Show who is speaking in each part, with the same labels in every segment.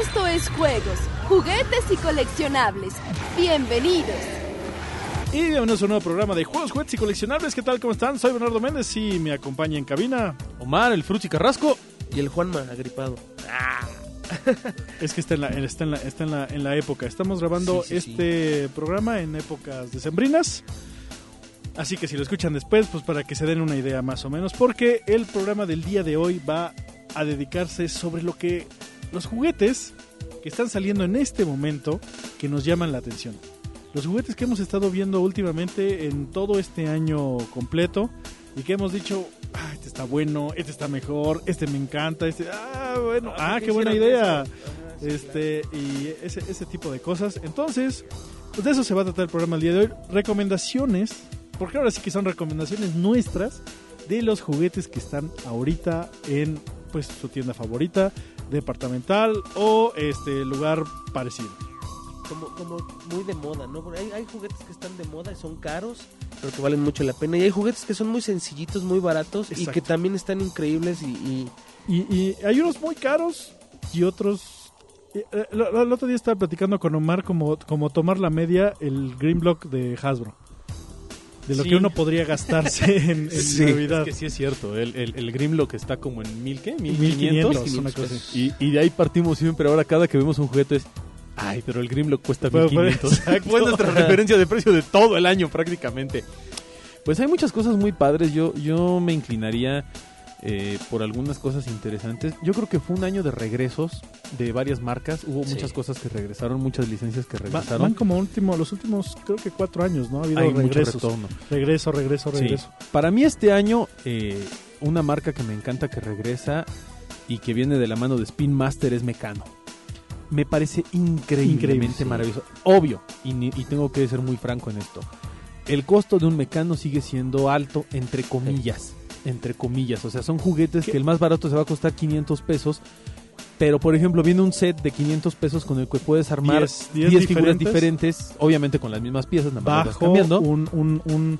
Speaker 1: Esto es Juegos, Juguetes y Coleccionables. Bienvenidos.
Speaker 2: Y bienvenidos a un nuevo programa de Juegos, Juguetes y Coleccionables. ¿Qué tal? ¿Cómo están? Soy Bernardo Méndez y me acompaña en cabina Omar, el Fruchi Carrasco.
Speaker 3: Y el Juanma agripado.
Speaker 2: Es que está en la, está en la, está en la, en la época. Estamos grabando
Speaker 3: Sí, sí, sí.
Speaker 2: este programa en épocas decembrinas. Así que si lo escuchan después, pues para que se den una idea más o menos. Porque el programa del día de hoy va a dedicarse sobre lo que los juguetes que están saliendo en este momento que nos llaman la atención. Los juguetes que hemos estado viendo últimamente en todo este año completo y que hemos dicho, "Ah, este está bueno, este está mejor, este me encanta, este, ah, bueno, ah, qué buena idea. Este, y ese, ese tipo de cosas. Entonces, pues de eso se va a tratar el programa el día de hoy. Recomendaciones, porque ahora sí que son recomendaciones nuestras de los juguetes que están ahorita en pues su tienda favorita, departamental o este lugar parecido.
Speaker 3: Como, como muy de moda, ¿no? Porque Hay, hay juguetes que están de moda y son caros, pero que valen mucho la pena. Y hay juguetes que son muy sencillitos, muy baratos y
Speaker 2: Exacto.
Speaker 3: que también están increíbles y... y-
Speaker 2: Y, y hay unos muy caros y otros... y, eh, lo- lo- El otro día estaba platicando con Omar como, como tomar la media el Green Block de Hasbro. De lo
Speaker 4: Sí.
Speaker 2: que uno podría gastarse en, en Navidad.
Speaker 4: Es que sí es cierto, el, el, el Grimlock está como en mil, pues, ¿qué?
Speaker 2: 1500,
Speaker 4: 1500.
Speaker 2: una cosa
Speaker 3: pesos.
Speaker 2: así.
Speaker 4: Y, y de ahí partimos siempre, ahora cada que vemos un juguete es, ay, pero el Grimlock cuesta
Speaker 2: Pero, pero,
Speaker 4: 1500. Fue nuestra referencia de precio de todo el año prácticamente. Pues hay muchas cosas muy padres, yo, yo me inclinaría eh, por algunas cosas interesantes. Yo creo que fue un año de regresos de varias marcas, hubo
Speaker 3: Sí.
Speaker 4: muchas cosas que regresaron, muchas licencias que
Speaker 2: Va-
Speaker 4: regresaron.
Speaker 2: van como último, los últimos creo que cuatro años, ¿no? Ha habido
Speaker 4: pues, hay mucho
Speaker 2: regresos.
Speaker 4: retorno.
Speaker 2: Regreso, regreso,
Speaker 4: Sí.
Speaker 2: regreso.
Speaker 4: Para mí este año, eh, una marca que me encanta que regresa y que viene de la mano de Spin Master es Mecano. Me parece increíblemente
Speaker 2: Increíble, sí.
Speaker 4: maravilloso. Obvio, y, ni- y tengo que ser muy franco en esto. El costo de un Mecano sigue siendo alto, entre comillas. Entre comillas. O sea, son juguetes
Speaker 2: ¿Qué?
Speaker 4: que el más barato se va a costar 500 pesos. Pero, por ejemplo, viene un set de 500 pesos con el que puedes armar 10,
Speaker 2: Diez- diez
Speaker 4: figuras
Speaker 2: diferentes.
Speaker 4: diferentes, obviamente con las mismas piezas, nada más las
Speaker 2: Bajo
Speaker 4: vas cambiando.
Speaker 2: un, un, un,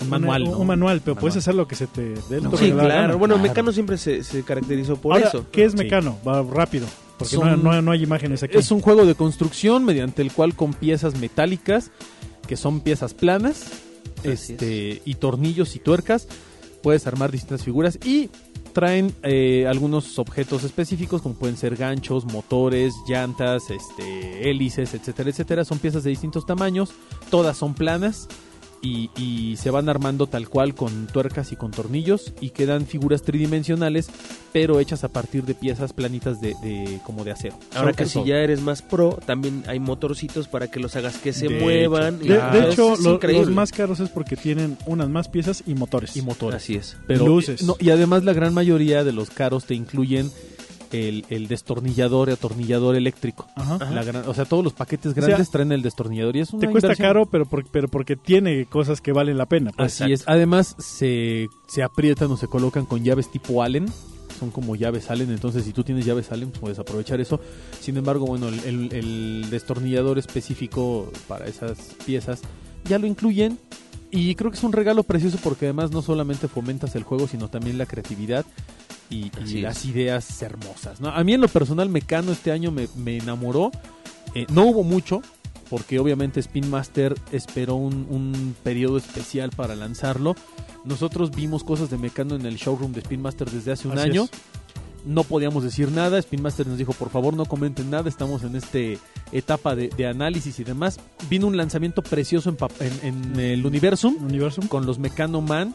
Speaker 4: Un manual,
Speaker 2: Un,
Speaker 4: ¿no?
Speaker 2: un manual, pero
Speaker 4: Manual.
Speaker 2: puedes hacer lo que se te dé el
Speaker 4: No,
Speaker 2: toque
Speaker 3: Sí,
Speaker 2: de la gana.
Speaker 3: claro. Bueno,
Speaker 4: Claro.
Speaker 3: Mecano siempre se, se caracterizó por
Speaker 2: Ahora,
Speaker 3: eso.
Speaker 2: ¿qué es
Speaker 4: Sí.
Speaker 2: Mecano? Va rápido, porque
Speaker 4: Son-
Speaker 2: no, no- no hay imágenes aquí.
Speaker 4: Es un juego de construcción mediante el cual con piezas metálicas, que son piezas planas,
Speaker 3: Así
Speaker 4: este, y tornillos y tuercas, puedes armar distintas figuras y traen eh, algunos objetos específicos como pueden ser ganchos, motores, llantas, este, hélices, etcétera, etcétera. Son piezas de distintos tamaños, todas son planas. Y, y se van armando tal cual con tuercas y con tornillos y quedan figuras tridimensionales pero hechas a partir de piezas planitas de, de- como de acero.
Speaker 3: Ahora
Speaker 4: Son
Speaker 3: que si
Speaker 4: todo.
Speaker 3: ya eres más pro, también hay motorcitos para que los hagas que se
Speaker 4: De
Speaker 3: muevan.
Speaker 4: hecho,
Speaker 3: y-
Speaker 2: de, de
Speaker 4: claro.
Speaker 3: Ah,
Speaker 2: hecho,
Speaker 3: es
Speaker 2: lo- los
Speaker 3: increíble.
Speaker 2: más caros es porque tienen unas más piezas y motores.
Speaker 4: y motores.
Speaker 3: Así es.
Speaker 4: Pero,
Speaker 2: luces.
Speaker 4: eh, no, y además la gran mayoría de los caros te incluyen el, el destornillador y atornillador eléctrico.
Speaker 2: Ajá.
Speaker 3: Ajá.
Speaker 4: La gran- o sea, todos los paquetes
Speaker 2: sea,
Speaker 4: grandes traen el destornillador y es una
Speaker 2: Te cuesta
Speaker 4: inversión.
Speaker 2: caro, pero porque, pero porque tiene cosas que valen la pena. pues.
Speaker 4: Así es. Además se, se aprietan o se colocan con llaves tipo Allen. Son como llaves Allen, entonces si tú tienes llaves Allen pues, puedes aprovechar eso. Sin embargo, bueno, el, el- el destornillador específico para esas piezas ya lo incluyen. Y creo que es un regalo precioso porque además no solamente fomentas el juego, sino también la creatividad y, y
Speaker 3: Así es.
Speaker 4: las ideas hermosas. ¿no? A mí en lo personal Mecano este año me, me enamoró. Eh, no hubo mucho, porque obviamente Spin Master esperó un, un periodo especial para lanzarlo. Nosotros vimos cosas de Mecano en el showroom de Spin Master desde hace un
Speaker 2: Así
Speaker 4: año.
Speaker 2: es.
Speaker 4: No podíamos decir nada. Spin Master nos dijo, por favor, no comenten nada. Estamos en esta etapa de, de análisis y demás. Vino un lanzamiento precioso en, pa- en- en el Universum
Speaker 2: Universum.
Speaker 4: con los Mecano Man.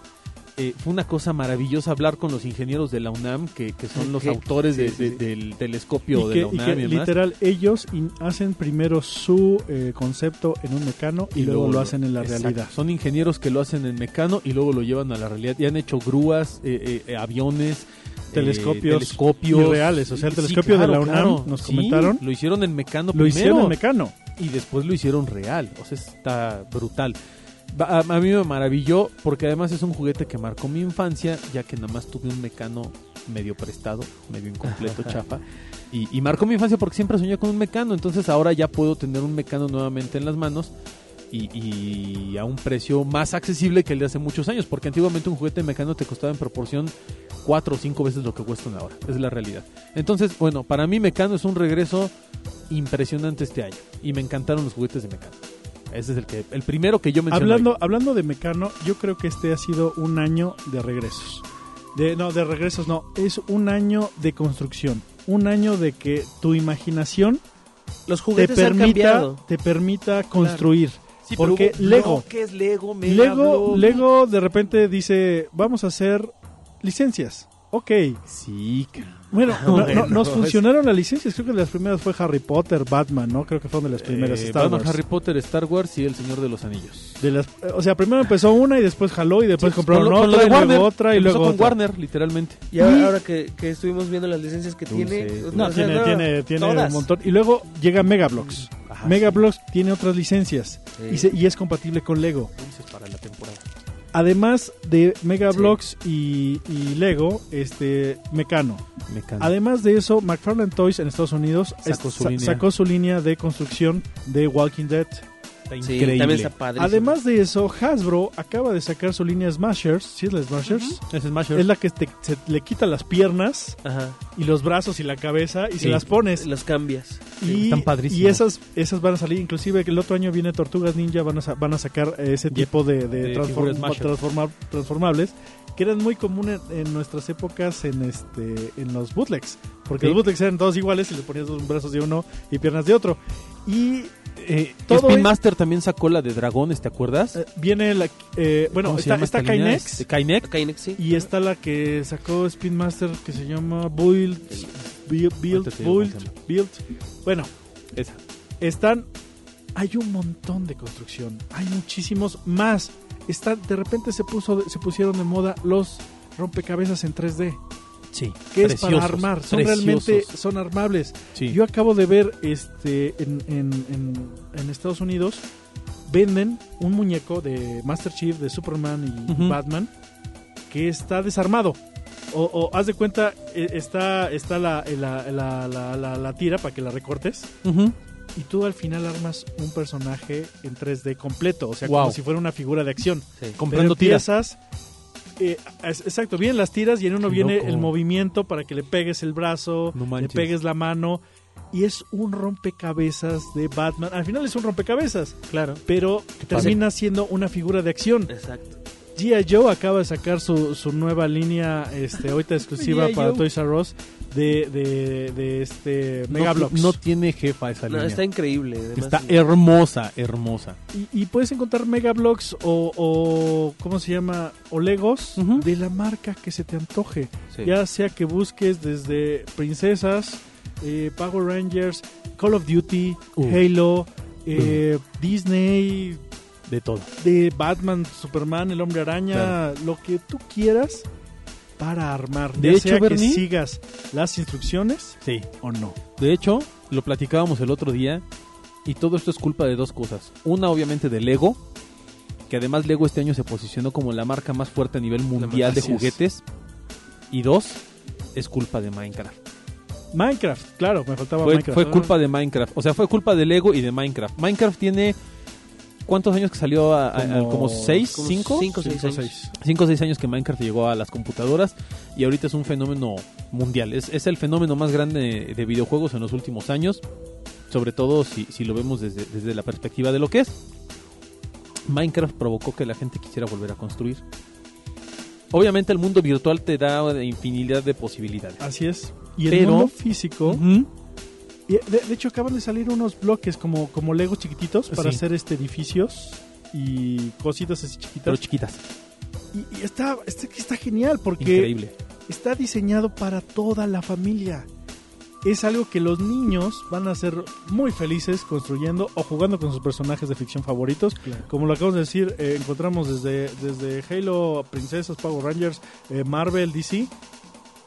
Speaker 4: Eh, fue una cosa maravillosa hablar con los ingenieros de la UNAM, que, que son los
Speaker 3: Sí,
Speaker 4: autores de-
Speaker 3: sí, sí,
Speaker 4: de-
Speaker 3: sí.
Speaker 4: del telescopio
Speaker 2: Y
Speaker 4: de
Speaker 2: que,
Speaker 4: la
Speaker 2: y
Speaker 4: UNAM.
Speaker 2: que
Speaker 4: y demás.
Speaker 2: literal ellos in- hacen primero su eh, concepto en un mecano y, luego, lo hacen en la
Speaker 4: exacto.
Speaker 2: realidad.
Speaker 4: Son ingenieros que lo hacen en mecano y luego lo llevan a la realidad. Y han hecho grúas, eh, eh, eh, aviones, eh,
Speaker 2: Telescopios
Speaker 4: telescopios
Speaker 2: y reales. O sea, el
Speaker 4: Sí,
Speaker 2: telescopio de la UNAM, nos
Speaker 4: Sí,
Speaker 2: comentaron.
Speaker 4: Lo hicieron en mecano
Speaker 2: Lo
Speaker 4: primero
Speaker 2: hicieron en mecano.
Speaker 4: y después lo hicieron real. O sea, está brutal. Va- A, a mí me maravilló porque además es un juguete que marcó mi infancia, ya que nada más tuve un mecano medio prestado, medio incompleto, chapa. Y, y marcó mi infancia porque siempre soñé con un mecano. Entonces ahora ya puedo tener un mecano nuevamente en las manos y, y a un precio más accesible que el de hace muchos años. Porque antiguamente un juguete mecano te costaba en proporción cuatro o cinco veces lo que cuestan ahora. Es la realidad. Entonces, bueno, para mí Mecano es un regreso impresionante este año. Y me encantaron los juguetes de Mecano. Ese es el que el primero que yo mencioné.
Speaker 2: Hablando, hablando de Mecano, yo creo que este ha sido un año de regresos. De, no, de regresos no. Es un año de construcción. Un año de que tu imaginación
Speaker 3: Los
Speaker 2: te
Speaker 3: juguetes han
Speaker 2: permita,
Speaker 3: cambiado.
Speaker 2: te permita construir. porque Lego.
Speaker 4: ¿Qué es Lego? Me
Speaker 2: Lego, Lego de repente dice, vamos a hacer licencias. Ok.
Speaker 4: Sí, cabrón.
Speaker 2: Bueno,
Speaker 3: Ah,
Speaker 2: no- no-
Speaker 3: bueno,
Speaker 2: nos
Speaker 3: es-
Speaker 2: funcionaron las licencias. Creo que las primeras fue Harry Potter, Batman, ¿no? Creo que fueron de las primeras.
Speaker 4: Eh,
Speaker 2: Star
Speaker 4: Batman,
Speaker 2: Wars.
Speaker 4: Harry Potter, Star Wars y El Señor de los Anillos.
Speaker 2: De las, o sea, primero empezó una y después jaló y después
Speaker 4: Sí,
Speaker 2: compraron
Speaker 4: con lo- con lo
Speaker 2: otra
Speaker 4: de
Speaker 2: y
Speaker 4: Warner.
Speaker 2: luego otra y
Speaker 4: Empezó
Speaker 2: luego
Speaker 4: con
Speaker 2: otra.
Speaker 4: Warner, literalmente.
Speaker 3: Y ahora,
Speaker 2: Y-
Speaker 3: ahora que, que estuvimos viendo las licencias que
Speaker 4: Dulce.
Speaker 3: tiene,
Speaker 4: No,
Speaker 2: No,
Speaker 3: o sea,
Speaker 2: tiene,
Speaker 3: no,
Speaker 2: tiene, tiene
Speaker 3: todas.
Speaker 2: un montón. Y luego llega Megablocks.
Speaker 4: Ajá,
Speaker 2: Megablocks tiene otras licencias
Speaker 3: Sí.
Speaker 2: y, se- y es compatible con Lego.
Speaker 4: sí, dulces para la temporada.
Speaker 2: Además de Megablocks y, y Lego, este Mecano.
Speaker 4: Me encanta.
Speaker 2: Además de eso, McFarlane Toys en Estados Unidos es-
Speaker 4: Sacó su
Speaker 2: sa-
Speaker 4: línea.
Speaker 2: sacó su línea de construcción de Walking Dead.
Speaker 4: Está
Speaker 3: Sí,
Speaker 4: increíble.
Speaker 3: también está padrísimo.
Speaker 2: Además de eso, Hasbro acaba de sacar su línea Smashers. ¿Sí es la Smashers?
Speaker 4: Es Smasher.
Speaker 2: Es la que te- se le quita las piernas
Speaker 3: Ajá,
Speaker 2: y los brazos y la cabeza y
Speaker 4: Sí.
Speaker 2: se las pones.
Speaker 3: los cambias.
Speaker 2: Y,
Speaker 4: Están padrísimas.
Speaker 2: y esas, esas van a salir, inclusive que el otro año viene Tortugas Ninja, van a, sa- van a sacar eh, ese tipo de, de
Speaker 4: De
Speaker 2: transform-
Speaker 4: figuras masher.
Speaker 2: transforma- transformables que eran muy comunes en, en nuestras épocas en este en los bootlegs. Porque
Speaker 4: Sí.
Speaker 2: los bootlegs eran todos iguales y le ponías dos brazos de uno y piernas de otro. Y
Speaker 4: Eh,
Speaker 2: todo
Speaker 4: Spin
Speaker 2: es-
Speaker 4: Master también sacó la de dragones, ¿te acuerdas?
Speaker 2: eh, viene la... eh, bueno,
Speaker 4: ¿Cómo se
Speaker 2: está,
Speaker 4: llama
Speaker 2: está
Speaker 4: esta línea?
Speaker 2: Kynex
Speaker 4: Este, Kynex.
Speaker 3: Acá Inex, sí.
Speaker 2: y está la que sacó Spin Master que se llama Build, Build, Build,
Speaker 4: Ahorita te digo cómo
Speaker 2: Build,
Speaker 4: se llama.
Speaker 2: Build. Bueno,
Speaker 4: Esa.
Speaker 2: están hay un montón de construcción hay muchísimos más están de repente se puso se pusieron de moda los rompecabezas en 3D
Speaker 4: Sí.
Speaker 2: que es
Speaker 4: Preciosos,
Speaker 2: para armar son
Speaker 4: preciosos.
Speaker 2: realmente son armables
Speaker 4: Sí.
Speaker 2: yo acabo de ver este en, en- en- en Estados Unidos venden un muñeco de Master Chief de Superman y
Speaker 4: Ujú.
Speaker 2: Batman que está desarmado o, o haz de cuenta eh, está está la- eh, la- la- la- la- la tira para que la recortes
Speaker 4: Ujú.
Speaker 2: y tú al final armas un personaje en 3D completo, o sea,
Speaker 4: Wow.
Speaker 2: como si fuera una figura de acción.
Speaker 3: Sí.
Speaker 2: Pero
Speaker 4: Comprando tiras.
Speaker 2: empiezas, eh, es- exacto, vienen las tiras y en uno
Speaker 4: Qué
Speaker 2: viene
Speaker 4: loco.
Speaker 2: el movimiento para que le pegues el brazo,
Speaker 4: No
Speaker 2: le
Speaker 4: manches.
Speaker 2: pegues la mano. Y es un rompecabezas de Batman. Al final es un rompecabezas,
Speaker 3: Claro.
Speaker 2: pero termina siendo una figura de acción.
Speaker 3: Exacto.
Speaker 2: G.I. Joe acaba de sacar su, su nueva línea, este, ahorita exclusiva
Speaker 4: G.I.
Speaker 2: para
Speaker 4: Joe.
Speaker 2: Toys R Us, de, de, de este
Speaker 4: No-
Speaker 2: Megablocks.
Speaker 4: No, tiene jefa esa
Speaker 3: No,
Speaker 4: línea.
Speaker 3: está increíble. además.
Speaker 4: Está hermosa, hermosa.
Speaker 2: Y, y puedes encontrar Megablocks o, o ¿cómo se llama? o Legos
Speaker 4: Ujú.
Speaker 2: de la marca que se te antoje. Ya sea que busques desde princesas, eh, Power Rangers, Call of Duty,
Speaker 4: Uh.
Speaker 2: Halo, eh, Disney,
Speaker 4: De todo.
Speaker 2: de Batman, Superman, el Hombre Araña,
Speaker 4: Claro.
Speaker 2: lo que tú quieras para armar.
Speaker 4: De
Speaker 2: ya
Speaker 4: hecho,
Speaker 2: sea
Speaker 4: Bernie-
Speaker 2: que sigas las instrucciones
Speaker 4: Sí.
Speaker 2: o no.
Speaker 4: De hecho, lo platicábamos el otro día y todo esto es culpa de dos cosas. Una obviamente de Lego, que además Lego este año se posicionó como la marca más fuerte a nivel mundial de
Speaker 2: así es.
Speaker 4: juguetes. Y dos, es culpa de Minecraft.
Speaker 2: Minecraft, claro, me faltaba
Speaker 4: Fue,
Speaker 2: Minecraft. Ah.
Speaker 4: fue culpa de Minecraft. O sea, fue culpa de Lego y de Minecraft. Minecraft tiene... ¿Cuántos años que salió? A- a- a-
Speaker 2: Como-
Speaker 4: como, seis,
Speaker 3: como
Speaker 4: cinco.
Speaker 3: cinco, seis
Speaker 2: Cinco,
Speaker 3: años.
Speaker 2: seis.
Speaker 4: 5 o 6 años que Minecraft llegó a las computadoras y ahorita es un fenómeno mundial. Es, es el fenómeno más grande de videojuegos en los últimos años, sobre todo si, si lo vemos desde, desde la perspectiva de lo que es. Minecraft provocó que la gente quisiera volver a construir. Obviamente el mundo virtual te da infinidad de posibilidades.
Speaker 2: Así es. Y el
Speaker 4: Pero-
Speaker 2: mundo físico...
Speaker 4: Ujú.
Speaker 2: Y De, de hecho, acaban de salir unos bloques como, como legos chiquititos para
Speaker 4: Sí.
Speaker 2: hacer este edificios y cositas así chiquitas.
Speaker 4: Pero chiquitas,
Speaker 2: y, y está, está, está genial porque
Speaker 4: increíble.
Speaker 2: está diseñado para toda la familia. Es algo que los niños van a ser muy felices construyendo o jugando con sus personajes de ficción favoritos. Como lo acabamos de decir, eh, encontramos desde, desde Halo, Princesas, Power Rangers, eh, Marvel, DC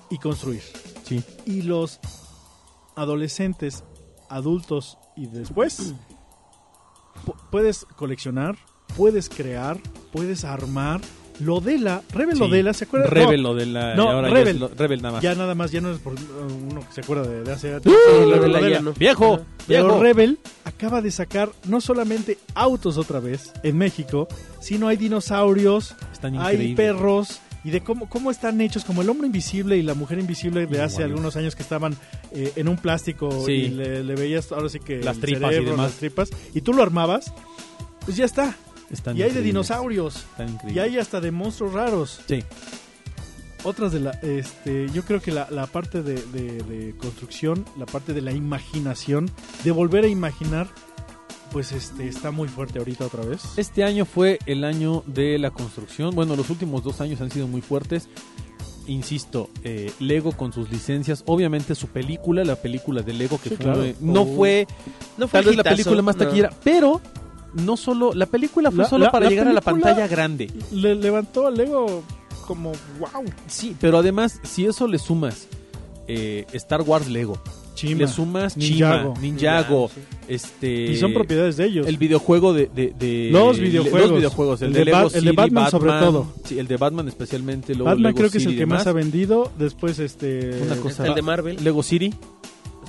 Speaker 2: y construir
Speaker 4: Sí.
Speaker 2: y los adolescentes, adultos y después pu- puedes coleccionar, puedes crear, puedes armar. Lodela, Rebel
Speaker 4: Sí.
Speaker 2: Lodela, ¿se acuerdan? No,
Speaker 4: Rebel lo de la...
Speaker 2: No,
Speaker 4: ahora ya
Speaker 2: Rebel.
Speaker 4: es lo- Rebel nada más.
Speaker 2: ya nada más, ya no es por uh, uno que se acuerda de, de hace años.
Speaker 3: Sí,
Speaker 2: Rebel
Speaker 3: lo de la
Speaker 2: Lodela.
Speaker 3: ya no.
Speaker 4: Viejo,
Speaker 3: Ajá.
Speaker 2: Pero
Speaker 4: viejo.
Speaker 2: Rebel acaba de sacar no solamente autos otra vez en México, sino hay dinosaurios,
Speaker 4: Están
Speaker 2: hay
Speaker 4: increíbles.
Speaker 2: perros, y de cómo, cómo están hechos, como el hombre invisible y la mujer invisible de hace
Speaker 4: Igual.
Speaker 2: algunos años que estaban eh, en un plástico
Speaker 4: Sí.
Speaker 2: y le, le veías ahora sí que
Speaker 4: Las
Speaker 2: el
Speaker 4: tripas y demás.
Speaker 2: las tripas, y tú lo armabas, pues ya está.
Speaker 4: Están
Speaker 2: y hay de
Speaker 4: increíbles,
Speaker 2: dinosaurios,
Speaker 4: Están increíbles.
Speaker 2: y hay hasta de monstruos raros.
Speaker 4: Sí.
Speaker 2: Otras de la, este, yo creo que la, la parte de, de- de construcción, la parte de la imaginación, de volver a imaginar, pues este está muy fuerte ahorita otra vez.
Speaker 4: Este año fue el año de la construcción. Bueno, los últimos dos años han sido muy fuertes. Insisto, eh, Lego con sus licencias. Obviamente su película, la película de Lego que
Speaker 2: Sí,
Speaker 4: fue-
Speaker 2: claro.
Speaker 4: no
Speaker 3: Oh.
Speaker 4: fue
Speaker 3: No
Speaker 4: tal vez la
Speaker 3: hitazo,
Speaker 4: película más
Speaker 3: no.
Speaker 4: taquillera, pero no solo la película fue
Speaker 2: La-
Speaker 4: solo
Speaker 2: la-
Speaker 4: para
Speaker 2: la
Speaker 4: llegar a la
Speaker 2: película-
Speaker 4: pantalla grande.
Speaker 2: Le levantó al Lego como wow.
Speaker 4: Sí, pero además si eso le sumas eh, Star Wars Lego,
Speaker 2: Chima.
Speaker 4: le sumas
Speaker 2: Ninjago.
Speaker 4: Chima, Ninjago,
Speaker 3: Ya, sí.
Speaker 4: este
Speaker 2: y son propiedades de ellos.
Speaker 4: El videojuego de, de- de-
Speaker 2: Los videojuegos.
Speaker 4: los videojuegos, el,
Speaker 2: El
Speaker 4: de,
Speaker 2: de
Speaker 4: Lego
Speaker 2: Ba- el de
Speaker 4: City,
Speaker 2: Batman sobre todo.
Speaker 4: Sí, el de Batman especialmente. Luego
Speaker 2: Batman
Speaker 4: Lego
Speaker 2: creo que es
Speaker 4: City
Speaker 2: el
Speaker 4: y
Speaker 2: que más
Speaker 4: demás.
Speaker 2: ha vendido. Después este
Speaker 4: Una cosa.
Speaker 3: El de Marvel.
Speaker 4: Lego City,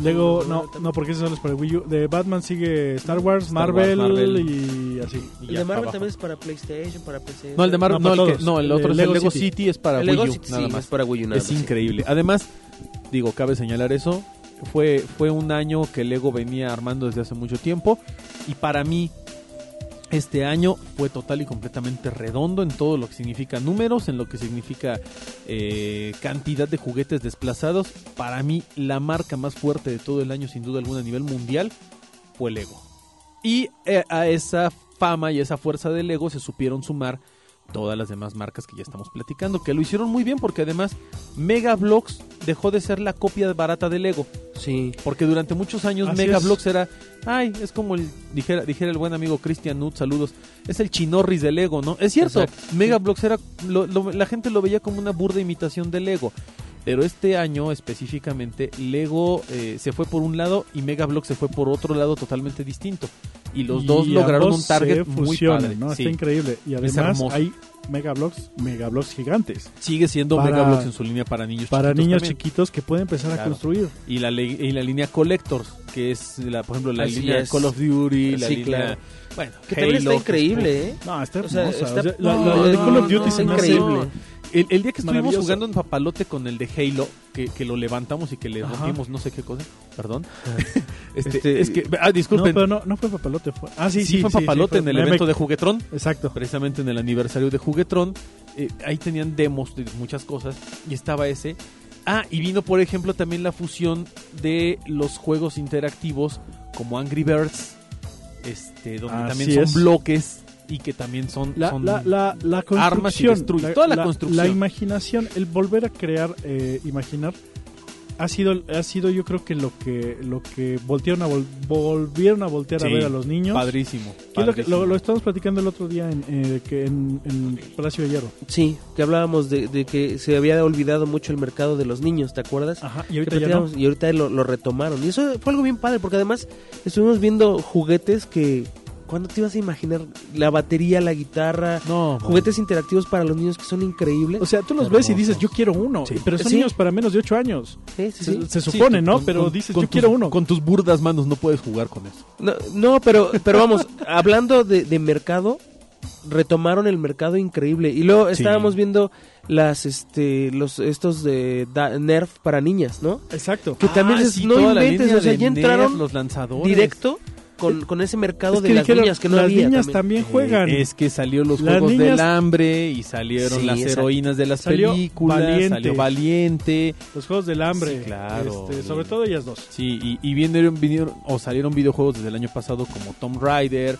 Speaker 2: Lego no, no porque eso solo es para Wii U. De Batman sigue Star Wars,
Speaker 4: Star Wars,
Speaker 2: Marvel,
Speaker 4: Marvel.
Speaker 2: y así.
Speaker 4: y
Speaker 3: El
Speaker 4: ya
Speaker 3: de Marvel
Speaker 4: abajo.
Speaker 3: también es para PlayStation, para PC.
Speaker 4: No, el de Marvel,
Speaker 2: No,
Speaker 4: no,
Speaker 2: para
Speaker 4: el, que-
Speaker 2: todos.
Speaker 4: no, el otro
Speaker 2: El
Speaker 4: es el
Speaker 2: Lego
Speaker 4: Lego City.
Speaker 2: City.
Speaker 4: es para
Speaker 3: El
Speaker 4: Wii
Speaker 3: Lego
Speaker 4: U,
Speaker 3: sí,
Speaker 4: nada
Speaker 3: sí,
Speaker 4: más.
Speaker 3: es para Wii U nada
Speaker 4: es
Speaker 3: más, sí.
Speaker 4: increíble. Además, digo, cabe señalar eso. Fue, fue un año que Lego venía armando desde hace mucho tiempo. Y para mí, este año fue total y completamente redondo en todo lo que significa números, en lo que significa eh, cantidad de juguetes desplazados. Para mí, la marca más fuerte de todo el año, sin duda alguna, a nivel mundial, fue Lego. Y eh, a esa fama y esa fuerza de Lego se supieron sumar todas las demás marcas que ya estamos platicando, que lo hicieron muy bien porque además Mega Bloks dejó de ser la copia barata de Lego,
Speaker 3: Sí.
Speaker 4: porque durante muchos años
Speaker 2: Así
Speaker 4: Mega
Speaker 2: es.
Speaker 4: Bloks era, ay, es como el, dijera, dijera el buen amigo Christian Nut, saludos, es el chinorris de Lego, ¿no? Es cierto,
Speaker 3: Exacto.
Speaker 4: Mega Bloks era, lo- lo- la gente lo veía como una burda imitación de Lego. Pero este año específicamente Lego eh, se fue por un lado y Mega Bloks se fue por otro lado totalmente distinto. Y los dos
Speaker 2: Y
Speaker 4: lograron
Speaker 2: ambos
Speaker 4: un
Speaker 2: se
Speaker 4: target muy
Speaker 2: fusionan,
Speaker 4: padre.
Speaker 2: ¿no?
Speaker 4: Sí.
Speaker 2: Está increíble. Y además
Speaker 4: hermoso.
Speaker 2: hay megablocks, megablocks gigantes
Speaker 4: Sigue siendo
Speaker 2: Para-
Speaker 4: Mega Bloks en su línea para niños
Speaker 2: para
Speaker 4: chiquitos
Speaker 2: niños
Speaker 4: también.
Speaker 2: chiquitos que pueden empezar a
Speaker 4: Claro.
Speaker 2: construir.
Speaker 4: y la, ley- y la línea Collectors, que es, la, por ejemplo, la
Speaker 3: Así
Speaker 4: línea
Speaker 3: es.
Speaker 4: Call of Duty, la
Speaker 3: Sí,
Speaker 4: línea...
Speaker 3: claro.
Speaker 4: Bueno,
Speaker 3: Que también está
Speaker 4: Halo,
Speaker 3: increíble, ¿eh?
Speaker 2: No, está
Speaker 3: O sea,
Speaker 2: hermosa.
Speaker 3: está-
Speaker 2: O sea, la,
Speaker 4: no,
Speaker 2: la de
Speaker 4: no,
Speaker 2: Call of
Speaker 4: no,
Speaker 2: Duty se me
Speaker 4: está
Speaker 2: hace
Speaker 4: increíble. El, el día que estuvimos
Speaker 2: Maravilloso.
Speaker 4: jugando en papalote con el de Halo, que, que lo levantamos y que le
Speaker 2: Ajá. Ah.
Speaker 4: rompimos no sé qué cosa, perdón. este,
Speaker 2: Este,
Speaker 4: es que, ah,
Speaker 2: No,
Speaker 4: disculpen,
Speaker 2: pero no, no fue papalote. Fue... Ah, sí,
Speaker 4: sí,
Speaker 2: sí.
Speaker 4: fue
Speaker 2: sí,
Speaker 4: papalote
Speaker 2: sí,
Speaker 4: en
Speaker 2: fue-
Speaker 4: el
Speaker 2: me-
Speaker 4: evento de Juguetrón,
Speaker 2: Exacto.
Speaker 4: precisamente en el aniversario de Juguetrón. eh, ahí tenían demos de muchas cosas y estaba ese. Ah, y vino por ejemplo también la fusión de los juegos interactivos como Angry Birds, este, donde
Speaker 2: Así
Speaker 4: también son
Speaker 2: es.
Speaker 4: bloques y que también son,
Speaker 2: La,
Speaker 4: son-
Speaker 2: la, la, la construcción.
Speaker 4: armas y destruyes, toda la construcción.
Speaker 2: La imaginación, el volver a crear, eh, imaginar, ha sido, ha sido yo creo que lo que, lo que voltearon a vol- volvieron a voltear a
Speaker 4: Sí,
Speaker 2: ver a los niños.
Speaker 4: padrísimo.
Speaker 2: Que es lo, que-
Speaker 4: padrísimo.
Speaker 2: lo- lo estábamos platicando el otro día en, eh, que en, en Palacio de Hierro.
Speaker 3: Sí, que hablábamos de, de que se había olvidado mucho el mercado de los niños, ¿te acuerdas?
Speaker 2: Ajá, Ah, y
Speaker 3: Que
Speaker 2: ahorita ya no.
Speaker 3: platicábamos, Y ahorita lo, lo retomaron. Y eso fue algo bien padre, porque además estuvimos viendo juguetes que... ¿Cuándo te ibas a imaginar? La batería, la guitarra,
Speaker 4: No,
Speaker 3: juguetes interactivos para los niños que son increíbles.
Speaker 2: O sea, tú los ves y dices, yo quiero uno.
Speaker 4: Sí.
Speaker 2: Pero son
Speaker 3: Sí.
Speaker 2: niños para menos de 8 años.
Speaker 3: Sí, sí,
Speaker 2: Se,
Speaker 3: sí.
Speaker 2: se
Speaker 4: Sí,
Speaker 2: supone,
Speaker 4: tú
Speaker 2: ¿no?
Speaker 4: con-
Speaker 2: pero
Speaker 4: con-
Speaker 2: dices,
Speaker 4: con
Speaker 2: yo
Speaker 4: tus-
Speaker 2: quiero uno.
Speaker 4: Con tus burdas manos no puedes jugar con eso.
Speaker 3: No, no, pero, pero vamos, hablando de, de mercado, retomaron el mercado increíble. Y luego estábamos viendo las este los estos de da- Nerf para niñas, ¿no?
Speaker 2: Exacto.
Speaker 3: Que también
Speaker 4: Ah,
Speaker 3: dices,
Speaker 4: sí,
Speaker 3: no
Speaker 4: toda la
Speaker 3: inventes,
Speaker 4: línea
Speaker 3: o sea,
Speaker 4: de
Speaker 3: ya
Speaker 4: Nerf,
Speaker 3: entraron
Speaker 4: los lanzadores.
Speaker 3: directo con, con ese mercado
Speaker 2: Es
Speaker 3: de
Speaker 2: que
Speaker 3: las
Speaker 2: dijeron,
Speaker 3: niñas que no
Speaker 2: las
Speaker 3: había.
Speaker 2: niñas también,
Speaker 3: también.
Speaker 2: juegan.
Speaker 4: Eh, Es que salió los
Speaker 2: Las
Speaker 4: juegos
Speaker 2: niñas-
Speaker 4: del hambre y salieron
Speaker 3: Sí,
Speaker 4: las
Speaker 3: exacto.
Speaker 4: heroínas de las
Speaker 2: Salió
Speaker 4: películas,
Speaker 2: Valiente.
Speaker 4: salió Valiente,
Speaker 2: Los juegos del hambre.
Speaker 4: Sí, claro.
Speaker 2: Este, sobre todo ellas dos.
Speaker 4: sí, y, y vinieron, vinieron- o salieron videojuegos desde el año pasado como Tomb Raider,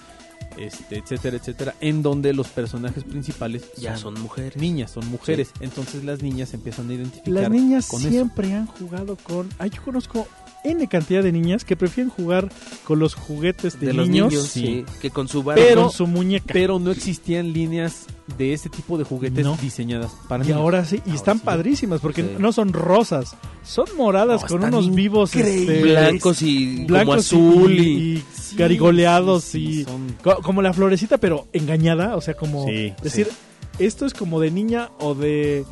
Speaker 4: este, etcétera, etcétera, en donde los personajes principales
Speaker 3: Ya son mujeres.
Speaker 4: niñas, son mujeres, entonces las niñas se empiezan a identificar.
Speaker 2: Las niñas
Speaker 4: con eso.
Speaker 2: siempre han jugado con. Ay, yo conozco N cantidad de niñas que prefieren jugar con los juguetes de,
Speaker 3: De los niños,
Speaker 2: niños,
Speaker 3: sí, que con su
Speaker 2: pero
Speaker 3: barba.
Speaker 4: Pero-
Speaker 2: con su muñeca.
Speaker 4: Pero no existían líneas de ese tipo de juguetes
Speaker 2: No.
Speaker 4: diseñadas para
Speaker 2: y
Speaker 4: niños.
Speaker 2: ahora sí, y
Speaker 4: Ahora
Speaker 2: están
Speaker 4: sí.
Speaker 2: padrísimas porque
Speaker 3: Sí.
Speaker 2: no son rosas, son moradas
Speaker 4: No,
Speaker 2: con
Speaker 4: están
Speaker 2: unos vivos este,
Speaker 3: blancos y como
Speaker 2: blancos
Speaker 3: azul
Speaker 2: y,
Speaker 3: y,
Speaker 2: y garigoleados
Speaker 4: sí, sí,
Speaker 2: y
Speaker 4: son-
Speaker 2: co- como la florecita pero engañada, o sea, como
Speaker 4: Sí,
Speaker 2: decir, esto es como de niña o de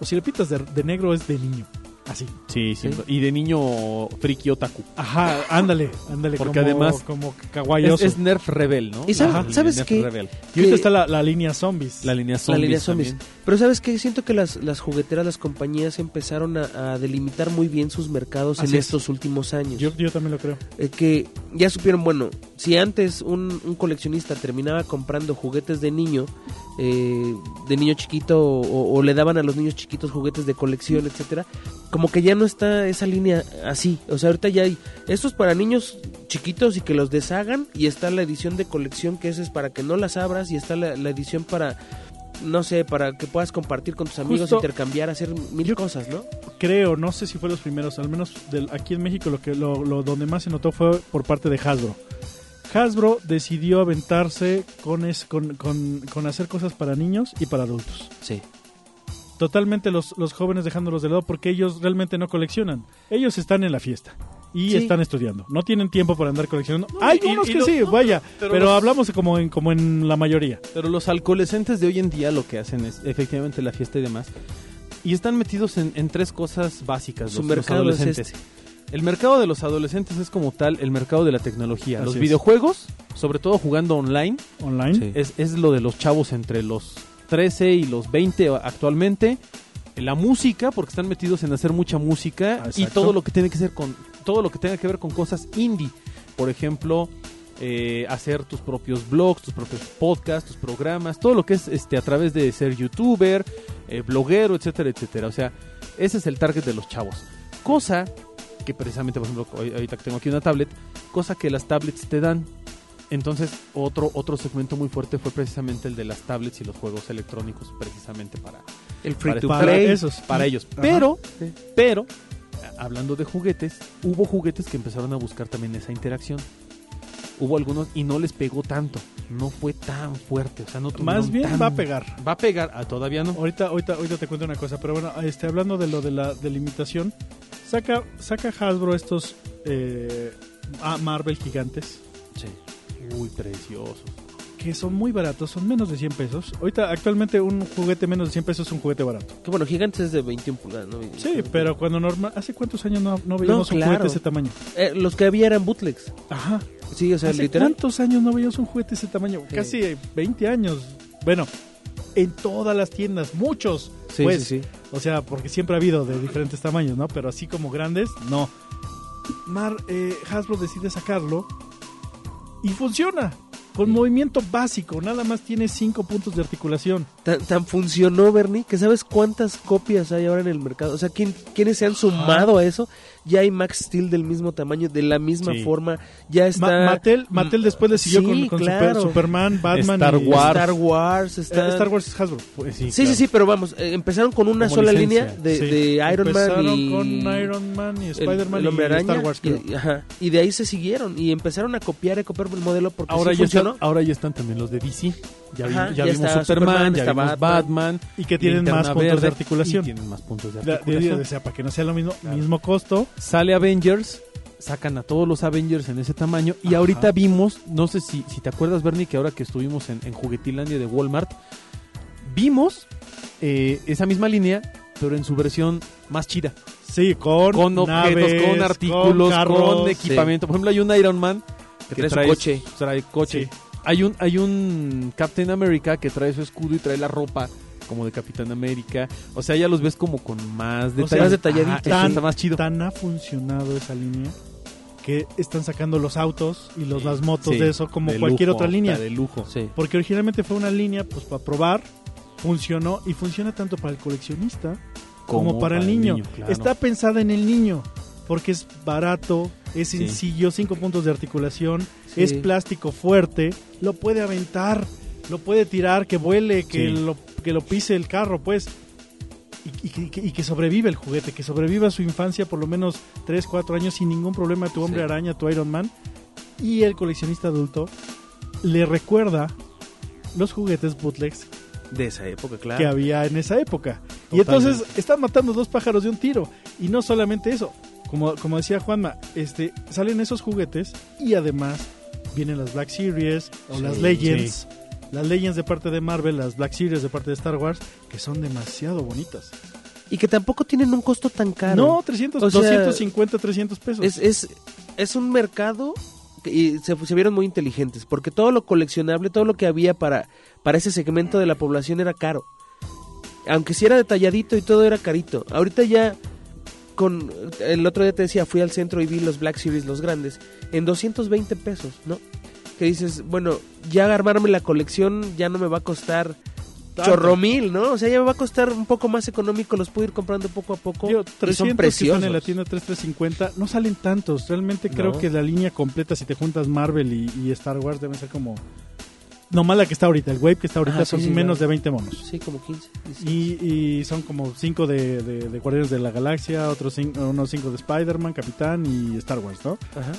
Speaker 2: o si le pitas de, de negro es de niño. Así.
Speaker 4: Sí, sí.
Speaker 3: Sí.
Speaker 4: Y de niño friki otaku.
Speaker 2: Ajá, ándale, ándale.
Speaker 4: Porque
Speaker 2: como-
Speaker 4: además-
Speaker 2: Como
Speaker 4: Es,
Speaker 2: kawaioso.
Speaker 4: es Nerf Rebel, ¿no?
Speaker 3: ¿Y sabes-
Speaker 4: Ajá.
Speaker 3: sabes
Speaker 4: Nerf
Speaker 3: qué?
Speaker 4: Rebel.
Speaker 2: y ahorita
Speaker 3: que-
Speaker 2: está la, la línea zombies.
Speaker 4: La línea
Speaker 3: la
Speaker 4: zombies.
Speaker 3: línea zombies.
Speaker 4: también.
Speaker 3: Pero ¿sabes qué? Siento que las, las jugueteras, las compañías empezaron a, a delimitar muy bien sus mercados
Speaker 2: Así
Speaker 3: en
Speaker 2: es.
Speaker 3: estos últimos años.
Speaker 2: yo, yo también lo creo.
Speaker 3: Eh, que ya supieron, bueno, si antes un, un coleccionista terminaba comprando juguetes de niño, eh, de niño chiquito, o, o le daban a los niños chiquitos juguetes de colección, etcétera, como que ya no está esa línea así. O sea, ahorita ya hay estos para niños chiquitos y que los deshagan, y está la edición de colección que esa es para que no las abras, y está la, la edición para. No sé, para que puedas compartir con tus amigos,
Speaker 2: Justo.
Speaker 3: intercambiar, hacer mil
Speaker 2: Yo-
Speaker 3: cosas, ¿no?
Speaker 2: Creo, no sé si fue los primeros, al menos del- aquí en México lo que lo, lo donde más se notó fue por parte de Hasbro. Hasbro decidió aventarse con, es- con, con- con hacer cosas para niños y para adultos.
Speaker 3: Sí.
Speaker 2: Totalmente los, los jóvenes dejándolos de lado porque ellos realmente no coleccionan. Ellos están en la fiesta y
Speaker 3: Sí.
Speaker 2: están estudiando. No tienen tiempo para andar coleccionando.
Speaker 4: No,
Speaker 2: Hay
Speaker 4: y-
Speaker 2: unos
Speaker 4: y
Speaker 2: que
Speaker 4: lo-
Speaker 2: sí,
Speaker 4: no,
Speaker 2: vaya, pero,
Speaker 4: pero los-
Speaker 2: hablamos como en, como en la mayoría.
Speaker 4: Pero los alcoholescentes de hoy en día lo que hacen es efectivamente la fiesta y demás. Y están metidos en, en tres cosas básicas.
Speaker 3: Su
Speaker 4: los, los
Speaker 3: mercado es este.
Speaker 4: adolescentes. El mercado de los adolescentes es como tal el mercado de la tecnología.
Speaker 2: Así
Speaker 4: los
Speaker 2: es.
Speaker 4: videojuegos, sobre todo jugando online,
Speaker 2: Online.
Speaker 3: Sí.
Speaker 4: es, es lo de los chavos entre los 13 y los 20 actualmente. La música, porque están metidos en hacer mucha música y
Speaker 2: Exacto.
Speaker 4: todo lo que tiene que ser con todo lo que tenga que ver con cosas indie. Por ejemplo, eh, hacer tus propios blogs, tus propios podcasts, tus programas, todo lo que es este a través de ser youtuber, eh, bloguero, etcétera, etcétera. O sea, ese es el target de los chavos. Cosa que precisamente, por ejemplo, ahor- ahorita que tengo aquí una tablet, cosa que las tablets te dan. Entonces, otro, otro segmento muy fuerte fue precisamente el de las tablets y los juegos electrónicos, precisamente para,
Speaker 3: El free
Speaker 4: Para-
Speaker 3: to
Speaker 2: Para
Speaker 3: play.
Speaker 2: esos.
Speaker 4: para ellos.
Speaker 2: Ajá.
Speaker 4: Pero,
Speaker 3: Sí.
Speaker 4: pero, a- hablando de juguetes, hubo juguetes que empezaron a buscar también esa interacción. Hubo algunos y no les pegó tanto. No fue tan fuerte. O sea, no tuvieron
Speaker 2: Más bien
Speaker 4: tan-
Speaker 2: va a pegar.
Speaker 4: Va a pegar, ah, todavía no.
Speaker 2: Ahorita, ahorita, ahorita te cuento una cosa, pero bueno, este, hablando de lo de la delimitación, saca, saca Hasbro estos eh, a- Marvel gigantes,
Speaker 4: Uy, precioso.
Speaker 2: que son muy baratos, son menos de 100 pesos. Ahorita, actualmente, un juguete menos de 100 pesos es un juguete barato.
Speaker 3: Que bueno, Gigantes es de 21 pulgadas, ¿no?
Speaker 2: Sí, pero cuando normal, ¿hace cuántos años no, no veíamos
Speaker 3: No, claro.
Speaker 2: un juguete de ese tamaño?
Speaker 3: Eh, los que había eran bootlegs.
Speaker 2: Ajá.
Speaker 3: Sí, o sea,
Speaker 2: ¿Hace
Speaker 3: literal.
Speaker 2: cuántos años no veíamos un juguete de ese tamaño?
Speaker 3: Sí.
Speaker 2: Casi eh, 20 años. Bueno, en todas las tiendas, muchos.
Speaker 3: Sí,
Speaker 2: pues,
Speaker 3: sí, sí.
Speaker 2: O sea, porque siempre ha habido de diferentes tamaños, ¿no? Pero así como grandes, no. Mar, eh, Hasbro decide sacarlo y funciona. Con movimiento básico, nada más tiene cinco puntos de articulación.
Speaker 3: Tan, tan funcionó, Bernie, que sabes cuántas copias hay ahora en el mercado. O sea, ¿quién, ¿quiénes se han sumado a eso? Ya hay Max Steel del mismo tamaño, de la misma
Speaker 4: Sí.
Speaker 3: forma. Ya está mm,
Speaker 2: Ma- Mattel, Mattel después le siguió
Speaker 3: sí,
Speaker 2: con, con Super-
Speaker 3: claro.
Speaker 2: Superman, Batman,
Speaker 4: Star
Speaker 2: y-
Speaker 4: Wars.
Speaker 3: Star Wars. Está...
Speaker 2: Eh, Star Wars es Hasbro.
Speaker 4: Pues
Speaker 3: Sí,
Speaker 4: claro.
Speaker 3: sí, sí, pero vamos, eh, empezaron con una
Speaker 4: Como
Speaker 3: sola
Speaker 4: licencia.
Speaker 3: línea de,
Speaker 2: Sí.
Speaker 3: de Iron Man
Speaker 2: Empezaron
Speaker 3: y...
Speaker 2: con Iron Man y
Speaker 3: el-
Speaker 2: Spider-Man
Speaker 3: el
Speaker 2: y
Speaker 3: Hombre Araña,
Speaker 2: Star Wars, creo.
Speaker 3: y, ajá, y de ahí se siguieron y empezaron a copiar y copiar el modelo porque
Speaker 4: Ahora,
Speaker 3: sí
Speaker 4: ya están,
Speaker 3: funcionó.
Speaker 4: ahora ya están también los de DC. Ya, vi-
Speaker 3: Ajá,
Speaker 4: ya
Speaker 3: ya
Speaker 4: vimos
Speaker 3: está
Speaker 4: Superman,
Speaker 3: Superman,
Speaker 4: ya
Speaker 3: está
Speaker 4: vimos
Speaker 3: Batman.
Speaker 4: Batman.
Speaker 2: Y que tienen
Speaker 4: Linterna
Speaker 2: más puntos
Speaker 4: Verde,
Speaker 2: de
Speaker 4: y
Speaker 2: articulación.
Speaker 4: tienen más puntos de
Speaker 2: La- de-
Speaker 4: articulación.
Speaker 2: o sea, para que no sea lo mismo,
Speaker 4: Claro.
Speaker 2: mismo costo.
Speaker 4: Sale Avengers, sacan a todos los Avengers en ese tamaño. Y
Speaker 2: Ajá.
Speaker 4: ahorita vimos, no sé si, si te acuerdas, Bernie, que ahora que estuvimos en, en Juguetilandia de Walmart, vimos eh, esa misma línea, pero en su versión más chida.
Speaker 2: Sí, con,
Speaker 4: Con objetos,
Speaker 2: naves,
Speaker 4: con artículos, con,
Speaker 2: carros.
Speaker 4: equipamiento. Por ejemplo, hay un Iron Man
Speaker 3: Que trae su coche.
Speaker 4: Trae coche.
Speaker 2: Sí.
Speaker 4: Hay, un, hay un Captain America que trae su escudo y trae la ropa como de Capitán América. O sea, ya los ves como con más
Speaker 2: sea,
Speaker 4: detalles.
Speaker 3: más detalladito,
Speaker 4: Ajá,
Speaker 2: tan-
Speaker 4: está más chido.
Speaker 2: tan ha funcionado esa línea que están sacando los autos y los, las motos
Speaker 4: Sí,
Speaker 2: de eso como
Speaker 4: de
Speaker 2: cualquier
Speaker 4: lujo,
Speaker 2: otra línea.
Speaker 4: está De lujo.
Speaker 3: Sí.
Speaker 2: Porque originalmente fue una línea pues para probar, funcionó y funciona tanto para el coleccionista como, para, el niño.
Speaker 4: claro.
Speaker 2: Está pensada en el niño porque es barato, es
Speaker 4: Sí.
Speaker 2: sencillo, cinco puntos de articulación,
Speaker 3: Sí.
Speaker 2: es plástico fuerte, lo puede aventar, lo puede tirar, que vuele, que,
Speaker 4: Sí.
Speaker 2: lo, que lo pise el carro, pues. Y, y que- y que, y que sobrevive el juguete, que sobreviva su infancia por lo menos 3, 4 años sin ningún problema, tu hombre
Speaker 3: Sí.
Speaker 2: araña, tu Iron Man. Y el coleccionista adulto le recuerda los juguetes bootlegs
Speaker 3: De esa época, claro.
Speaker 2: que había en esa época. Y
Speaker 4: Totalmente.
Speaker 2: entonces están matando dos pájaros de un tiro. Y no solamente eso, como, como decía Juanma, este, salen esos juguetes y además vienen las Black Series o
Speaker 3: Sí,
Speaker 2: las Legends. Las Legends de parte de Marvel, las Black Series de parte de Star Wars, que son demasiado bonitas.
Speaker 3: y que tampoco tienen un costo tan caro.
Speaker 2: No, 300,
Speaker 3: O sea,
Speaker 2: 250, 300 pesos.
Speaker 3: Es, es, es un mercado que- y se, se vieron muy inteligentes, porque todo lo coleccionable, todo lo que había para, para ese segmento de la población era caro. Aunque si era detalladito y todo era carito. Ahorita ya, con el otro día te decía, fui al centro y vi los Black Series, los grandes, en 220 pesos, ¿no? Que dices, bueno, ya armarme la colección ya no me va a costar
Speaker 2: Tanto.
Speaker 3: chorromil, ¿no? O sea, ya me va a costar un poco más económico, los puedo ir comprando poco a poco.
Speaker 2: Digo,
Speaker 3: y
Speaker 2: 300
Speaker 3: son
Speaker 2: que
Speaker 3: preciosos.
Speaker 2: están en la tienda 3350 no salen tantos. Realmente creo
Speaker 3: No.
Speaker 2: que la línea completa, si te juntas Marvel y, y Star Wars, deben ser como. Nomás la que está ahorita, el Wave que está ahorita
Speaker 3: Ah, sí,
Speaker 2: son
Speaker 3: sí,
Speaker 2: menos
Speaker 3: claro.
Speaker 2: de 20 monos.
Speaker 3: Sí, como 15. 16.
Speaker 2: Y, y son como 5 de, de, de Guardianes de la Galaxia, otros cin- unos 5 de Spider-Man, Capitán y Star Wars, ¿no?
Speaker 3: Ajá.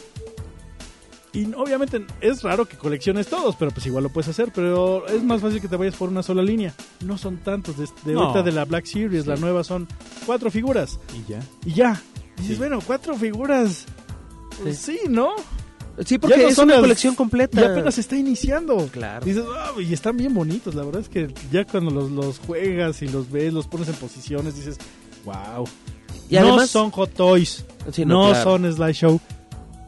Speaker 2: Y obviamente es raro que colecciones todos, pero pues igual lo puedes hacer. Pero es más fácil que te vayas por una sola línea. No son tantos. De, de
Speaker 4: No.
Speaker 2: ahorita de la Black Series, la nueva son cuatro figuras.
Speaker 4: Y ya.
Speaker 2: Y ya. Dices,
Speaker 4: Sí.
Speaker 2: bueno, cuatro figuras. Pues sí, ¿no?
Speaker 3: Sí, porque
Speaker 2: Ya no
Speaker 3: es
Speaker 2: son
Speaker 3: una
Speaker 2: las-
Speaker 3: colección completa.
Speaker 2: Y apenas está iniciando.
Speaker 3: Claro.
Speaker 2: Dices, "Ah, y están bien bonitos. La verdad es que ya cuando los, los juegas y los ves, los pones en posiciones, dices, wow.
Speaker 3: Y
Speaker 2: no
Speaker 3: además-
Speaker 2: son Hot Toys,
Speaker 3: Sí,
Speaker 2: no,
Speaker 3: claro.
Speaker 2: son Slideshow,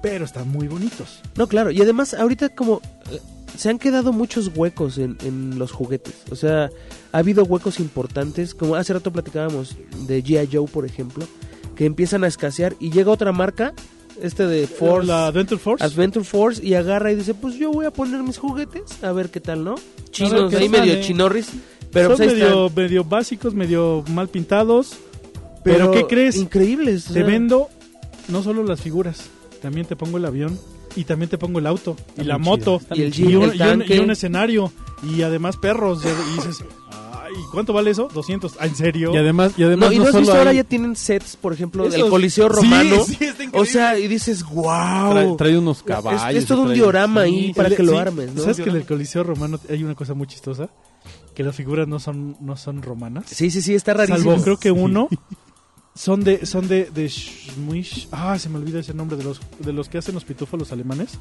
Speaker 2: pero están muy bonitos.
Speaker 3: No, claro. Y además, ahorita como eh, se han quedado muchos huecos en, en los juguetes. O sea, ha habido huecos importantes. Como hace rato platicábamos de G.I. Joe, por ejemplo, que empiezan a escasear y llega otra marca, este de Force,
Speaker 2: La Adventure Force.
Speaker 3: Adventure Force, y agarra y dice, pues yo voy a poner mis juguetes, a ver qué tal, ¿no?
Speaker 2: A ver
Speaker 3: Chinos,
Speaker 2: qué
Speaker 3: ahí
Speaker 2: sale.
Speaker 3: medio chinorris. Pero
Speaker 2: son
Speaker 3: pues, ahí
Speaker 2: medio,
Speaker 3: están.
Speaker 2: medio básicos, medio mal pintados. Pero, ¿qué crees?
Speaker 3: Increíbles. o
Speaker 2: Te
Speaker 3: sea,
Speaker 2: vendo no solo las figuras, también te pongo el avión y también te pongo el auto y
Speaker 4: Está
Speaker 2: la
Speaker 4: bien
Speaker 2: moto
Speaker 4: chido, está
Speaker 3: Y el
Speaker 4: bien
Speaker 2: y
Speaker 3: jeep,
Speaker 2: un,
Speaker 3: el
Speaker 2: y un-
Speaker 3: tanque.
Speaker 2: y un escenario y además perros. Y, y dices, ay, ¿cuánto vale eso? 200. Ah, ¿En serio?
Speaker 4: Y además, y además
Speaker 3: No, y no has
Speaker 4: solo
Speaker 3: visto ahora
Speaker 4: hay-
Speaker 3: ya tienen sets, por ejemplo, del
Speaker 2: Esos-
Speaker 3: Coliseo
Speaker 2: Sí,
Speaker 3: Romano.
Speaker 2: sí, está increíble.
Speaker 3: o sea, y dices, wow.
Speaker 4: trae, trae unos caballos.
Speaker 3: es, es todo un
Speaker 4: trae-
Speaker 3: diorama
Speaker 4: Sí,
Speaker 3: ahí para
Speaker 2: Sí,
Speaker 3: que lo
Speaker 2: sí.
Speaker 3: armes, ¿no?
Speaker 2: ¿Sabes que en el Coliseo Romano hay una cosa muy chistosa? Que las figuras no son, no son romanas.
Speaker 3: Sí, sí, sí, está rarísimo.
Speaker 2: Salvo creo que uno son de son de, de Schmuich- Ah, se me olvida ese nombre de los de los que hacen los pitúfalos alemanes.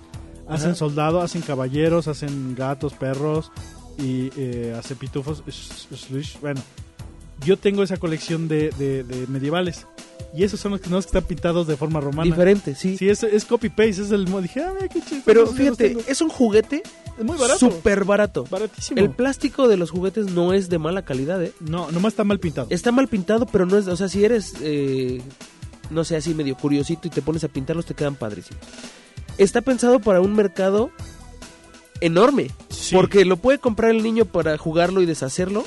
Speaker 2: Hacen
Speaker 3: Ajá.
Speaker 2: soldado, hacen caballeros, hacen gatos, perros y eh, hace pitufos. Sch- Schluich. Bueno, yo tengo esa colección de, de- de medievales y esos son los que no los que están pintados de forma romana.
Speaker 3: Diferente, sí.
Speaker 2: Sí, es, es copy paste, es el mo- dije, ah, mira, qué chistoso,
Speaker 3: Pero
Speaker 2: ya los
Speaker 3: fíjate,
Speaker 2: tengo.
Speaker 3: es un juguete
Speaker 2: es muy barato,
Speaker 3: súper barato.
Speaker 2: baratísimo.
Speaker 3: El plástico de los juguetes no es de mala calidad, ¿eh?
Speaker 2: No, nomás está mal pintado.
Speaker 3: Está mal pintado, pero no es. O sea, si eres, eh, no sé, así medio curiosito y te pones a pintarlos, te quedan padrísimos. Está pensado para un mercado enorme.
Speaker 2: Sí.
Speaker 3: Porque lo puede comprar el niño para jugarlo y deshacerlo,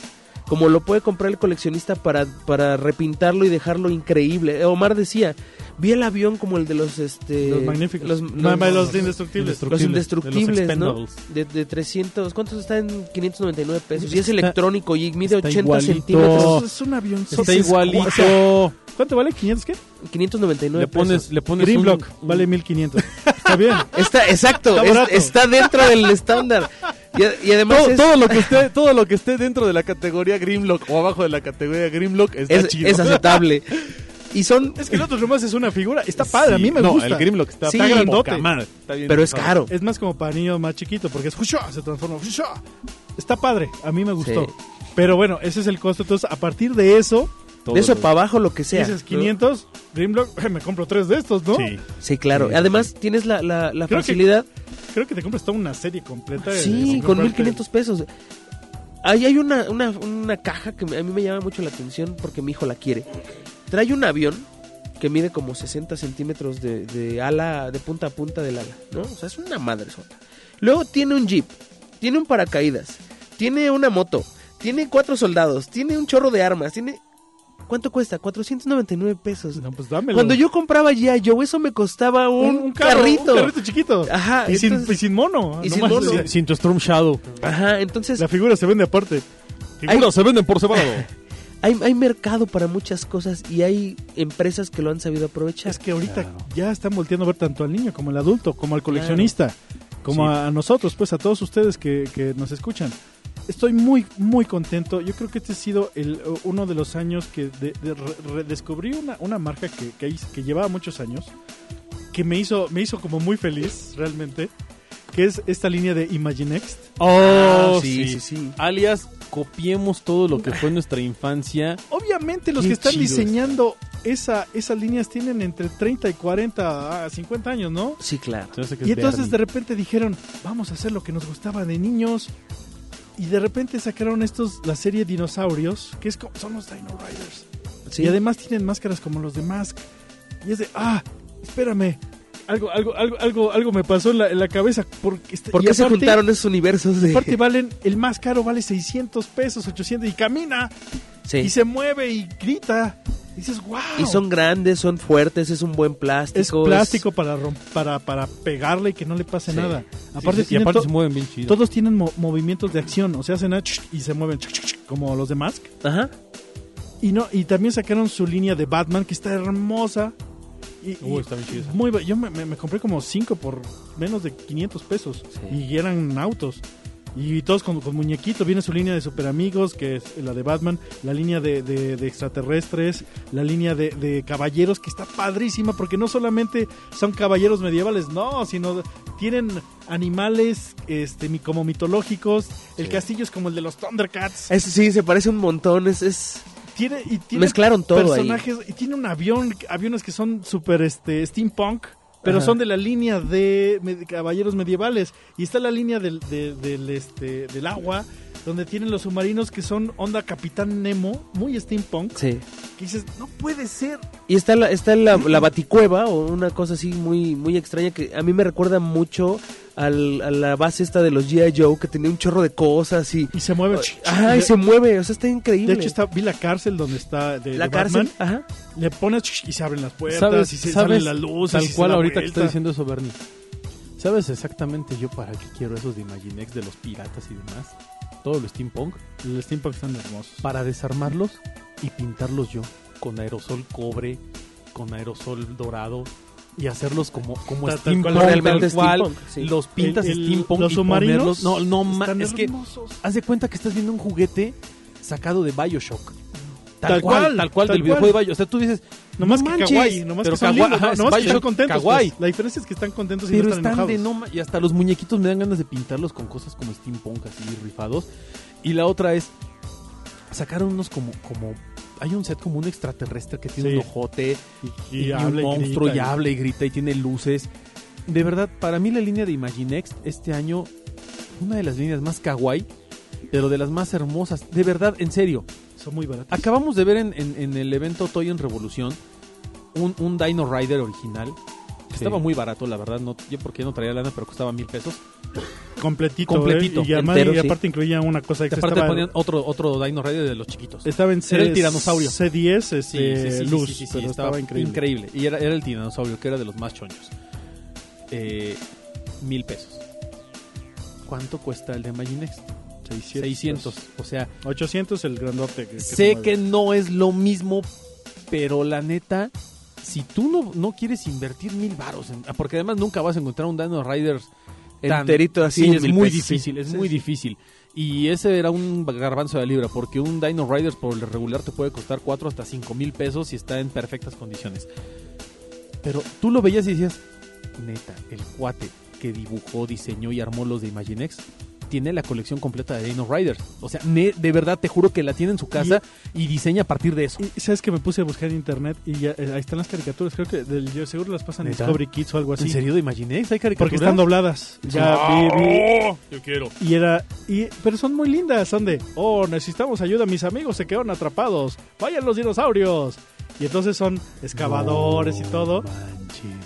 Speaker 3: como lo puede comprar el coleccionista para, para repintarlo y dejarlo increíble. Eh, Omar decía, vi el avión como el de los... Este,
Speaker 2: Eh, Los magníficos.
Speaker 3: Los,
Speaker 2: Ma- ma- los indestructibles.
Speaker 3: los indestructibles,
Speaker 4: de los
Speaker 3: ¿no?
Speaker 4: Expendables. Pues
Speaker 3: De, de 300... ¿Cuántos están? 599 pesos. Y es
Speaker 4: Está-
Speaker 3: electrónico y mide
Speaker 4: está
Speaker 3: 80
Speaker 4: igualito.
Speaker 3: centímetros.
Speaker 2: es un avión.
Speaker 4: Está igualito.
Speaker 2: ¿Cuánto vale? ¿500 qué?
Speaker 3: 599
Speaker 4: Le pones,
Speaker 3: pesos.
Speaker 4: le pones un-
Speaker 2: Greenblock vale 1500. Está bien.
Speaker 3: Está, exacto,
Speaker 2: Está
Speaker 3: es-
Speaker 2: barato.
Speaker 3: está dentro del estándar. Y, a- y además
Speaker 4: todo,
Speaker 3: es-
Speaker 4: todo lo que esté, todo lo que esté dentro de la categoría Grimlock o abajo de la categoría Grimlock está
Speaker 3: es,
Speaker 4: chido.
Speaker 3: es aceptable. Y son
Speaker 2: Es que el otro nomás es una figura. Está padre, a mí me
Speaker 4: no,
Speaker 2: gusta.
Speaker 4: el Grimlock está,
Speaker 3: Sí,
Speaker 4: está
Speaker 2: grandote.
Speaker 4: poca madre. Está bien
Speaker 3: Pero es
Speaker 4: padre.
Speaker 3: caro.
Speaker 2: Es más como para niños más chiquito porque es ¡Hushua! se transforma. ¡Hushua! Está padre, a mí me gustó.
Speaker 3: Sí.
Speaker 2: Pero bueno, ese es el costo. Entonces, a partir de eso,
Speaker 4: Todo
Speaker 3: De eso
Speaker 4: lo-
Speaker 3: para abajo lo que sea.
Speaker 2: dices 500, Grimlock, me compro tres de estos, ¿no?
Speaker 4: Sí.
Speaker 3: Sí, claro.
Speaker 4: Sí.
Speaker 3: Además tienes la, la, la
Speaker 2: Creo que-
Speaker 3: facilidad.
Speaker 2: Creo que te compras toda una serie completa. de-
Speaker 3: sí,
Speaker 2: de
Speaker 3: con
Speaker 2: comprarte-
Speaker 3: 1500 pesos. Ahí hay una, una, una caja que a mí me llama mucho la atención porque mi hijo la quiere. Trae un avión que mide como 60 centímetros de, de ala, de punta a punta del ala, ¿no? O sea, es una madre sota. Luego tiene un jeep, tiene un paracaídas, tiene una moto, tiene cuatro soldados, tiene un chorro de armas, tiene... ¿Cuánto cuesta? 499 pesos.
Speaker 2: No, pues dámelo.
Speaker 3: Cuando yo compraba ya yo eso me costaba un,
Speaker 2: carro,
Speaker 3: carrito.
Speaker 2: Un carrito chiquito.
Speaker 3: Ajá,
Speaker 2: Y, sin,
Speaker 3: entonces-
Speaker 2: y sin mono.
Speaker 3: y sin
Speaker 2: nomás
Speaker 3: mono.
Speaker 2: así.
Speaker 4: Sin, sin tu Storm Shadow.
Speaker 3: Ajá, entonces
Speaker 2: La figura se vende aparte.
Speaker 4: Figuras se venden por separado.
Speaker 3: hay, hay mercado para muchas cosas y hay empresas que lo han sabido aprovechar.
Speaker 2: Es que ahorita
Speaker 4: Claro.
Speaker 2: ya están volteando a ver tanto al niño como al adulto, como al coleccionista, como a, a nosotros, pues a todos ustedes que, que nos escuchan. Estoy muy, muy contento. Yo creo que este ha sido el, uno de los años que de- de- re- redescubrí una, una marca que, que, hice- que llevaba muchos años, que me hizo, me hizo como muy feliz realmente, que es esta línea de Imaginext.
Speaker 4: Oh,
Speaker 3: Ah, sí, sí, sí.
Speaker 4: Alias copiemos todo lo que fue nuestra infancia.
Speaker 2: Obviamente los
Speaker 4: Qué
Speaker 2: que están
Speaker 4: chido
Speaker 2: diseñando esa, esas líneas tienen entre 30 y 40 a 50 años, ¿no?
Speaker 3: Sí, claro.
Speaker 4: Se me hace que
Speaker 2: Y
Speaker 4: es
Speaker 2: entonces de
Speaker 4: Verdi.
Speaker 2: repente dijeron, vamos a hacer lo que nos gustaba de niños. Y de repente sacaron estos, la serie Dinosaurios, que es como, son los Dino Riders.
Speaker 3: Sí.
Speaker 2: Y además tienen máscaras como los de Mask. Y es de, ah, espérame. Algo, algo, algo, algo, algo me pasó en la, en la cabeza. Porque este-
Speaker 3: ¿Por
Speaker 2: y
Speaker 3: qué se
Speaker 2: aparte-
Speaker 3: juntaron esos universos? De...
Speaker 2: Aparte valen, el más caro vale 600 pesos, 800 y camina
Speaker 3: Sí.
Speaker 2: y se mueve y grita. Y dices, wow.
Speaker 3: Y son grandes, son fuertes, es un buen
Speaker 2: es
Speaker 3: plástico.
Speaker 2: plástico para, rom- para para pegarle y que no le pase
Speaker 3: Sí.
Speaker 2: nada.
Speaker 4: Sí,
Speaker 2: Aparte,
Speaker 4: sí, y
Speaker 2: tienen
Speaker 4: aparte
Speaker 2: to-
Speaker 4: se mueven bien chido.
Speaker 2: todos tienen mo- movimientos de acción, o sea, hacen ah, ch- y se mueven ch- ch- ch- como los de Mask.
Speaker 3: Ajá.
Speaker 2: Y no y también sacaron su línea de Batman que está hermosa. Y, y
Speaker 4: Uy, está bien chido esa.
Speaker 2: muy ba- yo me, me- me compré como 5 por menos de 500 pesos
Speaker 3: Sí.
Speaker 2: y eran autos. Y todos con, con muñequitos. Viene su línea de super amigos, que es la de Batman, la línea de, de- de extraterrestres, la línea de, de caballeros, que está padrísima, porque no solamente son caballeros medievales, no, sino tienen animales este mi- como mitológicos. El
Speaker 3: Sí.
Speaker 2: castillo es como el de los Thundercats.
Speaker 3: Es- sí, se parece un montón. Es, es...
Speaker 2: Tiene, y tiene
Speaker 3: Mezclaron todo
Speaker 2: personajes y tiene un avión, aviones que son super este steampunk, pero
Speaker 3: Ajá.
Speaker 2: son de la línea de med- caballeros medievales y está la línea del, de- del, este del agua donde tienen los submarinos que son onda Capitán Nemo, muy steampunk,
Speaker 3: ahí. Sí.
Speaker 2: que dices, no puede ser.
Speaker 3: Y está la, está la, la baticueva o una cosa así muy, muy extraña que a mí me recuerda mucho al- a la base esta de los G.I. Joe que tenía un chorro de cosas y...
Speaker 2: Y se mueve.
Speaker 3: Ajá, y se mueve, o sea, está
Speaker 2: de
Speaker 3: increíble.
Speaker 2: hecho está, vi la cárcel donde está de,
Speaker 3: la
Speaker 2: de
Speaker 3: cárcel,
Speaker 2: Batman,
Speaker 3: ajá.
Speaker 2: le pones y se abren las puertas
Speaker 4: ¿Sabes,
Speaker 2: y se
Speaker 4: sabes
Speaker 2: salen las luces. y
Speaker 4: tal
Speaker 2: se
Speaker 4: cual
Speaker 2: da
Speaker 4: ahorita que
Speaker 2: vuelta.
Speaker 4: está diciendo eso, Bernie? ¿Sabes exactamente yo para qué quiero esos de Imaginex, de los piratas y demás? Todo lo steampunk.
Speaker 2: Los steampunk están hermosos.
Speaker 4: Para desarmarlos y pintarlos yo con aerosol cobre, con aerosol dorado y hacerlos como, como
Speaker 2: Tal- tal
Speaker 4: steampunk.
Speaker 2: cual,
Speaker 4: tal
Speaker 3: realmente
Speaker 4: cual.
Speaker 3: steampunk, sí.
Speaker 4: Los pintas
Speaker 2: El- el-
Speaker 4: steampunk
Speaker 2: los
Speaker 4: y
Speaker 2: submarinos
Speaker 4: ponerlos- No, no, ma-
Speaker 2: están
Speaker 4: es que
Speaker 2: hermosos.
Speaker 4: haz de cuenta que estás viendo un juguete sacado de Bioshock. Tal,
Speaker 2: Tal
Speaker 4: cual,
Speaker 2: cual,
Speaker 4: tal cual
Speaker 2: tal
Speaker 4: del videojuego de Bioshock. O sea, tú dices,
Speaker 2: Nomás
Speaker 4: "No
Speaker 2: que
Speaker 4: manches,
Speaker 2: kawaii, nomás
Speaker 4: pero
Speaker 2: que son
Speaker 4: kawaii,
Speaker 2: lindos,
Speaker 4: ajá,
Speaker 2: no- nomás que
Speaker 4: Bioshock
Speaker 2: están contentos.
Speaker 4: kawaii.
Speaker 2: pues. La diferencia es que están contentos y
Speaker 4: Pero
Speaker 2: no están,
Speaker 4: están, de no
Speaker 2: enojados.
Speaker 4: ma- y hasta los muñequitos me dan ganas de pintarlos con cosas como steampunk así rifados. Y la otra es sacaron unos como como hay un set como un extraterrestre que tiene
Speaker 2: Sí.
Speaker 4: un ojote
Speaker 2: Y,
Speaker 4: y, un monstruo y habla y grita y tiene luces. De verdad, para mí la línea de Imaginext este año una de las líneas más kawaii, pero de las más hermosas. De verdad, en serio.
Speaker 2: Son muy baratos.
Speaker 4: Acabamos de ver en, en- en el evento Toy en Revolución un, un Dino Rider original. que Estaba muy barato, la verdad. No, yo porque no traía lana, pero costaba mil pesos.
Speaker 2: Ah, completito.
Speaker 4: Completito,
Speaker 2: ¿eh? y, además-
Speaker 3: entero,
Speaker 2: y
Speaker 3: sí.
Speaker 2: aparte incluía una cosa
Speaker 4: Y
Speaker 2: extra.
Speaker 4: aparte
Speaker 2: Estaba,
Speaker 4: ponían otro, otro Dino Rider de los chiquitos.
Speaker 2: estaba en C,
Speaker 4: era el tiranosaurio.
Speaker 2: C10, este, luz,
Speaker 4: sí, sí,
Speaker 2: pero estaba, increíble.
Speaker 4: Y era, era el tiranosaurio, que era de los más chonchos. Eh, mil pesos. ¿Cuánto cuesta el de Maginex? 600. O sea,
Speaker 2: 800 el grandote. que- que se
Speaker 4: sé
Speaker 2: mueve.
Speaker 4: que no es lo mismo, pero la neta, si tú no, no quieres invertir mil varos, en- ah, porque además nunca vas a encontrar un Dino Riders tan-
Speaker 3: Enterito así
Speaker 4: Sí,
Speaker 3: en
Speaker 4: es
Speaker 3: mil
Speaker 4: muy
Speaker 3: pesos, sí.
Speaker 4: difícil, es
Speaker 3: Sí,
Speaker 4: muy
Speaker 3: sí.
Speaker 4: difícil. Y ese era un garbanzo de libra, porque un Dino Riders por el regular te puede costar 4 hasta 5 mil pesos si está en perfectas condiciones. Pero tú lo veías y decías, neta, el cuate que dibujó, diseñó y armó los de Imaginex tiene la colección completa de Dino Riders. O sea, ne- de verdad te juro que la tiene en su casa y diseña a partir de eso.
Speaker 2: Y sabes que me puse a buscar en internet y ya, eh, ahí están las caricaturas. Creo que del, yo seguro las pasan en
Speaker 4: ¿Neta?
Speaker 2: Discovery Kids o algo así.
Speaker 4: ¿En serio de Imaginex? ¿Hay caricaturas?
Speaker 2: Porque están dobladas. Ya vi, vi-
Speaker 4: Yo quiero.
Speaker 2: Y era. Y, pero son muy lindas, son de. Oh, necesitamos ayuda, mis amigos se quedaron atrapados. Vayan los dinosaurios. Y entonces son excavadores y todo.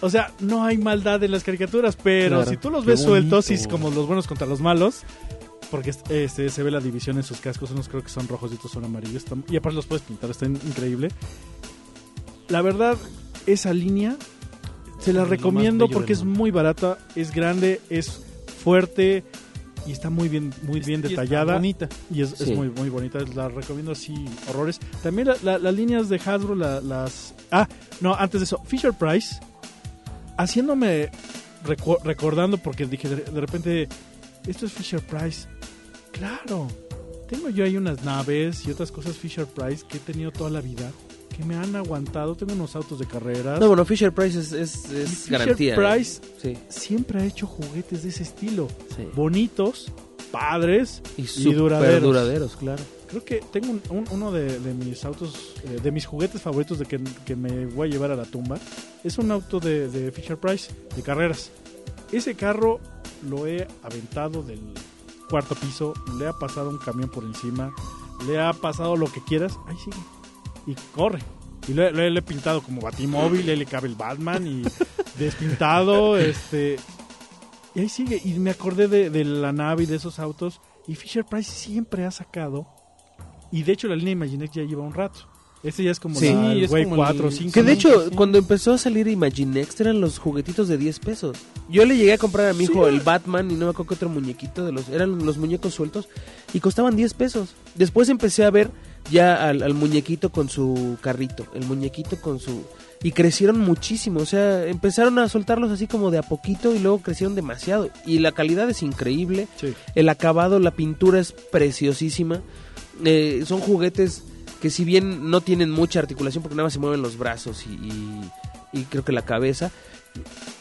Speaker 2: O sea, no hay maldad en las caricaturas, pero
Speaker 4: Claro,
Speaker 2: si tú los
Speaker 4: qué
Speaker 2: ves sueltos y es
Speaker 4: bonito.
Speaker 2: como los buenos contra los malos, porque es- este, se ve la división en sus cascos, unos creo que son rojos y otros son amarillos, están- y aparte los puedes pintar, está in- increíble. La verdad, esa línea se la
Speaker 4: Lo más
Speaker 2: recomiendo
Speaker 4: bello
Speaker 2: porque
Speaker 4: del
Speaker 2: es
Speaker 4: mundo.
Speaker 2: muy barata, es grande, es fuerte y está muy bien, muy bien detallada
Speaker 4: Bonita.
Speaker 2: y es, es
Speaker 3: Sí.
Speaker 2: muy, muy bonita. La recomiendo así, horrores. También la- la- las líneas de Hasbro, la- las... Ah, no, antes de eso, Fisher Price, haciéndome recu- recordando, porque dije de, de repente, esto es Fisher Price. Claro, tengo yo ahí unas naves y otras cosas Fisher Price que he tenido toda la vida, que me han aguantado, tengo unos autos de carreras.
Speaker 3: No, bueno, Fisher Price es, es, es
Speaker 2: Fisher
Speaker 3: garantía. ¿eh?
Speaker 2: Price-
Speaker 3: Sí,
Speaker 2: Siempre ha hecho juguetes de ese estilo,
Speaker 3: sí.
Speaker 2: bonitos, padres
Speaker 3: Y
Speaker 2: y,
Speaker 3: súper
Speaker 2: duraderos.
Speaker 3: duraderos. claro.
Speaker 2: Creo que tengo un- un- uno de, de mis autos, eh, de mis juguetes favoritos de que, que me voy a llevar a la tumba. Es un auto de, de Fisher Price, de carreras. Ese carro lo he aventado del cuarto piso, le ha pasado un camión por encima, le ha pasado lo que quieras, ahí sigue. Y corre. Y lo, he- lo he- lo he pintado como batimóvil, ahí le cabe el Batman y despintado, este... Y ahí sigue. Y me acordé de, de la nave y de esos autos. Y Fisher Price siempre ha sacado. Y de hecho la línea Imaginex ya lleva un rato. Este ya es como
Speaker 4: Sí,
Speaker 2: la el
Speaker 4: es
Speaker 2: Way
Speaker 4: como el-
Speaker 2: 4 o 5.
Speaker 3: Que de
Speaker 2: ¿no?
Speaker 3: hecho, cuando empezó a salir Imaginext eran los juguetitos de 10 pesos. Yo le llegué a comprar a mi hijo el Batman y no me acuerdo qué otro muñequito de los... Eran los muñecos sueltos y costaban 10 pesos. Después empecé a ver ya al, al muñequito con su carrito, el muñequito con su... Y crecieron muchísimo, o sea, empezaron a soltarlos así como de a poquito y luego crecieron demasiado. Y la calidad es increíble.
Speaker 2: Sí.
Speaker 3: El acabado, la pintura es preciosísima. Eh, son juguetes que si bien no tienen mucha articulación porque nada más se mueven los brazos y, y- y creo que la cabeza,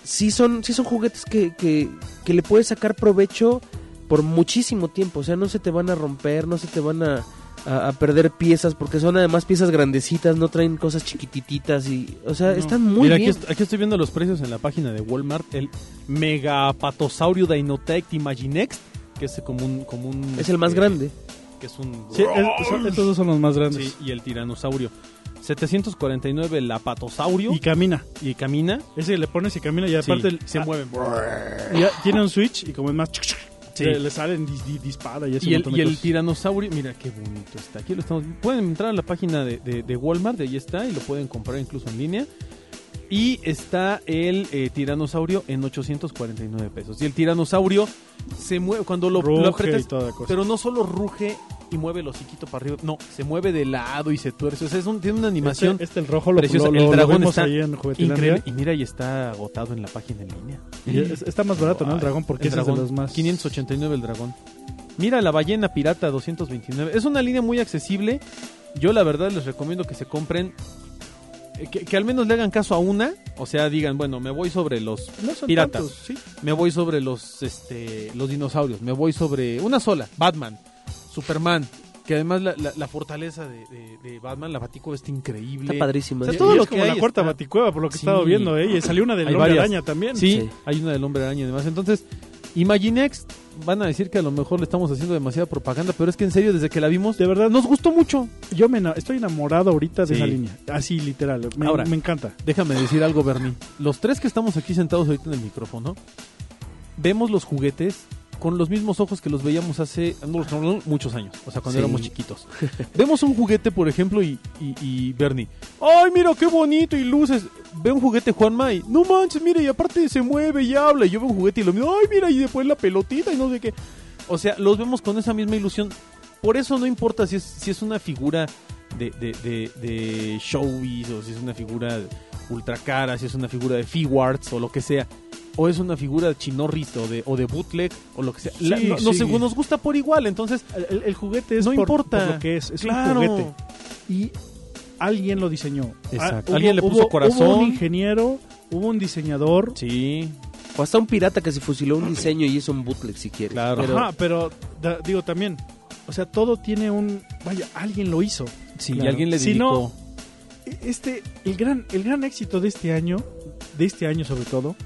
Speaker 3: sí son, sí son juguetes que, que- que le puedes sacar provecho por muchísimo tiempo. O sea, no se te van a romper, no se te van a, a- a perder piezas porque son además piezas grandecitas, no traen cosas chiquitititas y, o sea,
Speaker 2: No.
Speaker 3: están muy
Speaker 4: Mira,
Speaker 3: bien.
Speaker 4: Aquí, est- aquí estoy viendo los precios en la página de Walmart. El Megapatosaurio Dynotech Imaginext, que es como un... Como un
Speaker 3: Es el más
Speaker 4: este,
Speaker 3: grande.
Speaker 4: Que es un...
Speaker 2: Sí, es- son- estos dos son los más grandes.
Speaker 4: Sí, y el tiranosaurio. 749 el apatosaurio
Speaker 2: Y
Speaker 4: y,
Speaker 2: camina.
Speaker 4: camina.
Speaker 2: Ese le pones y camina y aparte
Speaker 4: Sí,
Speaker 2: el-
Speaker 4: se
Speaker 2: ah,
Speaker 4: mueven.
Speaker 2: y ya tiene un switch y como es más...
Speaker 4: Sí.
Speaker 2: Le, le salen, dis- dis- dispara y, hace un
Speaker 4: Y el,
Speaker 2: montón
Speaker 4: y
Speaker 2: de
Speaker 4: el
Speaker 2: cosas.
Speaker 4: tiranosaurio, mira qué bonito está. Aquí lo estamos. Pueden entrar a la página de, de- de Walmart, de ahí está, y lo pueden comprar incluso en línea. Y está el eh, tiranosaurio en 849 pesos. Y el tiranosaurio se mueve cuando lo, lo
Speaker 2: Ruge
Speaker 4: aprietas,
Speaker 2: y toda la cosa.
Speaker 4: pero no solo ruge y mueve el hociquito para arriba, no, se mueve de lado y se tuerce. O sea, es un- tiene una animación
Speaker 2: Este, este el rojo lo,
Speaker 4: preciosa.
Speaker 2: lo-
Speaker 4: el
Speaker 2: lo
Speaker 4: dragón
Speaker 2: vemos
Speaker 4: está
Speaker 2: ahí en Juguetilandia.
Speaker 4: increíble. Y mira, y está agotado en la página en línea.
Speaker 2: Y es- está más barato, ¿no? El dragón, porque
Speaker 4: El
Speaker 2: ese es de
Speaker 4: dragón,
Speaker 2: los más...
Speaker 4: 589 el dragón. Mira, la ballena pirata 229. Es una línea muy accesible. Yo la verdad les recomiendo que se compren. eh, Que, que al menos le hagan caso a una. O sea, digan, bueno, me voy sobre los.
Speaker 2: No son
Speaker 4: Piratas.
Speaker 2: tantos, sí.
Speaker 4: Me voy sobre los este. los dinosaurios. Me voy sobre. Una sola. Batman. Superman. Que además la, la- la fortaleza de, de- de Batman, la Batico está increíble.
Speaker 3: Está padrísima.
Speaker 4: O sea,
Speaker 3: ¿eh?
Speaker 4: todo
Speaker 2: Y
Speaker 4: lo
Speaker 2: es
Speaker 4: que
Speaker 2: como la
Speaker 4: hay
Speaker 2: cuarta
Speaker 4: está-
Speaker 2: baticueva, por lo que
Speaker 4: Sí.
Speaker 2: estaba viendo, ¿eh? Y salió una del
Speaker 4: Hay
Speaker 2: hombre
Speaker 4: varias.
Speaker 2: araña también.
Speaker 4: Sí,
Speaker 3: Sí.
Speaker 4: hay una del hombre araña y demás. Entonces, Imaginext van a decir que a lo mejor le estamos haciendo demasiada propaganda, pero es que en serio, desde que la vimos, de verdad, nos gustó mucho.
Speaker 2: Yo me ena- estoy enamorado ahorita de
Speaker 4: Sí.
Speaker 2: esa línea. Así, literal. Me,
Speaker 4: Ahora.
Speaker 2: me encanta.
Speaker 4: Déjame decir algo, Bernie. Los tres que estamos aquí sentados ahorita en el micrófono, vemos los juguetes con los mismos ojos que los veíamos hace muchos años, o sea, cuando
Speaker 3: Sí.
Speaker 4: éramos chiquitos. Vemos un juguete, por ejemplo, y, y- y Bernie, ¡ay, mira qué bonito! Y luces. Ve un juguete Juanma y, ¡no manches, mira! Y aparte se mueve y habla. Y yo veo un juguete y lo miro, ¡ay, mira! Y después la pelotita y no sé qué. O sea, los vemos con esa misma ilusión. Por eso no importa si es, si es una figura de, de, de, de showbiz o si es una figura ultra cara, si es una figura de Figuarts o lo que sea. O es una figura de chinorris o de, o de bootleg o lo que sea. La-
Speaker 2: Sí,
Speaker 4: no, no
Speaker 2: sí.
Speaker 4: sé, nos gusta por igual, entonces...
Speaker 2: El, el juguete es
Speaker 4: No
Speaker 2: por-
Speaker 4: importa.
Speaker 2: por lo que es. Es
Speaker 4: claro.
Speaker 2: un juguete. Y alguien lo diseñó. Ah,
Speaker 4: Exacto. Alguien le puso corazón.
Speaker 2: Hubo un ingeniero, hubo un diseñador.
Speaker 4: Sí,
Speaker 3: O hasta un pirata que se fusiló un diseño y hizo un bootleg si quieres.
Speaker 4: Claro.
Speaker 3: Pero-
Speaker 2: Ajá, Ah, pero da- digo también. O sea, todo tiene un. Vaya, alguien lo hizo.
Speaker 4: sí,
Speaker 2: Claro.
Speaker 4: y alguien le
Speaker 2: Si no,
Speaker 4: dedicó...
Speaker 2: este el gran el gran éxito de este año de este año sobre todo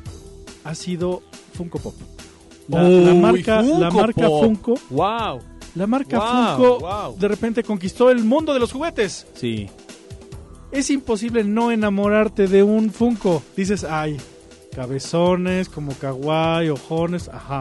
Speaker 2: ha sido Funko Pop la,
Speaker 4: Uy,
Speaker 2: la marca la
Speaker 4: Funko
Speaker 2: marca
Speaker 4: Pop.
Speaker 2: Funko
Speaker 4: ¡Wow!
Speaker 2: la marca
Speaker 4: Wow,
Speaker 2: Funko
Speaker 4: wow.
Speaker 2: de repente conquistó el mundo de los juguetes
Speaker 4: Sí.
Speaker 2: es imposible no enamorarte de un Funko dices ay cabezones como kawaii ojones ajá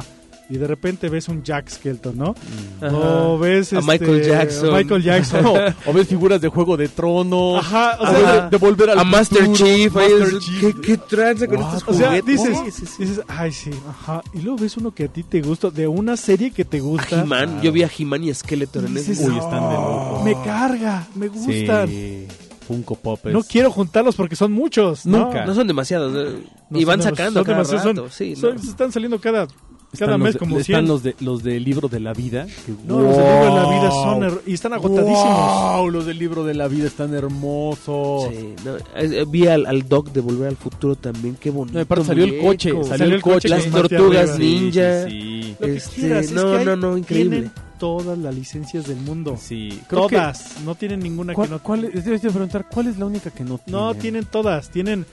Speaker 2: y de repente ves un Jack Skelton no
Speaker 3: Ajá.
Speaker 2: o ves
Speaker 3: A
Speaker 2: este,
Speaker 3: Michael Jackson.
Speaker 2: a Michael Jackson
Speaker 4: o ves figuras de Juego de Trono.
Speaker 2: ajá o
Speaker 4: O
Speaker 2: sea,
Speaker 4: sea,
Speaker 3: Ajá.
Speaker 4: de, de volver al
Speaker 3: a Master
Speaker 4: futuro,
Speaker 3: Chief, ahí
Speaker 4: Master
Speaker 3: es-
Speaker 4: Chief.
Speaker 3: ¿qué, qué tranza con estos
Speaker 2: O
Speaker 3: juguetes?
Speaker 2: sea, dices,
Speaker 3: Sí, sí, sí.
Speaker 2: dices, ay, sí, ajá. Y luego ves uno que a ti te gusta, de una serie que te
Speaker 3: A
Speaker 2: gusta.
Speaker 3: He-Man, yo vi a He-Man y a Skeletor en
Speaker 2: dices,
Speaker 3: ese.
Speaker 4: Uy, están de
Speaker 2: "Oh,
Speaker 4: loco".
Speaker 2: Me carga, me
Speaker 4: Sí,
Speaker 2: gustan.
Speaker 4: Funko Pop es-
Speaker 3: pues.
Speaker 2: No quiero juntarlos porque son muchos. ¿no?
Speaker 4: Nunca.
Speaker 3: No son demasiados. eh,
Speaker 2: No
Speaker 3: y van
Speaker 2: son demasiados,
Speaker 3: sacando
Speaker 2: son
Speaker 3: cada
Speaker 2: demasiados,
Speaker 3: rato.
Speaker 2: son-
Speaker 3: sí,
Speaker 2: son-
Speaker 3: no.
Speaker 2: Están saliendo cada Cada mes
Speaker 4: los de-
Speaker 2: como
Speaker 4: Están
Speaker 2: 100.
Speaker 4: los de los del libro de la vida. que-
Speaker 2: No, los del libro de la vida son her- y están agotadísimos.
Speaker 4: ¡Wow! Los del libro de la vida están hermosos.
Speaker 3: Sí, no, eh, vi al, al Doc de Volver al Futuro también, qué bonito.
Speaker 4: No, y aparte salió el
Speaker 3: muñeco.
Speaker 4: coche, salió,
Speaker 2: Salió
Speaker 4: el coche.
Speaker 3: las
Speaker 2: con
Speaker 4: Sí,
Speaker 2: Marty
Speaker 3: tortugas
Speaker 2: arriba.
Speaker 3: ninja.
Speaker 4: Sí,
Speaker 2: Lo que
Speaker 3: Este,
Speaker 2: quieras, es
Speaker 3: no,
Speaker 2: que hay-
Speaker 3: no, no, increíble.
Speaker 2: Tienen todas las licencias del mundo.
Speaker 4: sí. sí. Creo que-
Speaker 2: Todas, no tienen ninguna que
Speaker 4: ¿Cuál,
Speaker 2: no
Speaker 4: cuál es? Debes de preguntar, ¿cuál es la única que no tiene?
Speaker 2: No, tienen todas, tienen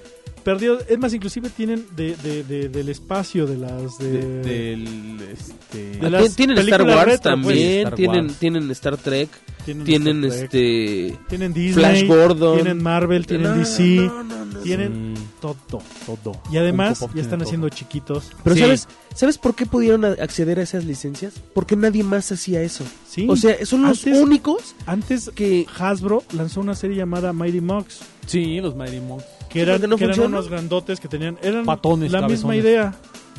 Speaker 2: perdido, es más, inclusive tienen de, de- de- del espacio de las de,
Speaker 4: De- del, este...
Speaker 2: De la-
Speaker 3: Ah, Tien-
Speaker 2: las
Speaker 3: tienen Star
Speaker 2: películas
Speaker 3: Wars
Speaker 2: retro, pues.
Speaker 3: también,
Speaker 4: Star
Speaker 3: tienen,
Speaker 4: Wars.
Speaker 3: tienen Star Trek,
Speaker 2: tienen,
Speaker 3: tienen
Speaker 2: Star Trek,
Speaker 3: este
Speaker 2: tienen Disney,
Speaker 3: Flash Gordon,
Speaker 2: tienen Marvel, tienen
Speaker 3: No,
Speaker 2: DC,
Speaker 3: no, no, no.
Speaker 2: tienen
Speaker 4: Sí,
Speaker 2: todo.
Speaker 4: mm, todo.
Speaker 2: Y además
Speaker 4: Funko Pop
Speaker 2: ya están
Speaker 4: tiene
Speaker 2: haciendo
Speaker 4: todo.
Speaker 2: chiquitos.
Speaker 3: Pero
Speaker 4: Sí.
Speaker 3: sabes, ¿sabes por qué pudieron a- acceder a esas licencias? Porque nadie más hacía eso.
Speaker 2: Sí.
Speaker 3: O sea, son los
Speaker 2: Antes-
Speaker 3: únicos
Speaker 2: antes
Speaker 3: que
Speaker 2: Hasbro lanzó una serie llamada Mighty Mox,
Speaker 4: Sí, los Mighty Mox.
Speaker 2: que
Speaker 3: Sí,
Speaker 2: eran,
Speaker 3: porque no
Speaker 2: que eran
Speaker 3: funciona.
Speaker 2: unos grandotes que tenían eran
Speaker 4: Patones,
Speaker 2: la misma
Speaker 4: cabezones.
Speaker 2: idea,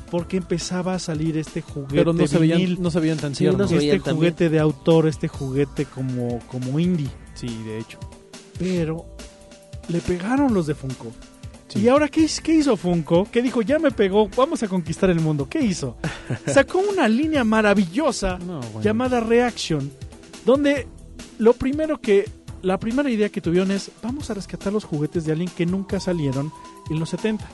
Speaker 2: porque empezaba a salir este juguete
Speaker 4: Pero no se,
Speaker 2: vinil,
Speaker 4: veían, no se veían tan
Speaker 3: Sí, no
Speaker 4: tiernos.
Speaker 3: se
Speaker 2: este
Speaker 3: veían
Speaker 2: juguete
Speaker 3: tan
Speaker 2: de autor, este juguete como como indie.
Speaker 4: Sí, de hecho.
Speaker 2: pero le pegaron los de Funko.
Speaker 4: Sí.
Speaker 2: ¿Y ahora qué, hiz- qué hizo Funko? Que dijo, ya me pegó, vamos a conquistar el mundo. ¿Qué hizo? Sacó una línea maravillosa
Speaker 4: No, bueno.
Speaker 2: llamada Reaction, donde lo primero que, la primera idea que tuvieron es, vamos a rescatar los juguetes de alguien que nunca salieron en los 70,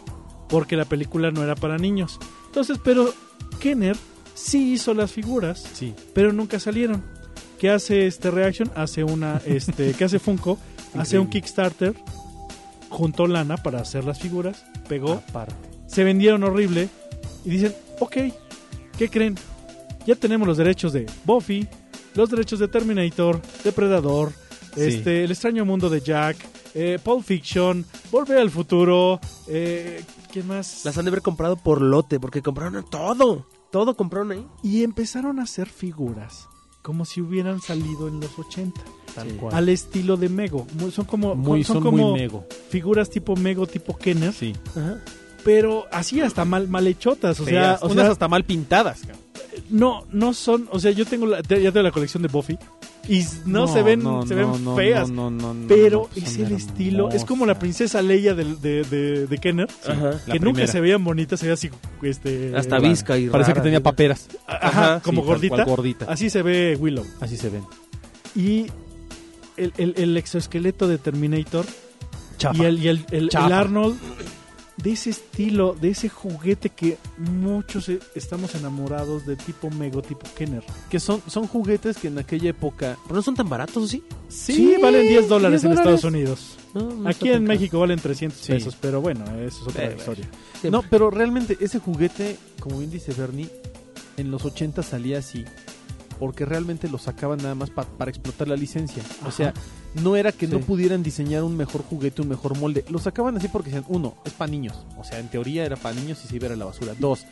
Speaker 2: porque la película no era para niños. Entonces, pero Kenner sí hizo las figuras
Speaker 4: Sí.
Speaker 2: pero nunca salieron. ¿Qué hace este Reaction? Hace una, este, ¿qué hace Funko? Hace un
Speaker 4: Increíble.
Speaker 2: Kickstarter, juntó lana para hacer las figuras,
Speaker 4: Ah,
Speaker 2: pegó,
Speaker 4: Aparte.
Speaker 2: se vendieron horrible y dicen, ok, ¿qué creen? Ya tenemos los derechos de Buffy, los derechos de Terminator, Depredador,
Speaker 4: Sí.
Speaker 2: este, El extraño mundo de Jack, eh, Pulp Fiction, Volver al futuro, eh, ¿quién más?
Speaker 3: las han de haber comprado por lote, porque compraron todo. Todo compraron ahí.
Speaker 2: Y empezaron a hacer figuras como si hubieran salido en los 80.
Speaker 4: Tal
Speaker 3: Sí.
Speaker 4: cual.
Speaker 2: al estilo de Mego. Muy- Son como,
Speaker 4: Muy,
Speaker 2: son
Speaker 4: son
Speaker 2: como
Speaker 4: muy mego.
Speaker 2: figuras tipo Mego, tipo Kenner,
Speaker 4: Sí.
Speaker 3: Ajá.
Speaker 2: pero así hasta mal, mal hechotas. O sea,
Speaker 4: Feas.
Speaker 2: o
Speaker 4: unas
Speaker 2: sea,
Speaker 4: hasta mal pintadas, cabrón.
Speaker 2: no, no son. O sea, yo tengo la, te- ya tengo la colección de Buffy y s- no, se ven, se ven
Speaker 4: no, no,
Speaker 2: feas.
Speaker 4: no, no, no,
Speaker 2: pero
Speaker 4: no, pues
Speaker 2: es el
Speaker 4: son
Speaker 2: estilo, es como la
Speaker 4: hermosas.
Speaker 2: princesa Leia del- de, de- de Kenner,
Speaker 4: Sí,
Speaker 3: Ajá.
Speaker 4: la
Speaker 2: que nunca
Speaker 4: primera.
Speaker 2: se veían bonitas, se veía así, este,
Speaker 3: Hasta
Speaker 2: rara.
Speaker 3: visca y
Speaker 4: Parecía que
Speaker 3: rara.
Speaker 4: tenía paperas.
Speaker 2: Ajá,
Speaker 4: Sí,
Speaker 2: como
Speaker 4: tal
Speaker 2: gordita.
Speaker 4: cual, gordita.
Speaker 2: Así se ve Willow.
Speaker 4: Así se ven.
Speaker 2: Y el, el- el exoesqueleto de Terminator
Speaker 4: Chafa.
Speaker 2: Y el, y el- el- el
Speaker 4: Chafa.
Speaker 2: Arnold, de ese estilo, de ese juguete que muchos eh, estamos enamorados de tipo Mego, tipo Kenner.
Speaker 4: que son, son juguetes que en aquella época...
Speaker 3: Pero no son tan baratos, ¿o ¿sí?
Speaker 2: Sí, valen 10 dólares en Estados Unidos.
Speaker 3: No, no está
Speaker 2: Aquí
Speaker 3: tan
Speaker 2: en
Speaker 3: caro.
Speaker 2: México valen 300
Speaker 4: Sí.
Speaker 2: pesos, pero bueno, eso es otra
Speaker 4: Eh,
Speaker 2: historia.
Speaker 3: Sí.
Speaker 4: No, pero realmente ese juguete, como bien dice Bernie, en los 80 salía así. Porque realmente lo sacaban nada más pa- para explotar la licencia. O
Speaker 2: Ajá.
Speaker 4: sea, no era que no
Speaker 2: Sí.
Speaker 4: pudieran diseñar un mejor juguete, un mejor molde. Lo sacaban así porque decían, uno, es para niños. O sea, en teoría era para niños y se iba a la basura. Dos,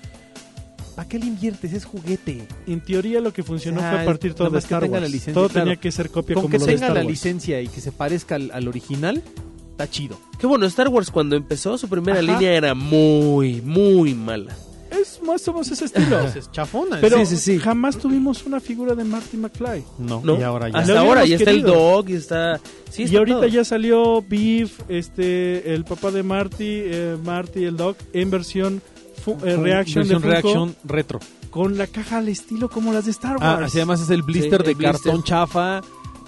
Speaker 4: ¿para qué le inviertes? Es juguete.
Speaker 2: En teoría lo que funcionó
Speaker 4: O sea,
Speaker 2: fue a partir todo
Speaker 4: nada
Speaker 2: de
Speaker 4: más que
Speaker 2: Star
Speaker 4: tenga la
Speaker 2: Wars.
Speaker 4: licencia,
Speaker 2: todo
Speaker 4: claro.
Speaker 2: tenía que ser copia
Speaker 4: Con
Speaker 2: como
Speaker 4: que
Speaker 2: lo de
Speaker 4: tenga
Speaker 2: Star
Speaker 4: la
Speaker 2: Wars.
Speaker 4: licencia y que se parezca al, al original, está chido.
Speaker 3: Qué bueno, Star Wars cuando empezó, su primera
Speaker 2: Ajá.
Speaker 3: línea era muy, muy mala.
Speaker 2: Es más o menos ese estilo.
Speaker 4: Entonces, chafona.
Speaker 2: Ah. pero
Speaker 3: Sí, sí, sí.
Speaker 2: jamás tuvimos una figura de Marty McFly.
Speaker 4: No,
Speaker 3: ¿no?
Speaker 4: y ahora ya.
Speaker 2: Lo
Speaker 3: Hasta
Speaker 2: eh,
Speaker 3: ahora
Speaker 2: hubiéramos
Speaker 3: ya está el
Speaker 2: querido.
Speaker 3: Dog y está... Sí,
Speaker 2: y
Speaker 3: está
Speaker 2: ahorita
Speaker 3: todo.
Speaker 2: ya salió Beef, este, el papá de Marty, eh, Marty el Dog, en versión fu- eh, reaction
Speaker 4: Versión
Speaker 2: de Funko,
Speaker 4: Reaction retro.
Speaker 2: con la caja al estilo como las de Star
Speaker 4: Ah,
Speaker 2: Wars.
Speaker 4: así además es el blister
Speaker 3: Sí,
Speaker 4: de
Speaker 3: el blister.
Speaker 4: cartón chafa,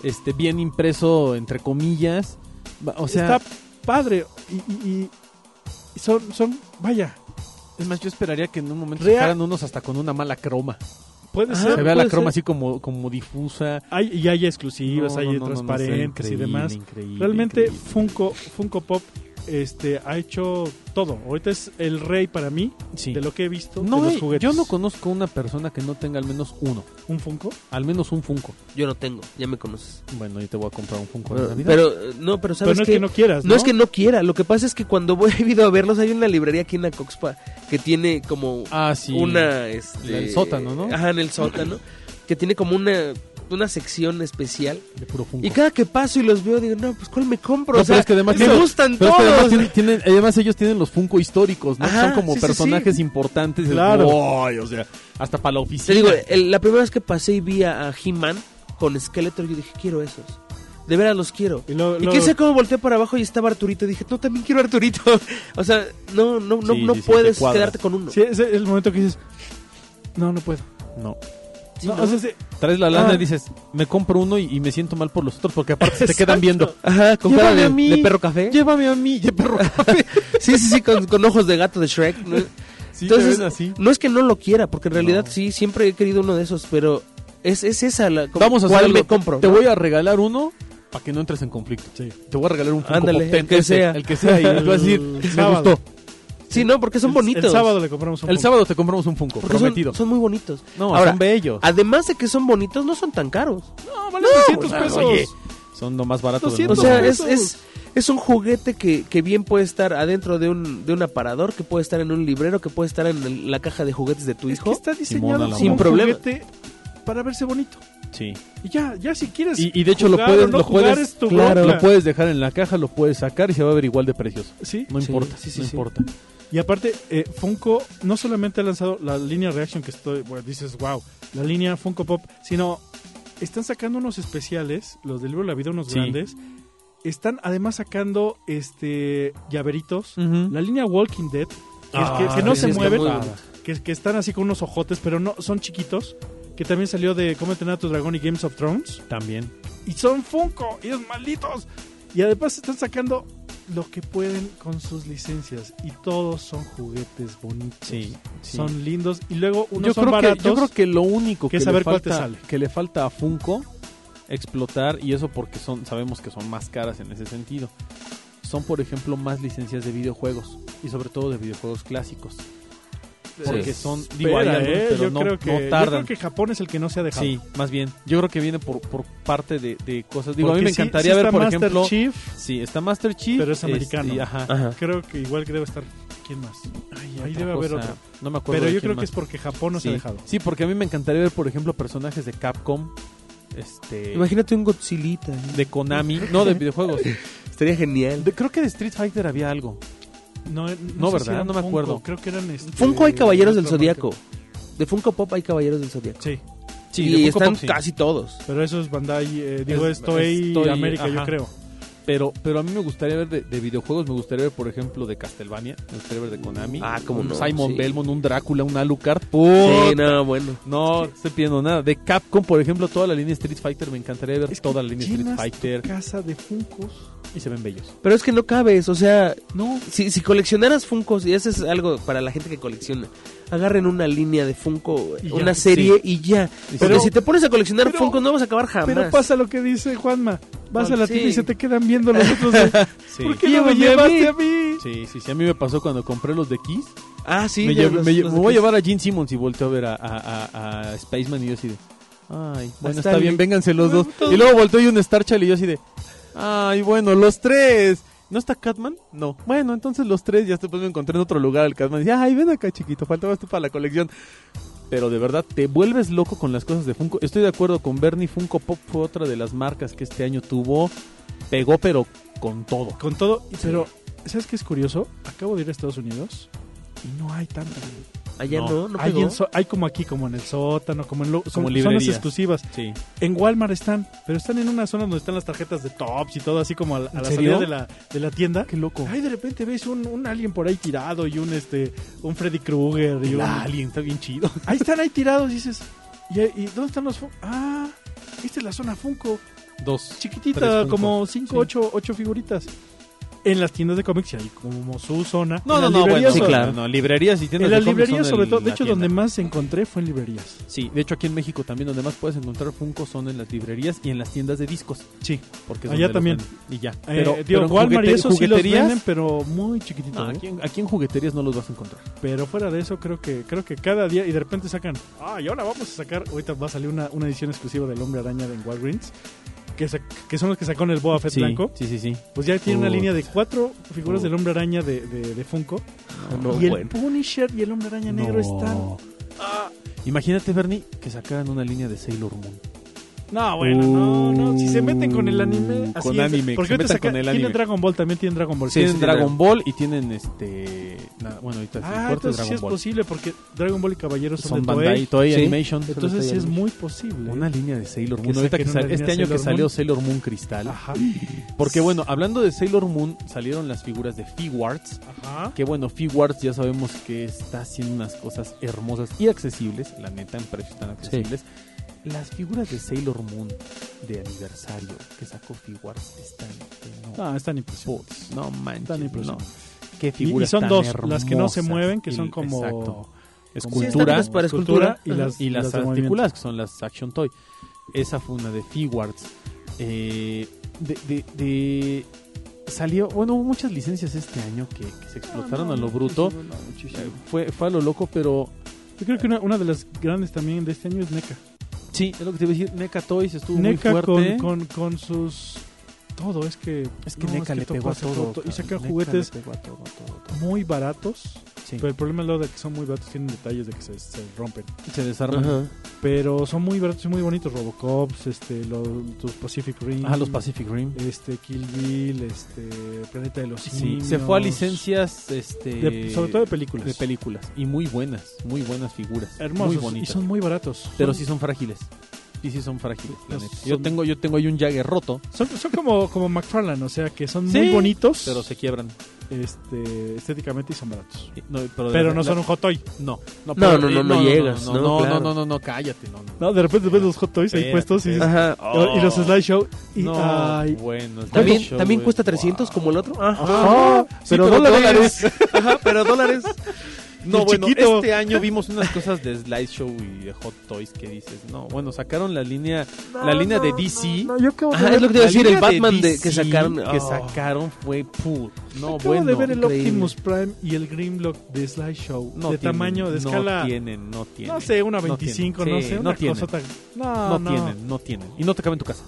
Speaker 4: este bien impreso entre comillas. Va- O sea,
Speaker 2: Está padre y, y- y son, son, vaya,
Speaker 4: es más yo esperaría que en un momento
Speaker 2: Rea-
Speaker 4: sacaran unos hasta con una mala croma.
Speaker 2: puede
Speaker 3: Ajá.
Speaker 2: ser.
Speaker 4: Se vea la
Speaker 2: puede
Speaker 4: croma
Speaker 2: ser.
Speaker 4: así como como difusa.
Speaker 2: Hay, y hay exclusivas,
Speaker 4: No,
Speaker 2: hay
Speaker 4: no, no, no, no, está
Speaker 2: transparentes y
Speaker 4: increíble,
Speaker 2: demás.
Speaker 4: increíble,
Speaker 2: Realmente
Speaker 4: increíble.
Speaker 2: Funko, Funko Pop este, ha hecho todo. Ahorita es el rey para mí
Speaker 4: Sí.
Speaker 2: de lo que he visto
Speaker 4: No,
Speaker 2: de los
Speaker 4: hay-
Speaker 2: juguetes.
Speaker 4: yo no conozco una persona que no tenga al menos uno,
Speaker 2: ¿Un Funko?
Speaker 4: al menos un Funko.
Speaker 3: Yo no tengo, ya me conoces.
Speaker 4: Bueno, yo te voy a comprar un Funko de
Speaker 3: Pero,
Speaker 4: Navidad.
Speaker 3: pero, eh, no, pero
Speaker 2: Pero
Speaker 3: ¿sabes
Speaker 2: no es
Speaker 3: qué?
Speaker 2: que no quieras,
Speaker 3: No es que no quiera, lo que pasa es que cuando voy- he ido a verlos hay una librería aquí en la Coxpa que tiene como
Speaker 4: ah, sí.
Speaker 3: una... Este,
Speaker 4: La del sótano, ¿no?
Speaker 3: Ajá, en el sótano, que tiene como una, una sección especial.
Speaker 4: de puro Funko.
Speaker 3: Y cada que paso y los veo digo, no, pues ¿cuál me compro?
Speaker 4: No,
Speaker 3: o sea,
Speaker 4: pero es que además
Speaker 3: me
Speaker 4: tienen-
Speaker 3: gustan
Speaker 4: Pero es que además,
Speaker 3: todos.
Speaker 4: tienen- tienen- además ellos tienen los Funko históricos, ¿no?
Speaker 3: Ajá,
Speaker 4: Son como
Speaker 3: sí, sí,
Speaker 4: personajes importantes.
Speaker 2: Claro.
Speaker 4: Ay, o sea, hasta para la
Speaker 3: Te
Speaker 4: oficina.
Speaker 3: digo, eh, el- la primera vez que pasé y vi a, a He-Man con Skeletor, yo dije, quiero esos. De veras los quiero.
Speaker 2: Y luego-
Speaker 3: Y
Speaker 2: luego-
Speaker 3: que sé cómo volteé para abajo y estaba Arturito. y Dije, no, también quiero Arturito. O sea, no, no, no,
Speaker 4: Sí,
Speaker 3: no
Speaker 4: sí, sí, te
Speaker 3: puedes
Speaker 4: cuadra.
Speaker 3: quedarte con uno.
Speaker 2: Sí, es el momento que dices, No, no puedo.
Speaker 4: No.
Speaker 3: Sí,
Speaker 2: No,
Speaker 3: ¿no?
Speaker 2: o sea, sí,
Speaker 4: Traes la lana
Speaker 2: Ah.
Speaker 4: y dices, me compro uno y, y me siento mal por los otros porque aparte se te
Speaker 2: Exacto.
Speaker 4: quedan viendo.
Speaker 3: Ajá, con
Speaker 4: Llévame
Speaker 3: cara de,
Speaker 4: a mí.
Speaker 3: de perro café.
Speaker 4: ¿Eh? Llévame a mí, lle- perro café.
Speaker 3: Sí, sí, sí, con, con ojos de gato de Shrek. ¿no?
Speaker 4: Sí, te
Speaker 3: Entonces,
Speaker 4: ven así.
Speaker 3: no es que no lo quiera, porque en realidad
Speaker 4: No.
Speaker 3: sí, siempre he querido uno de esos, pero es, es esa la... como,
Speaker 4: Vamos a hacer
Speaker 3: ¿cuál
Speaker 4: algo.
Speaker 3: me compro?
Speaker 4: Te voy a regalar uno para que no entres en conflicto.
Speaker 2: sí.
Speaker 4: Te voy a regalar un Funko
Speaker 3: Ándale,
Speaker 4: Pop, ten,
Speaker 3: el que
Speaker 4: este,
Speaker 3: sea.
Speaker 4: El que sea. Y tú vas a decir, me
Speaker 2: sábado.
Speaker 4: gustó.
Speaker 3: Sí, no, porque son
Speaker 2: El-
Speaker 3: bonitos.
Speaker 2: El sábado le compramos un
Speaker 4: El
Speaker 2: Funko.
Speaker 4: sábado te compramos un Funko,
Speaker 3: Porque son-
Speaker 4: prometido.
Speaker 3: Son, muy bonitos.
Speaker 4: No,
Speaker 3: Ahora,
Speaker 4: son bellos.
Speaker 3: Además de que son bonitos, no son tan caros.
Speaker 4: No, vale
Speaker 2: 200 pesos.
Speaker 4: Ah, Oye, son lo más barato del
Speaker 2: 200
Speaker 3: O
Speaker 4: mundo.
Speaker 3: sea,
Speaker 2: pesos.
Speaker 3: es, es, es un juguete que, que bien puede estar adentro de un, de un aparador, que puede estar en un librero, que puede estar en el- la caja de juguetes de tu
Speaker 2: Es que
Speaker 3: hijo.
Speaker 2: está
Speaker 4: Simón a
Speaker 2: diseñado
Speaker 4: la
Speaker 2: sin
Speaker 3: mano.
Speaker 2: problema. para verse bonito.
Speaker 4: Sí.
Speaker 2: Y ya, ya si quieres.
Speaker 4: Y, y de hecho
Speaker 2: jugar
Speaker 4: lo puedes,
Speaker 2: o no
Speaker 4: lo
Speaker 2: jugar
Speaker 4: puedes,
Speaker 2: es tu
Speaker 4: claro,
Speaker 2: bronca.
Speaker 4: lo puedes dejar en la caja, lo puedes sacar y se va a ver igual de precioso.
Speaker 2: Sí.
Speaker 4: No
Speaker 3: Sí,
Speaker 4: importa,
Speaker 3: sí, sí,
Speaker 4: no
Speaker 3: sí.
Speaker 4: importa.
Speaker 2: Y aparte, eh, Funko no solamente ha lanzado la línea Reaction que estoy, bueno, dices, wow, la línea Funko Pop, sino están sacando unos especiales, los del libro de la vida, unos
Speaker 4: Sí.
Speaker 2: grandes. Están además sacando este llaveritos. La línea Walking Dead, que,
Speaker 4: Ah,
Speaker 2: que- que no
Speaker 4: sí,
Speaker 2: se
Speaker 4: está
Speaker 2: mueven,
Speaker 4: muy bonita.
Speaker 2: que, que están así con unos ojotes, pero no son chiquitos. Que también salió de Cómo entrenar a tu dragón y Games of Thrones.
Speaker 4: También.
Speaker 2: Y son Funko, ellos malditos. Y además están sacando lo que pueden con sus licencias. Y todos son juguetes bonitos.
Speaker 4: Sí, sí.
Speaker 2: Son lindos. Y luego unos
Speaker 4: yo,
Speaker 2: son
Speaker 4: creo
Speaker 2: baratos.
Speaker 4: que, yo creo que lo único
Speaker 2: que
Speaker 4: que,
Speaker 2: es saber
Speaker 4: le
Speaker 2: cuál te
Speaker 4: falta,
Speaker 2: sale.
Speaker 4: que le falta a Funko explotar, y eso porque son sabemos que son más caras en ese sentido, son por ejemplo más licencias de videojuegos, y sobre todo de videojuegos clásicos. Porque son, digo, hay
Speaker 2: Espera,
Speaker 4: algunos,
Speaker 2: eh,
Speaker 4: pero
Speaker 2: yo
Speaker 4: no,
Speaker 2: creo que,
Speaker 4: no
Speaker 2: yo creo
Speaker 4: tardan.
Speaker 2: que Japón es el que no se ha dejado.
Speaker 4: Sí, más bien. Yo creo que viene por, por parte de, de cosas. Digo,
Speaker 2: Porque
Speaker 4: a mí me
Speaker 2: sí-
Speaker 4: encantaría
Speaker 2: sí
Speaker 4: ver,
Speaker 2: está
Speaker 4: por
Speaker 2: Master
Speaker 4: ejemplo.
Speaker 2: Chief,
Speaker 4: Sí, está Master Chief.
Speaker 2: Pero es americano.
Speaker 4: y ajá.
Speaker 3: Ajá.
Speaker 2: creo que igual que debe estar. ¿Quién más?
Speaker 4: Ay,
Speaker 2: Ahí
Speaker 4: otra
Speaker 2: debe haber
Speaker 4: cosa.
Speaker 2: otro.
Speaker 4: No me acuerdo.
Speaker 2: Pero
Speaker 4: de
Speaker 2: yo
Speaker 4: quién
Speaker 2: creo que
Speaker 4: más.
Speaker 2: es porque Japón no
Speaker 4: sí.
Speaker 2: se ha dejado.
Speaker 4: Sí, porque a mí me encantaría ver, por ejemplo, personajes de Capcom. Este.
Speaker 3: Imagínate un Godzillita. ¿no?
Speaker 4: De Konami. No, de videojuegos.
Speaker 3: Estaría genial.
Speaker 4: De- creo que de Street Fighter había algo.
Speaker 2: No, no,
Speaker 4: No,
Speaker 2: sé
Speaker 4: ¿verdad?
Speaker 2: eran
Speaker 4: No me
Speaker 2: Funko,
Speaker 4: acuerdo.
Speaker 2: Creo que eran. este,
Speaker 3: Funko hay Caballeros del
Speaker 2: otra
Speaker 3: Zodíaco.
Speaker 2: marca.
Speaker 3: De Funko Pop hay Caballeros del Zodíaco.
Speaker 2: Sí.
Speaker 4: de
Speaker 3: y
Speaker 4: Funko
Speaker 3: están
Speaker 4: Pop, sí.
Speaker 3: casi todos.
Speaker 2: Pero eso es Bandai, eh, digo,
Speaker 4: Es-
Speaker 2: es Toei
Speaker 4: es Toei,
Speaker 2: América, yo
Speaker 4: ajá.
Speaker 2: creo.
Speaker 4: Pero, pero a mí me gustaría ver de, de videojuegos. Me gustaría ver, por ejemplo, de Castlevania. Me gustaría ver de Konami.
Speaker 3: Ah, cómo
Speaker 4: un
Speaker 3: no,
Speaker 4: Simon
Speaker 3: sí.
Speaker 4: Belmont, un Drácula, un Alucard.
Speaker 3: Sí,
Speaker 4: Puta,
Speaker 3: no, bueno.
Speaker 4: No estoy pidiendo nada. De Capcom, por ejemplo, toda la línea Street Fighter. Me encantaría ver
Speaker 2: Es que
Speaker 4: toda la línea Street
Speaker 2: llenas tu
Speaker 4: Fighter.
Speaker 2: Casa de Funkos.
Speaker 4: Y se ven bellos.
Speaker 3: Pero es que no cabes, o sea,
Speaker 2: No.
Speaker 3: si, si coleccionaras Funkos, y eso es algo para la gente que colecciona, agarren una línea de Funko,
Speaker 2: Y ya,
Speaker 3: una serie y ya.
Speaker 4: Y
Speaker 3: Porque
Speaker 2: sí.
Speaker 3: si te pones a coleccionar
Speaker 2: Pero-
Speaker 3: Funkos no vas a acabar jamás.
Speaker 2: Pero pasa lo que dice Juanma. Vas
Speaker 3: Bueno,
Speaker 2: a la
Speaker 3: sí.
Speaker 2: tienda y se te quedan viendo los otros. de,
Speaker 4: Sí.
Speaker 2: ¿Por qué no me
Speaker 3: Llévame a mí".
Speaker 2: llevaste a mí?
Speaker 4: Sí, sí, sí. A mí me pasó cuando compré los de Kiss.
Speaker 3: Ah, sí.
Speaker 4: me,
Speaker 3: de
Speaker 4: llevo-
Speaker 3: los-
Speaker 4: me lle-
Speaker 3: los
Speaker 4: me
Speaker 3: de
Speaker 4: voy a
Speaker 3: Kiss.
Speaker 4: llevar a Gene Simmons y volteo a ver a, a- a- a Spaceman y yo así de... Ay, bueno,
Speaker 3: Hasta
Speaker 4: está
Speaker 3: el-
Speaker 4: bien, vénganse los dos.
Speaker 3: Todos-
Speaker 4: Y luego volteo y un Starchal y yo así de... Ay, bueno, los tres. ¿No está Catman? No. Bueno, entonces los tres. Ya después me encontré en otro lugar al Catman. Y dije, ay, ven acá, chiquito. Faltabas tú para la colección. Pero de verdad, te vuelves loco con las cosas de Funko. Estoy de acuerdo con Bernie. Funko Pop fue otra de las marcas que este año tuvo. Pegó, pero con todo.
Speaker 2: Con todo, y- pero ¿sabes qué es curioso? Acabo de ir a Estados Unidos y no hay tanto.
Speaker 3: Allá no, no,
Speaker 2: hay,
Speaker 3: pegó.
Speaker 2: en so- hay como aquí, como en el sótano, como en lo- son, zonas
Speaker 4: librerías.
Speaker 2: exclusivas.
Speaker 4: Sí.
Speaker 2: En Walmart están, pero están en una zona donde están las tarjetas de tops y todo, así como a la, a
Speaker 4: ¿En
Speaker 2: la
Speaker 4: serio?
Speaker 2: salida de la, de la tienda.
Speaker 4: Qué loco.
Speaker 2: Ay, de repente ves un, un alien por ahí tirado y un este un Freddy Krueger y
Speaker 4: El
Speaker 2: un-
Speaker 4: alien está bien chido.
Speaker 2: Ahí están ahí tirados, dices. ¿Y, y dónde están los Funko? Ah, esta es la zona Funko.
Speaker 4: Dos. Tres
Speaker 2: Chiquitita,
Speaker 4: Funkos.
Speaker 2: como 5,
Speaker 4: Sí.
Speaker 2: 8 ocho figuritas. En las tiendas de cómics y hay como su zona.
Speaker 4: No,
Speaker 2: En
Speaker 4: no,
Speaker 2: las
Speaker 4: no, bueno,
Speaker 2: librerías,
Speaker 4: sí,
Speaker 2: o-
Speaker 4: claro. No, librerías y tiendas
Speaker 2: En las
Speaker 4: de cómics
Speaker 2: librerías,
Speaker 4: son
Speaker 2: sobre
Speaker 4: en
Speaker 2: todo. De
Speaker 4: la
Speaker 2: hecho,
Speaker 4: tienda.
Speaker 2: donde más encontré fue en librerías.
Speaker 4: Sí, de hecho aquí en México también donde más puedes encontrar Funko son en las librerías y en las tiendas de discos.
Speaker 2: Sí.
Speaker 4: Porque es
Speaker 2: Allá
Speaker 4: donde
Speaker 2: también.
Speaker 4: los venden. Y ya.
Speaker 2: Pero,
Speaker 4: Pero,
Speaker 2: Eh, digo,
Speaker 4: pero en
Speaker 2: Walmart y
Speaker 4: juguete-
Speaker 2: eso sí los
Speaker 4: jugueterías-
Speaker 2: venden, pero muy chiquititos.
Speaker 4: No,
Speaker 2: ¿eh?
Speaker 4: aquí, en- aquí en jugueterías no los vas a encontrar.
Speaker 2: Pero fuera de eso, creo que creo que cada día y de repente sacan, ah, y ahora vamos a sacar, ahorita va a salir una, una edición exclusiva del Hombre Araña de Walgreens, que, sa- que son los que sacó en el Boa Fett
Speaker 4: sí,
Speaker 2: blanco.
Speaker 4: Sí, sí, sí.
Speaker 2: Pues ya tiene una
Speaker 4: Put.
Speaker 2: línea de cuatro figuras
Speaker 4: Put.
Speaker 2: del Hombre Araña de, de- de Funko.
Speaker 3: No, Ah, no,
Speaker 2: y el
Speaker 3: bueno.
Speaker 2: Punisher y el Hombre Araña
Speaker 4: No. Ah.
Speaker 2: Negro están...
Speaker 4: Imagínate, Bernie, que sacaran una línea de Sailor Moon.
Speaker 2: No, bueno, no, no. Si se meten con el anime. Así
Speaker 4: Con
Speaker 2: es.
Speaker 4: anime,
Speaker 2: Porque
Speaker 4: que se
Speaker 2: ahorita
Speaker 4: metan
Speaker 2: saca-
Speaker 4: con el
Speaker 2: Tienen
Speaker 4: anime.
Speaker 2: Dragon Ball, también tienen Dragon Ball.
Speaker 4: tienen
Speaker 2: Sí,
Speaker 4: Dragon Ball y tienen este. na- bueno, ahorita sí,
Speaker 2: Ah,
Speaker 4: corte
Speaker 2: entonces sí
Speaker 4: Dragon
Speaker 2: es
Speaker 4: Ball.
Speaker 2: posible porque Dragon Ball y Caballeros son,
Speaker 4: Son
Speaker 2: de Toei.
Speaker 4: Bandai, Toei
Speaker 3: Sí.
Speaker 4: Animation.
Speaker 2: Entonces sí es muy posible.
Speaker 4: Una línea de Sailor
Speaker 2: Que
Speaker 4: Moon. ¿Eh? Ahorita
Speaker 2: saquen
Speaker 4: que
Speaker 2: una
Speaker 4: sal-
Speaker 2: línea
Speaker 4: este año que
Speaker 2: Sailor
Speaker 4: salió
Speaker 2: Moon.
Speaker 4: Sailor Moon Ah, pues Cristal.
Speaker 2: Ajá.
Speaker 4: Porque bueno, hablando de Sailor Moon, salieron las figuras de Figuarts.
Speaker 2: Ajá.
Speaker 4: Que bueno, Figuarts ya sabemos que está haciendo unas cosas hermosas y accesibles. La neta, en precios tan accesibles. Las figuras de Sailor Moon de aniversario que sacó Figuarts están de no,
Speaker 2: No, Ah, están impresionantes.
Speaker 4: pots, Ah, no manches,
Speaker 2: Están
Speaker 4: no.
Speaker 2: impresionantes.
Speaker 4: Qué
Speaker 2: Y-
Speaker 4: figuras
Speaker 2: y son
Speaker 4: tan
Speaker 2: dos, las que no se
Speaker 4: hermosas.
Speaker 2: mueven, que son
Speaker 4: Y-
Speaker 2: como
Speaker 4: exacto.
Speaker 3: están
Speaker 4: escultura
Speaker 3: hechas para escultura.
Speaker 2: y las,
Speaker 4: y las,
Speaker 2: de movimiento.
Speaker 4: articuladas, que son las Action Toy. Esa fue una de Figuarts. Eh, de, de- de- Salió, bueno, hubo muchas licencias este año que, que se
Speaker 2: Ah,
Speaker 4: explotaron a lo bruto. Eh, Fue, fue a lo loco, pero
Speaker 2: Yo creo que una, una de las grandes también de este año es NECA.
Speaker 4: sí, es lo que te iba a decir. NECA Toys estuvo muy
Speaker 2: NECA
Speaker 4: fuerte.
Speaker 2: con, con, con sus... Todo, es que...
Speaker 4: es que
Speaker 2: no,
Speaker 4: NECA le
Speaker 2: todo
Speaker 4: pegó a
Speaker 2: pasa, todo,
Speaker 4: todo.
Speaker 2: todo. Y sacan
Speaker 4: cabrón. NECA
Speaker 2: juguetes
Speaker 4: le pegó a todo, todo, todo.
Speaker 2: muy baratos.
Speaker 4: Sí,
Speaker 2: Pero el problema es lo de que son muy baratos, tienen detalles de que se, se rompen.
Speaker 4: se desarman.
Speaker 3: Ajá.
Speaker 2: Pero son muy baratos y muy bonitos. Robocops, este, los, los Pacific Rim.
Speaker 4: Ah, los Pacific Rim.
Speaker 2: Este, Kill Bill, este, Planeta de los
Speaker 4: Sí,
Speaker 2: Simios.
Speaker 4: se fue a licencias, este,
Speaker 2: De- sobre todo de películas.
Speaker 4: de películas y muy buenas, muy buenas figuras,
Speaker 2: Hermosos.
Speaker 4: muy bonitas.
Speaker 2: y son muy baratos.
Speaker 4: pero
Speaker 2: Son-
Speaker 4: sí son frágiles. Y sí son frágiles, la
Speaker 2: Los-
Speaker 4: neta. Yo
Speaker 2: son-
Speaker 4: tengo, yo tengo ahí un Jagger roto,
Speaker 2: Son, son como, como McFarlane, o sea que son
Speaker 4: Sí,
Speaker 2: muy bonitos
Speaker 4: pero se quiebran.
Speaker 2: este, estéticamente y son baratos.
Speaker 4: Eh, No, pero, de
Speaker 2: Pero
Speaker 4: la-
Speaker 2: no
Speaker 4: la-
Speaker 2: son un hot toy.
Speaker 4: no, no, eh,
Speaker 3: No, no, no, no llegas,
Speaker 4: no,
Speaker 3: no,
Speaker 4: no,
Speaker 3: claro.
Speaker 4: no, no, no, no, cállate, no, no.
Speaker 2: No, de repente ves los hot toys ahí
Speaker 4: Espérate,
Speaker 2: puestos y, dices-
Speaker 3: Ajá.
Speaker 2: y los slideshow. Y,
Speaker 4: No,
Speaker 2: ay,
Speaker 4: bueno, está
Speaker 3: También,
Speaker 4: bien,
Speaker 3: también
Speaker 4: güey.
Speaker 3: cuesta 300
Speaker 4: Wow.
Speaker 3: como el otro.
Speaker 2: Ah,
Speaker 3: Ajá.
Speaker 2: Ajá,
Speaker 4: Ah.
Speaker 2: sí,
Speaker 3: pero,
Speaker 2: pero
Speaker 3: dólares. Ajá, pero dólares.
Speaker 4: No,
Speaker 2: El
Speaker 4: bueno,
Speaker 2: chiquito.
Speaker 4: este año vimos unas cosas de Slideshow y de Hot Toys que dices, no, bueno, sacaron la línea, la línea de DC.
Speaker 2: no, yo acabo de
Speaker 3: Ajá,
Speaker 2: ver,
Speaker 3: es lo que te iba a
Speaker 4: La
Speaker 3: decir. El
Speaker 4: línea
Speaker 3: Batman de-
Speaker 4: DC
Speaker 3: que sacaron.
Speaker 4: que
Speaker 3: oh.
Speaker 4: sacaron fue pu- No,
Speaker 2: acabo
Speaker 4: bueno.
Speaker 2: de ver el
Speaker 3: increíble.
Speaker 2: Optimus Prime y el Grimlock de slideshow.
Speaker 4: no
Speaker 2: de
Speaker 4: tienen,
Speaker 2: tamaño, de escala.
Speaker 4: No tienen, no tienen.
Speaker 2: No sé, una
Speaker 4: No
Speaker 2: 25, no,
Speaker 4: tienen. Sí,
Speaker 2: sé,
Speaker 4: no
Speaker 2: una
Speaker 4: tienen.
Speaker 2: cosota.
Speaker 4: No,
Speaker 2: No, no,
Speaker 4: tienen, no tienen. Y no te cabe en tu casa.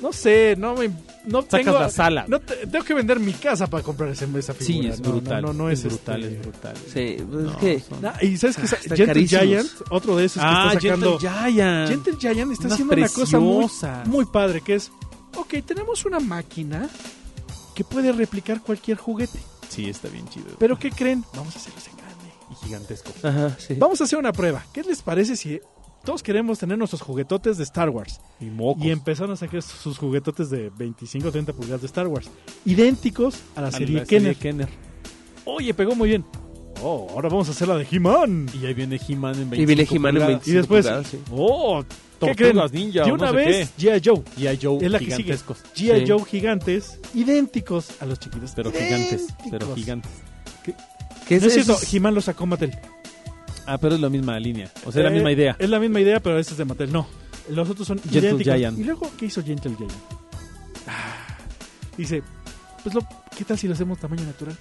Speaker 2: No sé, no me. No
Speaker 4: Sacas
Speaker 2: tengo,
Speaker 4: la sala.
Speaker 2: no te- tengo que vender mi casa para comprar esa, esa
Speaker 4: sí,
Speaker 2: figura.
Speaker 4: es
Speaker 2: No,
Speaker 4: brutal.
Speaker 2: No, no, no es,
Speaker 4: brutal,
Speaker 2: este-
Speaker 4: es brutal.
Speaker 3: Sí, pues
Speaker 4: No,
Speaker 3: es que.
Speaker 4: son-
Speaker 2: No, y sabes que
Speaker 3: Ah, están
Speaker 2: Gentle
Speaker 3: carísimos.
Speaker 2: Giant, otro de esos
Speaker 4: Ah,
Speaker 2: que está sacando.
Speaker 4: Gentle Giant.
Speaker 2: Gentle Giant está
Speaker 4: Unas
Speaker 2: haciendo una cosa muy,
Speaker 4: preciosas.
Speaker 2: muy padre, que es, ok, tenemos una máquina que puede replicar cualquier juguete,
Speaker 4: Sí, está bien chido.
Speaker 2: pero ¿qué creen? Vamos a hacerlos en grande.
Speaker 4: Y gigantesco.
Speaker 3: Ajá, sí.
Speaker 2: Vamos a hacer una prueba. ¿Qué les parece si todos queremos tener nuestros juguetotes de Star Wars?
Speaker 4: Y mocos.
Speaker 2: Y empezaron a sacar sus juguetotes de 25 o 30 pulgadas de Star Wars, idénticos a la
Speaker 4: A
Speaker 2: serie
Speaker 4: la
Speaker 2: Kenner.
Speaker 4: Kenner.
Speaker 2: Oye, pegó muy bien. Oh, ahora vamos a hacer la de He-Man.
Speaker 4: Y ahí viene He-Man en 25
Speaker 3: Y viene He-Man en
Speaker 4: pulgadas.
Speaker 3: 25
Speaker 2: Y después-
Speaker 3: pulgadas, sí.
Speaker 4: Oh,
Speaker 2: ¿Qué
Speaker 4: Tortugas
Speaker 2: creen?
Speaker 4: Ninja.
Speaker 2: y
Speaker 4: o
Speaker 2: una
Speaker 4: no sé
Speaker 2: vez, G.I. Joe.
Speaker 4: qué. G.I. Joe
Speaker 2: es la que sigue.
Speaker 4: gigantescos.
Speaker 2: G.I.
Speaker 3: Sí.
Speaker 2: Joe gigantes, idénticos a los chiquitos.
Speaker 4: Pero gigantes. Pero gigantes.
Speaker 3: Que
Speaker 2: No es
Speaker 3: ese-
Speaker 2: cierto,
Speaker 3: ese-
Speaker 2: He-Man lo sacó Mattel.
Speaker 4: Ah, pero es la misma línea. O sea, es
Speaker 2: Eh,
Speaker 4: la misma idea.
Speaker 2: Es la misma idea, pero este es de Mattel. No, los otros son
Speaker 4: Gentle
Speaker 2: idénticos.
Speaker 4: Giant.
Speaker 2: ¿Y luego qué hizo Gentle Giant? Ah, Dice, pues lo, ¿qué tal si lo hacemos tamaño natural?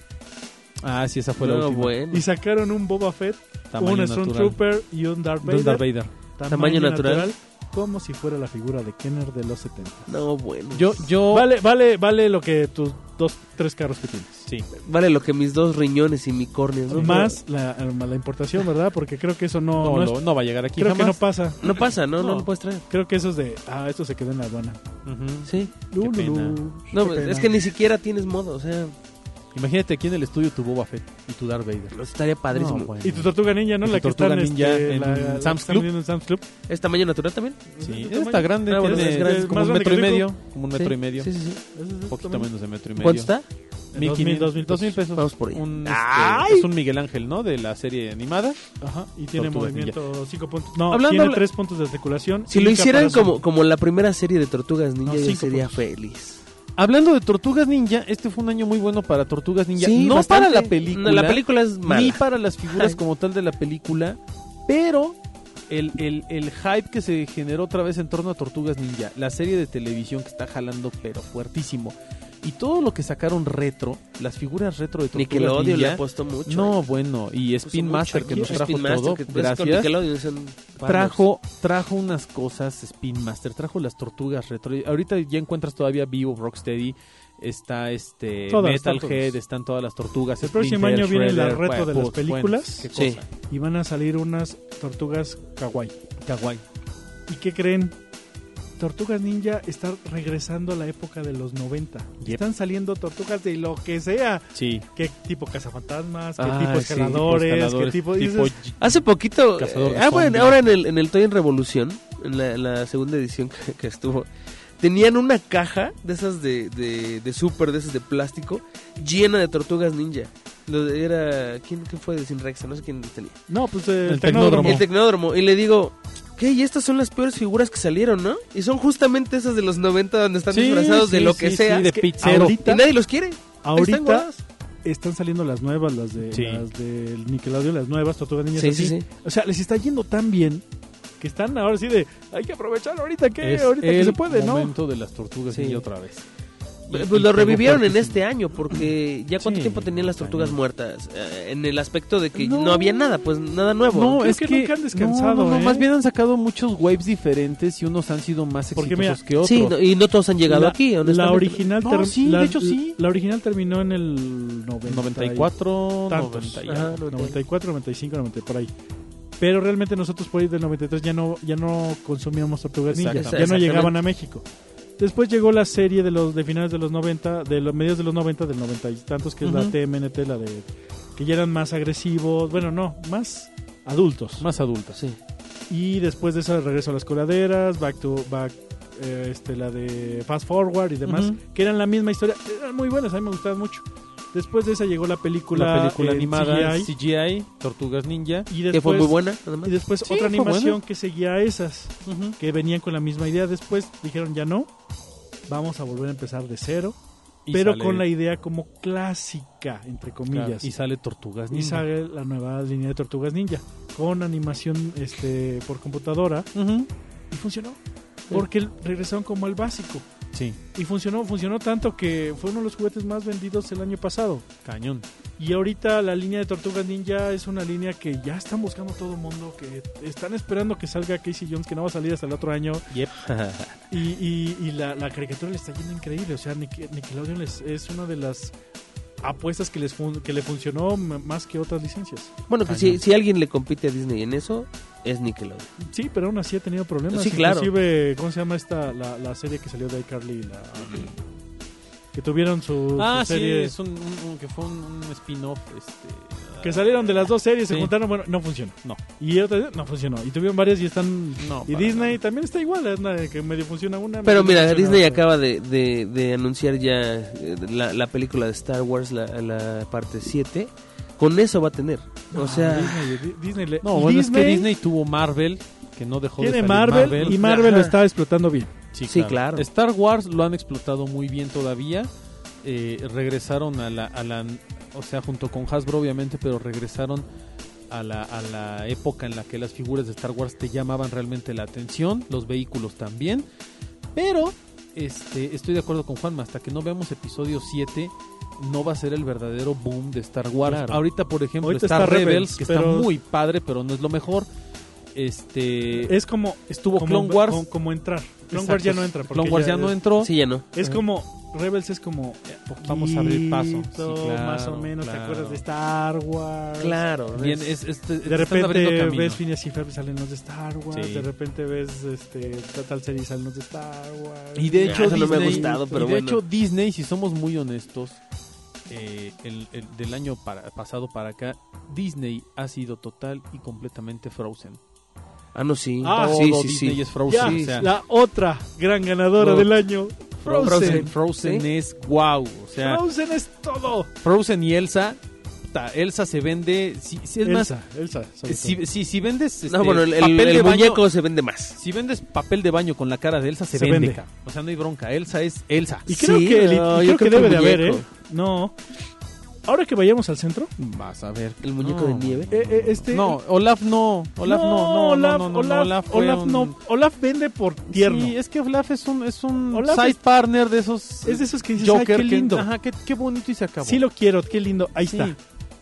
Speaker 4: Ah, sí, esa fue la
Speaker 3: No,
Speaker 4: última.
Speaker 3: bueno.
Speaker 2: Y sacaron un Boba Fett,
Speaker 4: Tamaño
Speaker 2: un
Speaker 4: natural.
Speaker 2: Stormtrooper y un Darth Vader.
Speaker 4: Darth Vader.
Speaker 3: Tamaño natural.
Speaker 2: Como si fuera la figura de Kenner de los 70.
Speaker 3: No, bueno.
Speaker 4: Yo, yo.
Speaker 2: Vale, vale, vale lo que tus dos, tres carros que tienes.
Speaker 4: Sí.
Speaker 3: Vale lo que mis dos riñones y mi córnea. ¿no?
Speaker 2: Más la, la importación, ¿verdad? Porque creo que eso no,
Speaker 4: No,
Speaker 2: no es-
Speaker 4: lo- no va a llegar aquí
Speaker 2: creo que no
Speaker 4: jamás.
Speaker 2: pasa.
Speaker 3: No pasa, ¿no? No,
Speaker 4: No.
Speaker 3: lo puedes traer.
Speaker 2: Creo que eso es de, ah, esto se quedó en la aduana.
Speaker 4: Ujú.
Speaker 3: Sí.
Speaker 2: Lu, lu,
Speaker 4: pena. pues,
Speaker 2: lu.
Speaker 3: No, pues,
Speaker 2: Qué
Speaker 3: es
Speaker 2: pena.
Speaker 3: que ni siquiera tienes modo. O sea,
Speaker 4: Imagínate aquí en el estudio tu Boba Fett y tu Darth Vader.
Speaker 3: pues, estaría padrísimo.
Speaker 4: No, bueno.
Speaker 2: Y tu tortuga ninja, ¿no?
Speaker 4: Y tu
Speaker 2: La que
Speaker 4: tortuga
Speaker 2: están
Speaker 4: ninja
Speaker 2: este,
Speaker 4: en
Speaker 2: la- la que
Speaker 4: Sam's
Speaker 2: están
Speaker 4: Club.
Speaker 2: vendiendo en Sam's Club.
Speaker 3: ¿Es tamaño natural también?
Speaker 4: Sí,
Speaker 2: Ese
Speaker 4: está
Speaker 2: tamaño.
Speaker 4: grande,
Speaker 3: Ah, bueno,
Speaker 4: tiene
Speaker 3: es grande.
Speaker 4: es como
Speaker 2: Más
Speaker 4: un
Speaker 2: grande
Speaker 4: metro y
Speaker 2: que
Speaker 4: medio. Como un metro
Speaker 3: Sí,
Speaker 4: y medio.
Speaker 3: Sí, sí, sí.
Speaker 2: Ese es
Speaker 4: Un
Speaker 2: el
Speaker 4: poquito
Speaker 2: tamaño.
Speaker 4: menos de metro y medio.
Speaker 3: ¿Cuánto está?
Speaker 2: 2000, 2000
Speaker 4: dos mil
Speaker 2: pesos.
Speaker 4: pesos.
Speaker 3: Vamos por ahí.
Speaker 4: Un, este,
Speaker 3: ¡Ay!
Speaker 4: es un Miguel Ángel, ¿no? De la serie animada.
Speaker 2: Ajá, y tiene
Speaker 4: Tortuga
Speaker 2: movimiento 5 puntos. No,
Speaker 3: Hablando-
Speaker 2: tiene 3 puntos de articulación.
Speaker 3: Si
Speaker 2: y
Speaker 3: lo
Speaker 2: un
Speaker 3: hicieran
Speaker 2: caparazón.
Speaker 3: como, como la primera serie de Tortugas Ninja,
Speaker 2: No,
Speaker 3: yo
Speaker 2: cinco
Speaker 3: sería
Speaker 2: puntos.
Speaker 3: feliz.
Speaker 4: Hablando de Tortugas Ninja, este fue un año muy bueno para Tortugas Ninja. no
Speaker 3: bastante.
Speaker 4: para la película.
Speaker 3: No, la película es
Speaker 4: ni
Speaker 3: mala.
Speaker 4: para las figuras
Speaker 3: Ay.
Speaker 4: como tal de la película, pero el, el- el hype que se generó otra vez en torno a Tortugas Ninja, la serie de televisión que está jalando pero fuertísimo, y todo lo que sacaron retro, las figuras retro de Tortugas
Speaker 3: Nickelodeon le
Speaker 4: Ninja,
Speaker 3: apostó mucho.
Speaker 4: no
Speaker 3: eh.
Speaker 4: bueno, y
Speaker 3: Puso
Speaker 4: Spin
Speaker 3: mucho
Speaker 4: Master que
Speaker 3: aquí.
Speaker 4: nos trajo
Speaker 3: Spin Master,
Speaker 4: todo,
Speaker 3: que es con
Speaker 4: gracias.
Speaker 3: Nickelodeon, son
Speaker 4: Trajo, trajo unas cosas Spin Master, trajo las tortugas retro. Y Ahorita ya encuentras todavía vivo Rocksteady, está este
Speaker 2: Todas, están
Speaker 4: Metalhead,
Speaker 2: todas.
Speaker 4: están todas las tortugas.
Speaker 2: El próximo
Speaker 4: Splinter,
Speaker 2: año viene la
Speaker 4: Shredder,
Speaker 2: reto de
Speaker 4: bueno,
Speaker 2: las
Speaker 4: pues,
Speaker 2: películas.
Speaker 4: bueno, qué
Speaker 3: Sí.
Speaker 4: cosa.
Speaker 2: Y van a salir unas tortugas kawaii.
Speaker 4: Kawaii.
Speaker 2: ¿Y qué creen? Tortugas Ninja está regresando a la época de los 90.
Speaker 4: Yep.
Speaker 2: Están saliendo tortugas de lo que sea.
Speaker 4: Sí.
Speaker 2: ¿Qué tipo cazafantasmas? ¿Qué
Speaker 4: Ah,
Speaker 2: tipo
Speaker 4: sí,
Speaker 2: escaladores? ¿Qué
Speaker 4: escaladores,
Speaker 2: tipo...? y
Speaker 4: tipo
Speaker 2: dices,
Speaker 3: Hace poquito.
Speaker 4: Cazador de
Speaker 3: eh, ah, bueno,
Speaker 4: zombies.
Speaker 3: ahora en el, en el Toy en Revolución, en la, en la segunda edición que, que estuvo, tenían una caja de esas de, de, de super, de esas de plástico, llena de tortugas ninja. Lo de- era. ¿Quién, quién fue de Sinrexa? No sé quién tenía.
Speaker 2: no, pues eh, el,
Speaker 4: El
Speaker 2: tecnódromo.
Speaker 4: tecnódromo.
Speaker 3: El tecnódromo. Y le digo. ¿Qué? Y estas son las peores figuras que salieron, ¿no? Y son justamente esas de los 90 donde están
Speaker 4: Sí,
Speaker 3: disfrazados de
Speaker 4: sí,
Speaker 3: lo
Speaker 4: sí,
Speaker 3: que
Speaker 4: sí,
Speaker 3: sea.
Speaker 4: de
Speaker 3: que-
Speaker 4: pizzero.
Speaker 3: y nadie los quiere. Ahí
Speaker 2: Ahorita
Speaker 3: están guardadas.
Speaker 2: están saliendo las nuevas, las de
Speaker 4: Sí.
Speaker 2: las del Nickelodeon, las nuevas Tortugas Ninjas.
Speaker 3: Sí,
Speaker 2: así.
Speaker 3: sí, sí.
Speaker 2: O sea, les está yendo tan bien que están ahora sí de hay que aprovechar ahorita que
Speaker 4: Es
Speaker 2: ahorita que
Speaker 4: el
Speaker 2: se puede, ¿no?
Speaker 4: momento de las tortugas
Speaker 3: Sí.
Speaker 4: y otra vez.
Speaker 3: Pues
Speaker 4: Y- y
Speaker 3: lo
Speaker 4: pegó
Speaker 3: revivieron en
Speaker 4: fuertísimo.
Speaker 3: este año, porque ya cuánto
Speaker 4: Sí,
Speaker 3: tiempo tenían las tortugas
Speaker 4: cañón.
Speaker 3: muertas, Eh, en el aspecto de que
Speaker 2: No.
Speaker 3: no, había nada, pues nada nuevo.
Speaker 4: No,
Speaker 2: Creo
Speaker 4: es
Speaker 2: que
Speaker 4: que,
Speaker 2: nunca han descansado,
Speaker 4: No, no, no,
Speaker 2: ¿eh?
Speaker 4: más bien han sacado muchos waves diferentes y unos han sido más
Speaker 2: Porque
Speaker 4: exitosos
Speaker 2: mira,
Speaker 4: que otros.
Speaker 3: Sí, no- y no todos han llegado
Speaker 2: La-
Speaker 3: aquí, honestamente.
Speaker 2: La original
Speaker 4: No,
Speaker 2: ter-
Speaker 4: sí,
Speaker 2: la,
Speaker 4: de hecho, sí.
Speaker 2: La original terminó en el 90 y
Speaker 4: 94,
Speaker 2: tantos.
Speaker 4: 90 y
Speaker 3: Ajá.
Speaker 4: algo.
Speaker 2: 94, 95, 90 por ahí. Pero realmente nosotros por ahí del 93 ya no ya no consumíamos tortugas ninjas,
Speaker 4: Exactamente.
Speaker 2: ya no
Speaker 3: Exactamente.
Speaker 2: llegaban a México. Después llegó la serie de los de finales de los 90, de los medios de los 90 del 90 y tantos que es la
Speaker 4: Ujú.
Speaker 2: TMNT, la de que ya eran más agresivos, bueno, no, más adultos.
Speaker 4: Más adultas.
Speaker 3: Sí.
Speaker 2: Y después de eso regreso a las coladeras, back to back eh, este, la de Fast Forward y demás,
Speaker 4: Ujú.
Speaker 2: que eran la misma historia, eran muy buenas, a mí me gustaban mucho. Después de esa llegó la película,
Speaker 4: La película
Speaker 2: en
Speaker 4: animada
Speaker 2: CGI,
Speaker 4: CGI. Tortugas Ninja.
Speaker 2: y
Speaker 3: que fue
Speaker 2: después-
Speaker 3: muy buena, además.
Speaker 2: y después
Speaker 4: Sí,
Speaker 2: otra
Speaker 4: fue
Speaker 2: animación
Speaker 4: bueno.
Speaker 2: que seguía a esas, que venían con la misma idea. Después dijeron, ya no, vamos a volver a empezar de cero,
Speaker 4: Y
Speaker 2: pero
Speaker 4: sale-
Speaker 2: con la idea como clásica, entre comillas.
Speaker 4: Y sale Tortugas
Speaker 2: y,
Speaker 4: Ninja.
Speaker 2: sale la nueva línea de Tortugas Ninja, con animación este por computadora,
Speaker 4: Ujú.
Speaker 2: y funcionó. Porque regresaron como el básico.
Speaker 4: Sí,
Speaker 2: Y funcionó, funcionó tanto que fue uno de los juguetes más vendidos el año pasado.
Speaker 4: cañón.
Speaker 2: Y ahorita la línea de Tortugas Ninja es una línea que ya están buscando todo el mundo, que están esperando que salga Casey Jones, que no va a salir hasta el otro año.
Speaker 4: Yep.
Speaker 2: Y, y- y la, la caricatura le está yendo increíble. O sea, Nic- Nickelodeon les- es una de las apuestas que, les fun- que le funcionó m- más que otras licencias.
Speaker 3: Bueno, que si, si alguien le compite a Disney en eso, es Nickelodeon.
Speaker 2: Sí, pero aún así ha tenido problemas.
Speaker 3: Sí, claro.
Speaker 2: Inclusive, ¿cómo se llama esta, la, la serie que salió de iCarly? La, que tuvieron su,
Speaker 4: Mm. ah,
Speaker 2: su
Speaker 4: sí,
Speaker 2: serie.
Speaker 4: es un, un- un- que fue un, un spin-off. Este,
Speaker 2: Que salieron de las dos series, se
Speaker 4: Sí.
Speaker 2: juntaron, bueno, no funcionó.
Speaker 4: No.
Speaker 2: Y otra vez, no funcionó. Y tuvieron varias y están...
Speaker 4: No,
Speaker 2: y
Speaker 4: para
Speaker 2: Disney también está igual, es una de que medio funciona una.
Speaker 3: Pero
Speaker 2: medio
Speaker 3: mira,
Speaker 2: funciona
Speaker 3: Disney
Speaker 2: otra.
Speaker 3: acaba de, de- de anunciar ya eh, la, la película de Star Wars, la, la parte 7. Con eso va a tener.
Speaker 2: No,
Speaker 4: Ah,
Speaker 3: O sea,
Speaker 2: Ah, Disney, Di- Disney le-
Speaker 4: No, bueno, es que Disney tuvo Marvel, que no dejó de
Speaker 2: tiene
Speaker 4: salir
Speaker 2: Marvel, y Marvel lo
Speaker 3: Ajá.
Speaker 2: está explotando bien.
Speaker 4: Sí,
Speaker 3: Sí,
Speaker 4: claro.
Speaker 3: claro.
Speaker 4: Star Wars lo han explotado muy bien todavía. Eh, regresaron a la, a la- O sea, junto con Hasbro, obviamente, pero regresaron a la, a la época en la que las figuras de Star Wars te llamaban realmente la atención. Los vehículos también. Pero. Este, estoy de acuerdo con Juanma, hasta que no veamos episodio 7 no va a ser el verdadero boom de Star Wars.
Speaker 3: Claro.
Speaker 4: Ahorita, por ejemplo,
Speaker 2: Ahorita
Speaker 4: está,
Speaker 2: está
Speaker 4: Rebels,
Speaker 2: Rebels,
Speaker 4: que
Speaker 2: pero-
Speaker 4: está muy padre, pero no es lo mejor. Este,
Speaker 2: Es como
Speaker 4: estuvo
Speaker 2: como,
Speaker 4: Clone Wars.
Speaker 2: como, como entrar. Clone
Speaker 4: Exacto.
Speaker 2: Wars ya no entra. porque
Speaker 4: Clone Wars ya, no
Speaker 2: es-
Speaker 4: entró.
Speaker 3: sí, ya no.
Speaker 2: Es como Rebels es como
Speaker 4: Vamos a abrir paso.
Speaker 2: poquito,
Speaker 4: Sí, claro,
Speaker 2: más o menos. ¿Te
Speaker 4: claro.
Speaker 2: acuerdas de Star Wars?
Speaker 3: Claro.
Speaker 4: Bien,
Speaker 3: es-
Speaker 4: es, es-
Speaker 2: De
Speaker 4: están abriendo
Speaker 2: repente
Speaker 4: camino.
Speaker 2: ves Phineas y Ferb y salen los de Star Wars.
Speaker 4: Sí.
Speaker 2: De repente ves este, tal- tal serie y salen los de Star Wars.
Speaker 4: Y de hecho,
Speaker 3: eso no me ha
Speaker 4: Disney-
Speaker 3: gustado, pero
Speaker 4: y de
Speaker 3: bueno.
Speaker 4: hecho, Disney, si somos muy honestos, eh, el- el- del año para- pasado para acá, Disney ha sido total y completamente Frozen.
Speaker 3: Ah, no, sí.
Speaker 2: Ah,
Speaker 4: Todo
Speaker 3: sí, sí,
Speaker 4: Disney
Speaker 3: sí.
Speaker 4: es Frozen.
Speaker 2: Ya,
Speaker 4: o sea,
Speaker 2: la otra gran ganadora
Speaker 4: Fro-
Speaker 2: del año. Frozen.
Speaker 4: Frozen,
Speaker 2: Frozen,
Speaker 4: Frozen
Speaker 3: ¿Sí?
Speaker 4: es wow. O sea,
Speaker 2: es todo.
Speaker 4: Frozen y Elsa. puta, Elsa se vende. Si, si- es más,
Speaker 2: Elsa, Elsa, sobre todo.
Speaker 4: si, si, si vendes. este,
Speaker 3: No, bueno, el, el-
Speaker 4: papel
Speaker 3: el
Speaker 4: de baño-
Speaker 3: muñeco se vende más.
Speaker 4: Si vendes papel de baño con la cara de Elsa, se,
Speaker 2: Se
Speaker 4: vende.
Speaker 2: vende.
Speaker 4: cabrón. O sea, no hay bronca. Elsa es Elsa.
Speaker 2: Y creo
Speaker 3: Sí,
Speaker 2: que, el- y
Speaker 3: no,
Speaker 2: creo
Speaker 3: yo
Speaker 2: que
Speaker 3: creo que
Speaker 2: debe
Speaker 3: el
Speaker 2: de haber, ¿eh?
Speaker 3: muñeco.
Speaker 2: No. Ahora que vayamos al centro,
Speaker 4: Vas a ver.
Speaker 3: El muñeco de nieve.
Speaker 2: eh, eh, este.
Speaker 4: No, Olaf no. Olaf no. No, no,
Speaker 2: Olaf,
Speaker 4: no, no, no,
Speaker 2: Olaf,
Speaker 4: Olaf fue
Speaker 2: Olaf
Speaker 4: un-
Speaker 2: no. Olaf vende por tierno.
Speaker 4: Sí, es que Olaf es un, es un
Speaker 2: Olaf
Speaker 4: side
Speaker 2: es-
Speaker 4: partner de esos.
Speaker 2: es de esos que dices, ay,
Speaker 4: Joker
Speaker 2: qué
Speaker 4: que-
Speaker 2: lindo.
Speaker 4: ajá, qué, qué bonito y se acabó.
Speaker 2: sí lo quiero, qué lindo. Ahí
Speaker 4: Sí.
Speaker 2: está.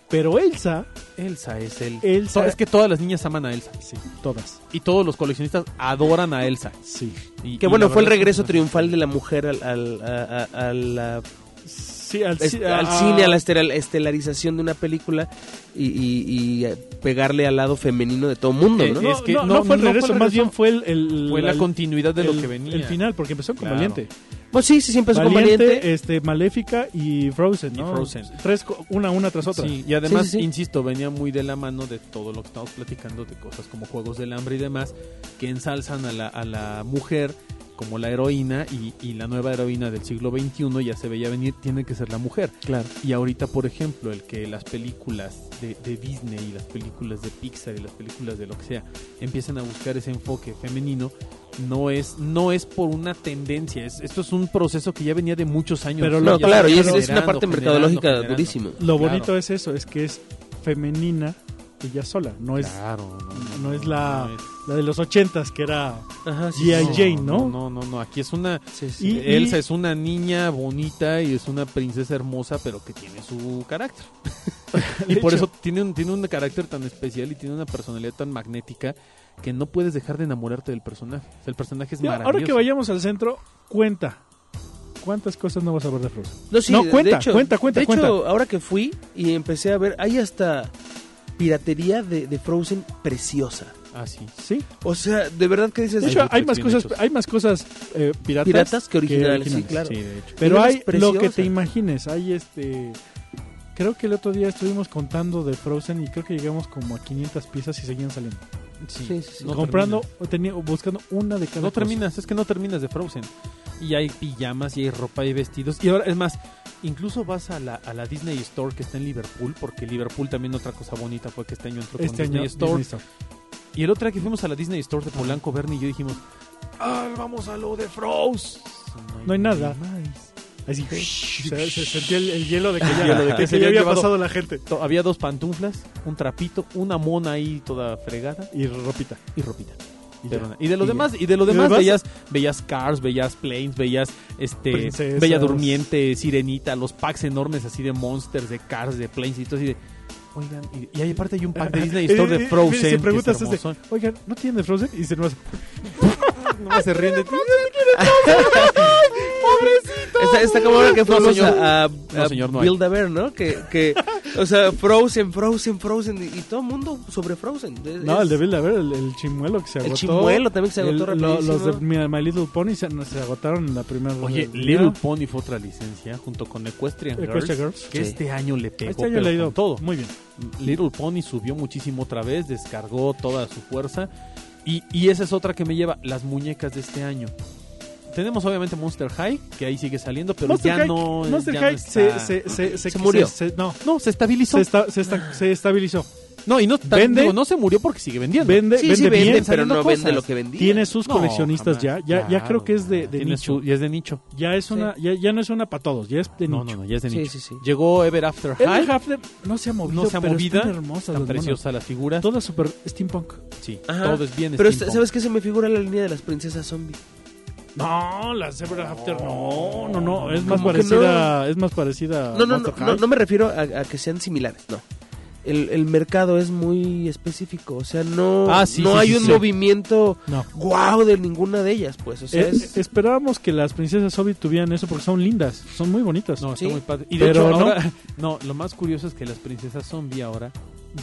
Speaker 2: Pero Elsa,
Speaker 4: Elsa es el.
Speaker 2: Elsa.
Speaker 4: Es que todas las niñas aman a Elsa.
Speaker 2: Sí, todas.
Speaker 4: Y todos los coleccionistas adoran a Elsa.
Speaker 2: Sí.
Speaker 4: Y-
Speaker 3: Que
Speaker 4: y
Speaker 3: bueno,
Speaker 4: la
Speaker 3: fue el
Speaker 4: verdad es que-
Speaker 3: regreso triunfal de la mujer al, al- a, a- a la
Speaker 2: Sí, al,
Speaker 3: es-
Speaker 2: ci- ah,
Speaker 3: al
Speaker 2: a-
Speaker 3: cine, a la estel- estelarización de una película y, y- y, eh, pegarle al lado femenino de todo mundo,
Speaker 4: Eh,
Speaker 3: ¿no?
Speaker 2: No,
Speaker 4: Es que
Speaker 2: no,
Speaker 4: no-
Speaker 2: no fue el
Speaker 4: no fue el
Speaker 2: regreso, más
Speaker 4: regreso,
Speaker 2: bien fue el, el-
Speaker 4: Fue la
Speaker 2: el-
Speaker 4: continuidad de
Speaker 2: el-
Speaker 4: lo que venía.
Speaker 2: El final, porque empezó con
Speaker 4: Claro.
Speaker 2: Valiente.
Speaker 3: Pues sí, sí, sí empezó con
Speaker 2: Valiente,
Speaker 3: Valiente.
Speaker 2: este, Maléfica y Frozen, ¿no?
Speaker 4: Y Frozen.
Speaker 2: Tres, co- una, una tras otra.
Speaker 4: Sí, y además,
Speaker 3: Sí, sí, sí.
Speaker 4: insisto, venía muy de la mano de todo lo que estamos platicando, de cosas como Juegos del Hambre y demás, que ensalzan a la, a la mujer como la heroína y, y la nueva heroína del siglo XXI ya se veía venir, tiene que ser la mujer.
Speaker 3: Claro.
Speaker 4: Y ahorita, por ejemplo, el que las películas de, de Disney y las películas de Pixar y las películas de lo que sea empiezan a buscar ese enfoque femenino, no es, no es por una tendencia, es- esto es un proceso que ya venía de muchos años.
Speaker 2: Pero
Speaker 4: Sí,
Speaker 2: lo-
Speaker 3: No,
Speaker 4: eh, ya
Speaker 3: claro, y es,
Speaker 4: generando,
Speaker 3: es una parte
Speaker 4: generando,
Speaker 3: mercadológica
Speaker 4: generando.
Speaker 3: durísima.
Speaker 2: Lo
Speaker 4: Claro.
Speaker 2: bonito es eso, es que es femenina ella sola, no es
Speaker 4: Claro,
Speaker 2: no es la-
Speaker 4: no es-
Speaker 2: la de los ochentas que era
Speaker 3: Ajá, sí,
Speaker 2: Y
Speaker 3: sí,
Speaker 2: ahí-
Speaker 3: sí.
Speaker 2: Jane, ¿no?
Speaker 4: No, no, no, aquí es una...
Speaker 3: Sí, sí.
Speaker 2: Y-
Speaker 4: Elsa es una niña bonita y es una princesa hermosa, pero que tiene su carácter. y
Speaker 2: De
Speaker 4: por
Speaker 2: hecho.
Speaker 4: eso tiene un, tiene un carácter tan especial y tiene una personalidad tan magnética que no puedes dejar de enamorarte del personaje. O sea, el personaje es
Speaker 2: Ya,
Speaker 4: maravilloso.
Speaker 2: Ahora que vayamos al centro, cuenta. ¿Cuántas cosas no vas a ver de Frozen?
Speaker 3: No, sí,
Speaker 2: No,
Speaker 3: de-
Speaker 2: cuenta,
Speaker 3: de hecho,
Speaker 2: cuenta, cuenta,
Speaker 3: De hecho,
Speaker 2: cuenta.
Speaker 3: ahora que fui y empecé a ver, hay hasta piratería de, de Frozen preciosa.
Speaker 4: Ah, sí.
Speaker 2: Sí.
Speaker 3: O sea, de verdad que dices,
Speaker 2: De hecho,
Speaker 4: Hay
Speaker 2: hay
Speaker 4: bootlegs
Speaker 2: más
Speaker 4: bien
Speaker 2: cosas,
Speaker 4: hechos.
Speaker 2: hay más cosas eh, piratas,
Speaker 3: Piratas que originales, sí, claro.
Speaker 4: Sí, de hecho.
Speaker 2: Pero
Speaker 3: Unas
Speaker 2: hay lo que
Speaker 3: preciosas.
Speaker 2: te imagines. Hay este. Creo que el otro día estuvimos contando de Frozen y creo que llegamos como a 500 piezas y seguían saliendo.
Speaker 4: Sí,
Speaker 3: Sí, sí, sí.
Speaker 4: no
Speaker 2: Comprando,
Speaker 4: terminas.
Speaker 2: o teni- o buscando una de cada
Speaker 4: No
Speaker 2: cosa.
Speaker 4: terminas, es que no terminas de Frozen. Y hay pijamas, y hay ropa, y hay vestidos. Y ahora, es más, incluso vas a la, a la Disney Store que está en Liverpool, porque Liverpool también otra cosa bonita fue que este año entró con
Speaker 2: Este
Speaker 4: Disney
Speaker 2: año
Speaker 4: Store.
Speaker 2: Disney Store.
Speaker 4: Y el otro día que fuimos a la Disney Store de Polanco, Bernie y yo dijimos, ah, vamos a lo de Frozen.
Speaker 2: No hay nada.
Speaker 4: más.
Speaker 2: Así, se, se sentía el, el hielo de que ya,
Speaker 4: Hielo de que
Speaker 2: de que
Speaker 4: se
Speaker 2: ya
Speaker 4: había
Speaker 2: había
Speaker 4: llevado.
Speaker 2: pasado la gente.
Speaker 4: To- Había dos pantuflas, un trapito, una mona ahí toda fregada
Speaker 2: Y ropita.
Speaker 4: y ropita.
Speaker 2: Y ya.
Speaker 4: Pero nada. Y de los
Speaker 2: Y ya.
Speaker 4: demás, y de
Speaker 2: ¿Y
Speaker 4: los
Speaker 2: lo
Speaker 4: demás,
Speaker 2: demás?
Speaker 4: veías, veías Cars, veías Planes, veías este
Speaker 2: Princesas.
Speaker 4: Bella Durmiente, Sirenita, los packs enormes así de Monsters, de Cars, de Planes y todo así de Oigan, y, y ahí aparte hay un pack de Disney Store
Speaker 2: Eh, eh,
Speaker 4: de
Speaker 2: eh,
Speaker 4: Frozen.
Speaker 2: Si
Speaker 4: que es
Speaker 2: preguntas, es de,
Speaker 4: hermoso.
Speaker 2: oigan, ¿no tienen de Frozen? Y se nos
Speaker 4: Nomás se ríen de ti.
Speaker 3: Esta, esta como ahora que fuimos
Speaker 4: señor.
Speaker 3: a, a,
Speaker 4: No, señor, no hay.
Speaker 3: Build a Bear, ¿no? Que, que, o sea, Frozen, Frozen, Frozen. Y, y todo el mundo sobre Frozen. Es-
Speaker 2: No, el de
Speaker 3: es-
Speaker 2: Bill, a ver, el, el chimuelo que se
Speaker 3: El
Speaker 2: agotó.
Speaker 3: chimuelo también que se agotó
Speaker 2: El- lo- Los
Speaker 3: rapidísimo.
Speaker 2: de My, My Little Pony se, no, se agotaron en la primera
Speaker 4: Oye,
Speaker 2: del
Speaker 4: Little
Speaker 2: día.
Speaker 4: Pony fue otra licencia junto con Equestrian Girls,
Speaker 2: Equestria Girls.
Speaker 4: que
Speaker 3: Sí.
Speaker 4: este año le pegó
Speaker 2: Este año
Speaker 4: pero
Speaker 2: le ha
Speaker 4: con
Speaker 2: ido
Speaker 4: todo.
Speaker 2: muy bien.
Speaker 4: Little Pony subió muchísimo otra vez, descargó toda su fuerza y, y esa es otra que me lleva las muñecas de este año. Tenemos obviamente Monster High, que ahí sigue saliendo, pero
Speaker 2: Monster
Speaker 4: ya
Speaker 2: High,
Speaker 4: no
Speaker 2: Monster
Speaker 4: ya no
Speaker 2: High se,
Speaker 4: está-
Speaker 2: se, se,
Speaker 3: Se murió.
Speaker 2: se- no,
Speaker 4: no, se estabilizó.
Speaker 2: se, esta- se esta- se estabilizó.
Speaker 4: no, y no, tan-
Speaker 2: Vende.
Speaker 4: digo, no se murió porque sigue vendiendo.
Speaker 2: Vende,
Speaker 3: Sí,
Speaker 2: vende
Speaker 3: sí, vende,
Speaker 2: bien.
Speaker 3: pero
Speaker 4: saliendo
Speaker 3: no vende
Speaker 4: cosas.
Speaker 3: lo que vendía.
Speaker 2: Tiene sus
Speaker 4: No,
Speaker 2: coleccionistas
Speaker 4: jamás.
Speaker 2: ya. Ya, ya
Speaker 4: Claro,
Speaker 2: creo que es de, de
Speaker 4: tiene
Speaker 2: nicho.
Speaker 4: su- y es de nicho.
Speaker 2: Ya, es una, ya, ya no es una para todos, ya es de
Speaker 4: No, no,
Speaker 2: nicho.
Speaker 4: no, ya es de
Speaker 3: Sí,
Speaker 4: nicho.
Speaker 3: sí, sí.
Speaker 4: Llegó Ever After High,
Speaker 2: El Hafner no se ha movido,
Speaker 4: no se ha
Speaker 2: pero
Speaker 4: movido,
Speaker 2: están hermosas
Speaker 4: tan
Speaker 2: las monas.
Speaker 4: preciosa la figura.
Speaker 2: Todas super steampunk.
Speaker 4: Sí,
Speaker 3: Ajá.
Speaker 4: todo es bien.
Speaker 2: este,
Speaker 3: Pero
Speaker 4: steampunk.
Speaker 3: ¿sabes qué? Se me figura la línea de las princesas zombie.
Speaker 2: No, la Zebra After no, no, no, es más
Speaker 3: ¿Cómo que
Speaker 2: parecida, es más
Speaker 4: Ah,
Speaker 2: parecida a
Speaker 3: No, no, no,
Speaker 2: Monster
Speaker 3: no,
Speaker 2: High.
Speaker 3: no me refiero a, a que sean similares, no. El, el mercado es muy específico, o sea, no,
Speaker 4: Ah, sí,
Speaker 3: no
Speaker 4: sí,
Speaker 3: hay
Speaker 4: sí,
Speaker 3: un
Speaker 4: sí.
Speaker 3: movimiento
Speaker 2: No.
Speaker 3: guau de ninguna de ellas, pues, o sea,
Speaker 2: Eh,
Speaker 3: es...
Speaker 2: esperábamos que las princesas Obi tuvieran eso porque son lindas, son muy bonitas.
Speaker 4: No, está
Speaker 3: Sí.
Speaker 4: muy padre. Y de
Speaker 2: Pero
Speaker 4: hecho,
Speaker 2: no.
Speaker 4: ahora, no, lo más curioso es que las princesas zombie ahora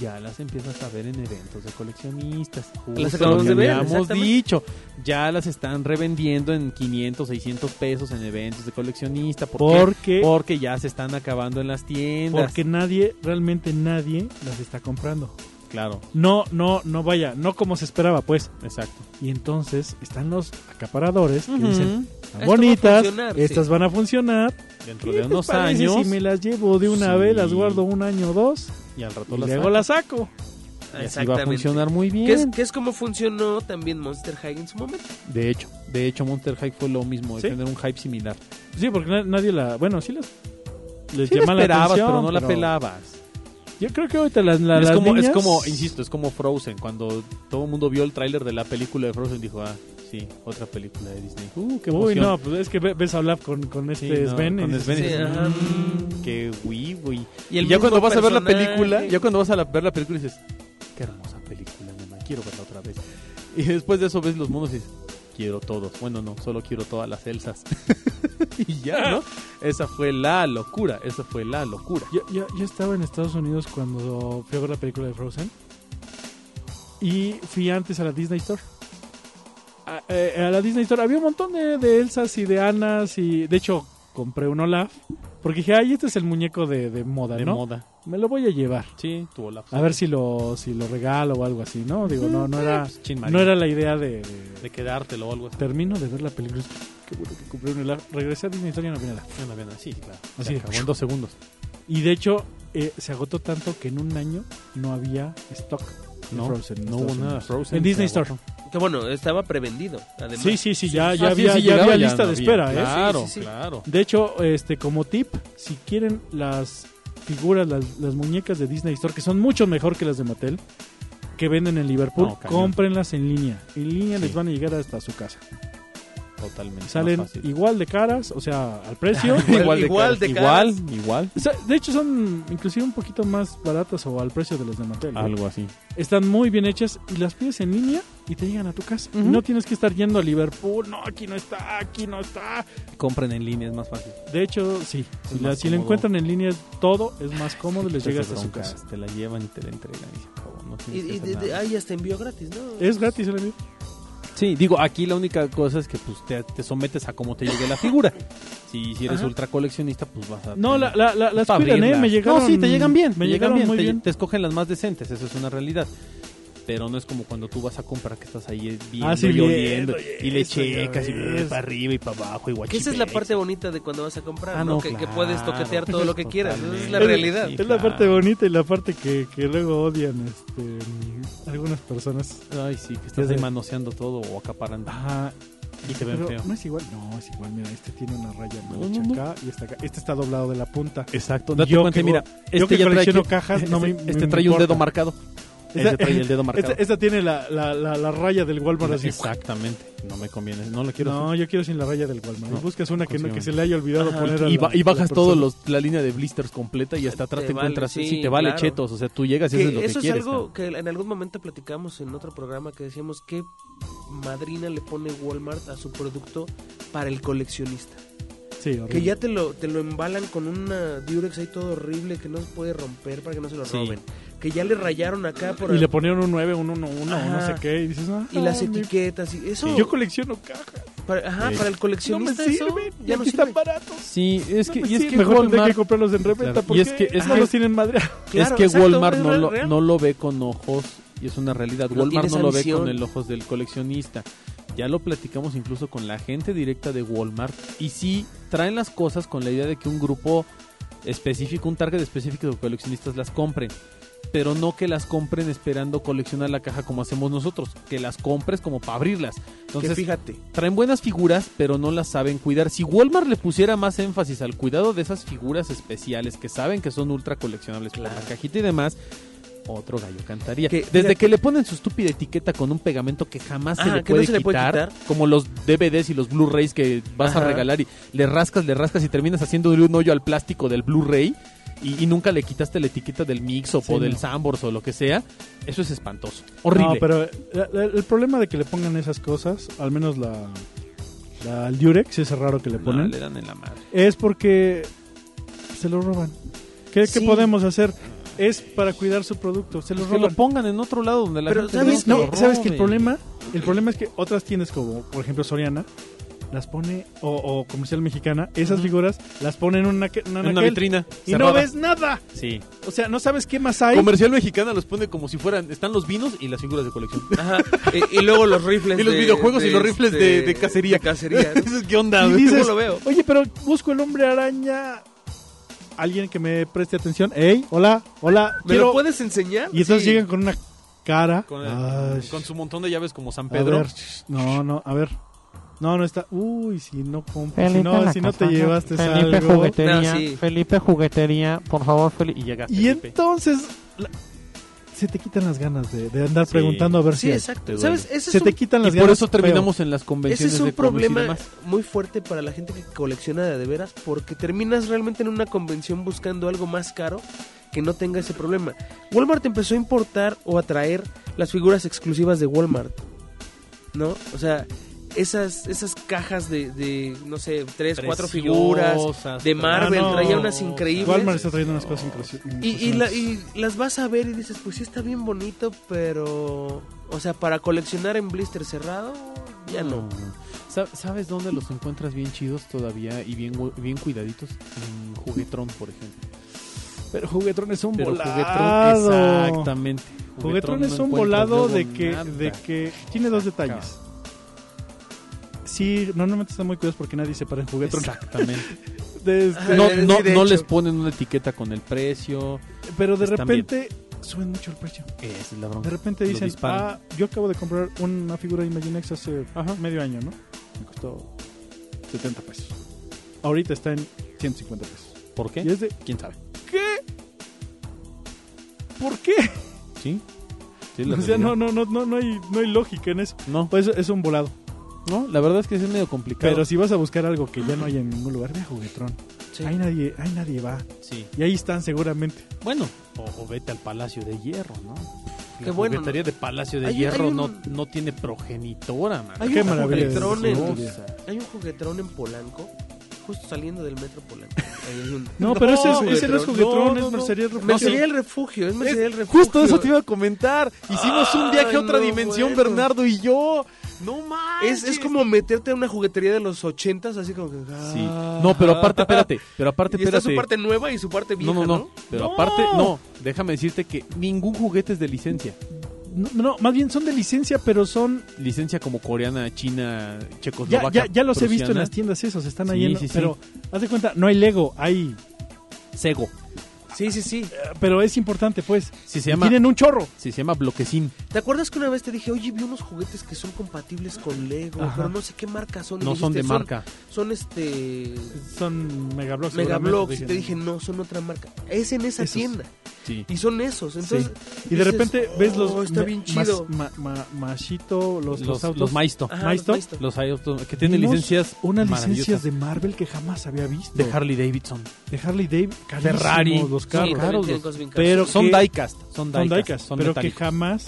Speaker 4: ya las empiezas a ver en eventos de coleccionistas. Justo
Speaker 3: Las acabamos de
Speaker 4: lo que
Speaker 3: ver,
Speaker 4: Habíamos
Speaker 3: exactamente.
Speaker 4: dicho, ya las están revendiendo en 500, 600 pesos en eventos de coleccionista. ¿Por qué?
Speaker 2: porque
Speaker 4: Porque ya se están acabando en las tiendas.
Speaker 2: porque nadie, realmente nadie las está comprando.
Speaker 4: Claro,
Speaker 2: No, no, no vaya, no como se esperaba, pues.
Speaker 4: exacto.
Speaker 2: Y entonces están los acaparadores que
Speaker 4: Ujú.
Speaker 2: dicen,
Speaker 3: Esto
Speaker 2: "Están
Speaker 3: va a
Speaker 2: bonitas,
Speaker 3: funcionar,
Speaker 2: estas
Speaker 3: sí.
Speaker 2: van a funcionar.
Speaker 4: Dentro
Speaker 2: ¿Qué
Speaker 4: de
Speaker 2: te
Speaker 4: unos
Speaker 2: parece
Speaker 4: años
Speaker 2: si me las llevo de una
Speaker 4: Sí.
Speaker 2: vez, las guardo un año o dos
Speaker 4: y al rato
Speaker 2: y
Speaker 4: las,
Speaker 2: luego
Speaker 4: sacan.
Speaker 2: las saco.
Speaker 4: Y así va a funcionar muy bien.
Speaker 3: Que es, que es como funcionó también Monster High en su momento.
Speaker 4: De hecho, de hecho Monster High fue lo mismo, de
Speaker 2: ¿Sí?
Speaker 4: tener un hype similar.
Speaker 2: Sí, porque na- nadie la, bueno, sí las les
Speaker 4: Sí la
Speaker 2: llama la
Speaker 4: esperabas,
Speaker 2: atención,
Speaker 4: pero no la pelabas.
Speaker 2: Yo creo que ahorita las, la-
Speaker 4: es,
Speaker 2: las
Speaker 4: como,
Speaker 2: niñas-
Speaker 4: es como, insisto, es como Frozen. Cuando todo el mundo vio el tráiler de la película de Frozen, dijo, ah, sí, otra película de Disney. Uh, qué
Speaker 2: Uy,
Speaker 4: emoción.
Speaker 2: no, pues es que ve- ves a Olaf con, con
Speaker 4: Sí,
Speaker 2: este
Speaker 4: no,
Speaker 2: Sven. y "Ah".
Speaker 4: con
Speaker 2: dices,
Speaker 4: Sven y
Speaker 3: Sí,
Speaker 4: dices,
Speaker 3: ajá.
Speaker 4: "Mm, qué güey, güey".
Speaker 3: Y
Speaker 4: Y,
Speaker 3: el
Speaker 4: ya
Speaker 3: mismo
Speaker 4: cuando vas a ver la
Speaker 3: personaje.
Speaker 4: película, ya cuando vas a la- ver la película dices, qué hermosa película, mamá, quiero verla otra vez. Y después de eso ves los monos y dices, quiero todos. Bueno, no, solo quiero todas las Elsas. y ya, ¿no? Esa fue la locura, esa fue la locura.
Speaker 2: Yo, yo- yo estaba en Estados Unidos cuando fui a ver la película de Frozen. Y fui antes a la Disney Store. A, eh, a la Disney Store había un montón de, de Elsas y de Anas. Y de hecho, compré un Olaf. Porque dije, ay, este es el muñeco de, de moda,
Speaker 4: De
Speaker 2: ¿no?
Speaker 4: moda.
Speaker 2: Me lo voy a llevar.
Speaker 4: Sí, tuvo la...
Speaker 2: A ver si lo, si lo regalo o algo así, ¿no? Digo, no, no era,
Speaker 4: Pues, chin,
Speaker 2: no
Speaker 4: María.
Speaker 2: era la idea de, de-
Speaker 4: de quedártelo o algo así.
Speaker 2: Termino de ver la película. Qué bueno que compré un Olaf. Regresé a Disney Store y no vi nada.
Speaker 4: Bueno, bien, así, claro. Se
Speaker 2: Así.
Speaker 4: acabó en dos segundos.
Speaker 2: Y de hecho, eh, se agotó tanto que en un año no había stock de
Speaker 4: No,
Speaker 2: Frozen. en
Speaker 4: no
Speaker 2: Estados
Speaker 4: hubo nada.
Speaker 2: Unidos.
Speaker 4: Frozen
Speaker 2: En Disney
Speaker 4: se
Speaker 2: Store.
Speaker 4: agotó.
Speaker 3: Que bueno, estaba prevendido, además.
Speaker 2: Sí, sí, sí, ya, ya
Speaker 4: Ah, sí,
Speaker 2: había,
Speaker 4: sí,
Speaker 2: ya
Speaker 4: llegaba,
Speaker 2: había
Speaker 4: ya
Speaker 2: lista
Speaker 4: no
Speaker 2: de
Speaker 4: había.
Speaker 2: espera, ¿eh?
Speaker 4: Claro,
Speaker 3: Sí, sí, sí.
Speaker 4: claro.
Speaker 2: De hecho, este, como tip, si quieren las figuras, las, las muñecas de Disney Store, que son mucho mejor que las de Mattel, que venden en Liverpool,
Speaker 4: No, cañón.
Speaker 2: cómprenlas en línea. En línea
Speaker 4: Sí.
Speaker 2: les van a llegar hasta su casa.
Speaker 4: Totalmente. más
Speaker 2: Salen
Speaker 4: fácil.
Speaker 2: igual de caras, o sea, al precio.
Speaker 3: Igual de
Speaker 4: igual,
Speaker 3: caras.
Speaker 4: igual, igual,
Speaker 2: O sea, de hecho, son inclusive un poquito más baratas o al precio de las de Mattel. ¿eh?
Speaker 4: algo así.
Speaker 2: Están muy bien hechas y las pides en línea y te llegan a tu casa. Y
Speaker 4: Ujú.
Speaker 2: No tienes que estar yendo a Liverpool. No, aquí no está, aquí no está.
Speaker 4: Compren en línea, es más fácil.
Speaker 2: De hecho, sí. Si,
Speaker 4: Es
Speaker 2: la,
Speaker 4: más
Speaker 2: si la
Speaker 4: cómodo.
Speaker 2: encuentran en línea, todo es más cómodo. Les
Speaker 4: Te
Speaker 2: llega
Speaker 4: hace
Speaker 2: hasta su
Speaker 4: broncas,
Speaker 2: casa.
Speaker 4: Te la llevan y te la entregan. y se acabó, no
Speaker 3: Y,
Speaker 4: tienes que
Speaker 3: y
Speaker 4: hacer
Speaker 3: de- de-
Speaker 4: nada.
Speaker 3: ay, hasta envío gratis, ¿no?
Speaker 2: Es gratis ¿eh, el envío.
Speaker 4: Sí, digo, aquí la única cosa es que pues te, te sometes a cómo te llegue la figura. Si, si eres
Speaker 3: Ajá.
Speaker 4: ultra coleccionista, pues vas a...
Speaker 2: No, la,
Speaker 4: tener-
Speaker 2: la, la- las
Speaker 4: para
Speaker 2: cuidan, ¿eh?
Speaker 4: abrirlas.
Speaker 2: Me llegaron.
Speaker 4: No, sí, te llegan bien.
Speaker 2: Me
Speaker 4: te
Speaker 2: llegaron
Speaker 4: llegan
Speaker 2: muy
Speaker 4: te-
Speaker 2: bien.
Speaker 4: Te escogen las más decentes, eso es una realidad. Pero no es como cuando tú vas a comprar que estás ahí eh, viendo
Speaker 2: Ah, sí,
Speaker 4: y
Speaker 2: viendo,
Speaker 4: oliendo y le
Speaker 2: eso,
Speaker 4: checas y
Speaker 2: ya
Speaker 4: ves
Speaker 2: ves.
Speaker 4: para arriba y para abajo y
Speaker 3: Que esa es la parte bonita de cuando vas a comprar,
Speaker 4: Ah,
Speaker 3: ¿no?
Speaker 4: no,
Speaker 3: que, que
Speaker 4: claro.
Speaker 3: puedes toquetear todo lo que quieras. Esa es la
Speaker 4: Totalmente.
Speaker 3: realidad.
Speaker 4: Sí.
Speaker 2: Es la
Speaker 4: claro.
Speaker 2: parte bonita y la parte que, que luego odian este, algunas personas.
Speaker 4: Ay, sí, que estás
Speaker 2: Desde-
Speaker 4: ahí manoseando todo o acaparando.
Speaker 2: Ajá.
Speaker 4: Y te ven
Speaker 2: Ah, Pero
Speaker 4: feo.
Speaker 2: No es igual. No, es igual. Mira, este tiene una raya
Speaker 4: No,
Speaker 2: mal hecha
Speaker 4: no, no.
Speaker 2: acá y este acá. Este está doblado de la punta.
Speaker 4: Exacto.
Speaker 2: Date
Speaker 4: yo
Speaker 2: cuenta,
Speaker 4: que, mira,
Speaker 2: yo
Speaker 4: este
Speaker 2: que
Speaker 4: ya trae
Speaker 2: colecciono
Speaker 4: aquí-
Speaker 2: cajas,
Speaker 4: este,
Speaker 2: no me-
Speaker 4: este
Speaker 2: me
Speaker 4: trae un
Speaker 2: importa.
Speaker 4: dedo marcado. Este
Speaker 2: Esta-
Speaker 4: trae el dedo marcado.
Speaker 2: Esta, esta tiene la, la, la, la raya del Walmart así.
Speaker 4: Exactamente. No me conviene. No lo quiero.
Speaker 2: No, yo quiero sin la raya del Walmart.
Speaker 4: No,
Speaker 2: Buscas una que, no, que
Speaker 4: consígueme.
Speaker 2: se le haya olvidado
Speaker 3: Ajá.
Speaker 2: poner a
Speaker 4: Y,
Speaker 2: la-
Speaker 4: ba- y
Speaker 2: la
Speaker 4: bajas
Speaker 2: persona.
Speaker 4: toda la línea de blisters completa y hasta atrás
Speaker 3: Te
Speaker 4: te,
Speaker 3: vale,
Speaker 4: encuentras.
Speaker 3: sí,
Speaker 4: si te vale
Speaker 3: claro.
Speaker 4: chetos. O sea, tú llegas y
Speaker 3: Que
Speaker 4: haces lo que
Speaker 3: eso es
Speaker 4: quieres.
Speaker 3: algo
Speaker 4: ¿no?
Speaker 3: que en algún momento platicamos en otro programa que decíamos que madrina le pone Walmart a su producto para el coleccionista.
Speaker 2: Sí,
Speaker 3: Que
Speaker 2: horrible.
Speaker 3: ya te lo, te lo embalan con una Durex ahí todo horrible que no se puede romper para que no se lo
Speaker 4: Sí.
Speaker 3: roben. Que ya le rayaron acá por
Speaker 2: Y le ponieron un 9, un 1, 1,
Speaker 3: Ajá.
Speaker 2: no sé qué. Y dices, ah,
Speaker 3: y las
Speaker 2: mi-
Speaker 3: etiquetas y eso
Speaker 2: Yo colecciono cajas.
Speaker 3: para, ajá,
Speaker 4: Sí.
Speaker 3: para
Speaker 2: No
Speaker 3: el
Speaker 2: me
Speaker 3: coleccionista eso
Speaker 2: sirven.
Speaker 3: ya
Speaker 2: Ya
Speaker 3: no
Speaker 2: no
Speaker 3: sirve.
Speaker 2: están baratos.
Speaker 4: Sí, es
Speaker 2: No
Speaker 4: que,
Speaker 3: pues
Speaker 2: me
Speaker 4: y es que
Speaker 2: sirven, mejor tendré que
Speaker 4: Walmart,
Speaker 2: comprarlos en reventa
Speaker 4: Claro, y
Speaker 2: porque
Speaker 4: es que- es
Speaker 2: no
Speaker 4: que-
Speaker 2: los tienen madre.
Speaker 4: es
Speaker 3: Claro,
Speaker 4: que
Speaker 3: exacto,
Speaker 4: Walmart
Speaker 3: es
Speaker 4: no
Speaker 3: real,
Speaker 4: lo,
Speaker 3: real.
Speaker 4: no lo ve con ojos. Y es una realidad.
Speaker 3: No tiene
Speaker 4: Walmart
Speaker 3: esa
Speaker 4: no lo ve
Speaker 3: visión.
Speaker 4: con el ojos del coleccionista. Ya lo platicamos incluso con la gente directa de Walmart. Y sí, traen las cosas con la idea de que un grupo específico, un target específico de coleccionistas las compren. Pero no que las compren esperando coleccionar la caja como hacemos nosotros. Que las compres como para abrirlas.
Speaker 3: que
Speaker 4: Entonces,
Speaker 3: fíjate,
Speaker 4: traen buenas figuras, pero no las saben cuidar. Si Walmart le pusiera más énfasis al cuidado de esas figuras especiales que saben que son ultra coleccionables por la cajita y demás, otro gallo cantaría.
Speaker 3: Que,
Speaker 4: Desde
Speaker 3: fíjate-
Speaker 4: que le ponen su estúpida etiqueta con un pegamento que jamás se,
Speaker 3: Ajá,
Speaker 4: le
Speaker 3: que no
Speaker 4: puede,
Speaker 3: se le puede
Speaker 4: quitar,
Speaker 3: quitar.
Speaker 4: como los DVDs y los Blu-rays que vas
Speaker 3: Ajá.
Speaker 4: a regalar y le rascas, le rascas y terminas haciéndole un hoyo al plástico del Blu-ray. Y, y nunca le quitaste la etiqueta del Mix
Speaker 2: Sí,
Speaker 4: o del
Speaker 2: no.
Speaker 4: Sambors o lo que sea. Eso es espantoso. Horrible.
Speaker 2: No, pero eh, la- la- el problema de que le pongan esas cosas, al menos la, la el Durex, es raro que le
Speaker 4: No,
Speaker 2: ponen,
Speaker 4: le dan en la madre.
Speaker 2: es porque se lo roban. ¿Qué, qué
Speaker 3: Sí.
Speaker 2: podemos hacer? Es para cuidar su producto, se lo
Speaker 4: Pues que lo
Speaker 2: roban.
Speaker 4: pongan en otro lado donde la
Speaker 3: Pero,
Speaker 4: gente
Speaker 3: ¿sabes
Speaker 4: no,
Speaker 2: no,
Speaker 4: se lo
Speaker 2: ¿sabes que el
Speaker 4: robe?
Speaker 2: problema? El problema es que otras tiendas como, por ejemplo, Soriana, las pone, o, o Comercial Mexicana, esas figuras las ponen en una, que- en una
Speaker 4: En una
Speaker 2: anaquel
Speaker 4: vitrina
Speaker 2: y
Speaker 4: cerrada.
Speaker 2: no ves nada.
Speaker 4: Sí.
Speaker 2: O sea, no sabes qué más hay.
Speaker 4: Comercial mexicana los pone como si fueran están los vinos y las figuras de colección.
Speaker 3: ajá, y, y luego los rifles
Speaker 4: Y los
Speaker 3: de-
Speaker 4: videojuegos
Speaker 3: de
Speaker 4: y los rifles de-
Speaker 3: este-
Speaker 4: de cacería.
Speaker 3: de cacería, ¿no?
Speaker 4: Dices, ¿Qué onda?
Speaker 2: Y
Speaker 4: güey?
Speaker 2: dices,
Speaker 4: ¿Cómo lo veo?
Speaker 2: Oye, pero busco el hombre araña. Alguien que me preste atención. Ey, hola, hola.
Speaker 3: ¿Me
Speaker 2: quiero-
Speaker 3: lo puedes enseñar?
Speaker 2: Y entonces
Speaker 3: Sí.
Speaker 2: llegan con una cara.
Speaker 4: Con, el-
Speaker 2: Ay,
Speaker 4: con su montón de llaves como San
Speaker 2: a
Speaker 4: Pedro.
Speaker 2: ver, no, no, a ver. No, no está. Uy, si no compras. Si
Speaker 5: Felipe
Speaker 2: no,
Speaker 5: la
Speaker 2: si no te
Speaker 5: Cazanga,
Speaker 2: llevaste
Speaker 5: Felipe
Speaker 2: algo.
Speaker 5: Juguetería,
Speaker 3: No, sí.
Speaker 5: Felipe Juguetería, por favor, Felipe.
Speaker 4: Y llega
Speaker 2: Y
Speaker 4: Felipe.
Speaker 2: entonces. la- Se te quitan las ganas de, de andar
Speaker 4: Sí.
Speaker 2: preguntando a ver
Speaker 3: Sí,
Speaker 2: si. hay.
Speaker 3: exacto.
Speaker 4: duele.
Speaker 3: ¿Sabes? Ese
Speaker 2: Se
Speaker 3: es
Speaker 2: te
Speaker 3: un,
Speaker 2: quitan
Speaker 4: Y
Speaker 2: las ganas.
Speaker 4: por eso
Speaker 2: feo.
Speaker 4: terminamos en las
Speaker 3: ese
Speaker 4: convenciones
Speaker 3: es un
Speaker 4: de cómics y
Speaker 3: problema
Speaker 4: demás.
Speaker 3: muy fuerte para la gente que colecciona de, de veras porque terminas realmente en una convención buscando algo más caro que no tenga ese problema. Walmart empezó a importar o a traer las figuras exclusivas de Walmart. ¿No? O sea, esas, esas cajas de, de, no sé, tres, cuatro
Speaker 4: Preciosas,
Speaker 3: figuras de
Speaker 4: pero-
Speaker 3: Marvel,
Speaker 2: Ah, no.
Speaker 3: traía unas increíbles.
Speaker 2: Walmart está trayendo unas cosas impresionantes.
Speaker 3: Y, y la- y las vas a ver y dices, pues sí está bien bonito, pero... O sea, para coleccionar en blister cerrado, ya no.
Speaker 4: Sa- ¿Sabes dónde los encuentras bien chidos todavía y bien, gu- bien cuidaditos? En Juguetrón, por ejemplo.
Speaker 2: Pero Juguetrón es un
Speaker 4: Pero
Speaker 2: volado.
Speaker 4: Juguetrón, exactamente.
Speaker 2: Juguetrón
Speaker 4: no
Speaker 2: es un
Speaker 4: encuentras
Speaker 2: volado
Speaker 4: luego
Speaker 2: de que,
Speaker 4: nada.
Speaker 2: de que tiene dos detalles. Sí, normalmente están muy cuidados porque nadie se para en Juguetrón.
Speaker 4: Exactamente.
Speaker 2: De- este, de-
Speaker 3: Ay,
Speaker 4: No,
Speaker 3: sí,
Speaker 4: no,
Speaker 3: de
Speaker 4: no
Speaker 3: hecho.
Speaker 4: les ponen una etiqueta con el precio.
Speaker 2: pero de
Speaker 4: Están bien.
Speaker 2: repente suben mucho el precio.
Speaker 4: Esa es
Speaker 2: De
Speaker 4: la bronca.
Speaker 2: repente
Speaker 4: Lo
Speaker 2: dicen, ah,
Speaker 4: disparan.
Speaker 2: yo acabo de comprar una figura de Imaginex hace medio año, ¿no? Me costó 70 pesos. Ahorita está en 150 pesos.
Speaker 4: ¿Por
Speaker 2: Y
Speaker 4: qué?
Speaker 2: es de,
Speaker 4: ¿Quién sabe?
Speaker 2: ¿qué? ¿Por qué?
Speaker 4: ¿Sí? Sí, la
Speaker 2: O sea, no,
Speaker 4: realidad.
Speaker 2: no, no, no, no, hay, no hay lógica en eso.
Speaker 4: No,
Speaker 2: Pues es un volado.
Speaker 4: no, la verdad es que sí es medio complicado.
Speaker 2: Pero si vas a buscar algo que ya no hay en ningún lugar, ve a Juguetrón.
Speaker 3: Sí.
Speaker 2: Ahí, nadie, ahí nadie va.
Speaker 4: sí.
Speaker 2: Y ahí están seguramente.
Speaker 4: Bueno, o, o vete al Palacio de Hierro, ¿no?
Speaker 3: Qué bueno,
Speaker 4: La juguetería de Palacio de
Speaker 3: Hay un-
Speaker 4: Hierro
Speaker 3: hay un-
Speaker 4: no, no tiene progenitora, man.
Speaker 3: Hay
Speaker 2: Qué
Speaker 3: un
Speaker 4: Pues,
Speaker 2: maravilla de
Speaker 3: juguetrón en-
Speaker 2: juguetería.
Speaker 3: Hay un juguetrón en Polanco, justo saliendo del metro Polanco. Ahí hay un-
Speaker 2: No, pero ese, es- ese no es
Speaker 4: Juguetrón.
Speaker 2: Juguetrón,
Speaker 4: No, no,
Speaker 2: es
Speaker 4: no.
Speaker 2: Mercería Refugio.
Speaker 3: Mercería el refugio, es Mercería el refugio. Ah,
Speaker 4: Justo eso te iba a comentar. Hicimos un viaje a
Speaker 3: Ay,
Speaker 4: otra
Speaker 3: no,
Speaker 4: dimensión,
Speaker 3: bueno.
Speaker 4: Bernardo y yo. No más.
Speaker 3: Es, es como meterte a una juguetería de los ochentas, así como que... ah.
Speaker 4: Sí. Ah. No, pero aparte, espérate. Pero aparte,
Speaker 3: Y está
Speaker 4: espérate.
Speaker 3: su parte nueva y su parte vieja,
Speaker 4: no, no, no. Pero
Speaker 2: No.
Speaker 4: aparte, no. Déjame decirte que ningún juguete es de licencia.
Speaker 2: No, no, más bien son de licencia, pero son.
Speaker 4: Licencia como coreana, china,
Speaker 2: Ya,
Speaker 4: checoslovaca.
Speaker 2: ya, ya los he visto en
Speaker 4: prusiana.
Speaker 2: las tiendas esos, están
Speaker 4: Sí,
Speaker 2: ahí. en-
Speaker 4: sí, sí.
Speaker 2: pero haz de cuenta, no hay Lego, hay.
Speaker 4: Sego.
Speaker 3: Sí, sí, sí.
Speaker 2: eh, Pero es importante, pues.
Speaker 4: Si se llama,
Speaker 2: Tienen un chorro.
Speaker 4: si se llama bloquecín.
Speaker 3: ¿Te acuerdas que una vez te dije, oye, vi unos juguetes que son compatibles con Lego,
Speaker 2: Ajá.
Speaker 3: pero no sé qué marca son? Y
Speaker 4: No
Speaker 3: dijiste,
Speaker 4: son de marca.
Speaker 3: Son este...
Speaker 2: Son megablocks.
Speaker 3: Megablogs.
Speaker 2: seguramente,
Speaker 3: Y te dije, no, son otra marca. Es en esa
Speaker 2: Esos.
Speaker 3: tienda.
Speaker 4: Sí.
Speaker 3: Y son esos. Entonces,
Speaker 2: Y de
Speaker 3: dices,
Speaker 2: repente ves los.
Speaker 3: "Oh, está
Speaker 2: ma-
Speaker 3: bien
Speaker 2: mas-
Speaker 3: chido.
Speaker 2: ma- ma- machito, los, los,
Speaker 4: Los,
Speaker 2: autos.
Speaker 4: los Maisto.
Speaker 3: Ajá,
Speaker 2: Maisto,
Speaker 3: los Maisto.
Speaker 4: Los autos que tienen
Speaker 2: Vimos
Speaker 4: licencias.
Speaker 2: Unas licencias
Speaker 4: maravillosas.
Speaker 2: de Marvel que jamás había visto.
Speaker 4: de Harley Davidson.
Speaker 2: De Harley Davidson.
Speaker 4: Ferrari.
Speaker 2: Los
Speaker 4: Sí,
Speaker 3: Sí, también
Speaker 2: carros.
Speaker 4: raros
Speaker 3: tienen
Speaker 4: los-
Speaker 3: cosas bien caras.
Speaker 2: pero
Speaker 4: Son
Speaker 2: que-
Speaker 4: diecast. Son
Speaker 2: Son
Speaker 4: diecast.
Speaker 2: diecast,
Speaker 4: son
Speaker 2: pero
Speaker 4: metálicos.
Speaker 2: que jamás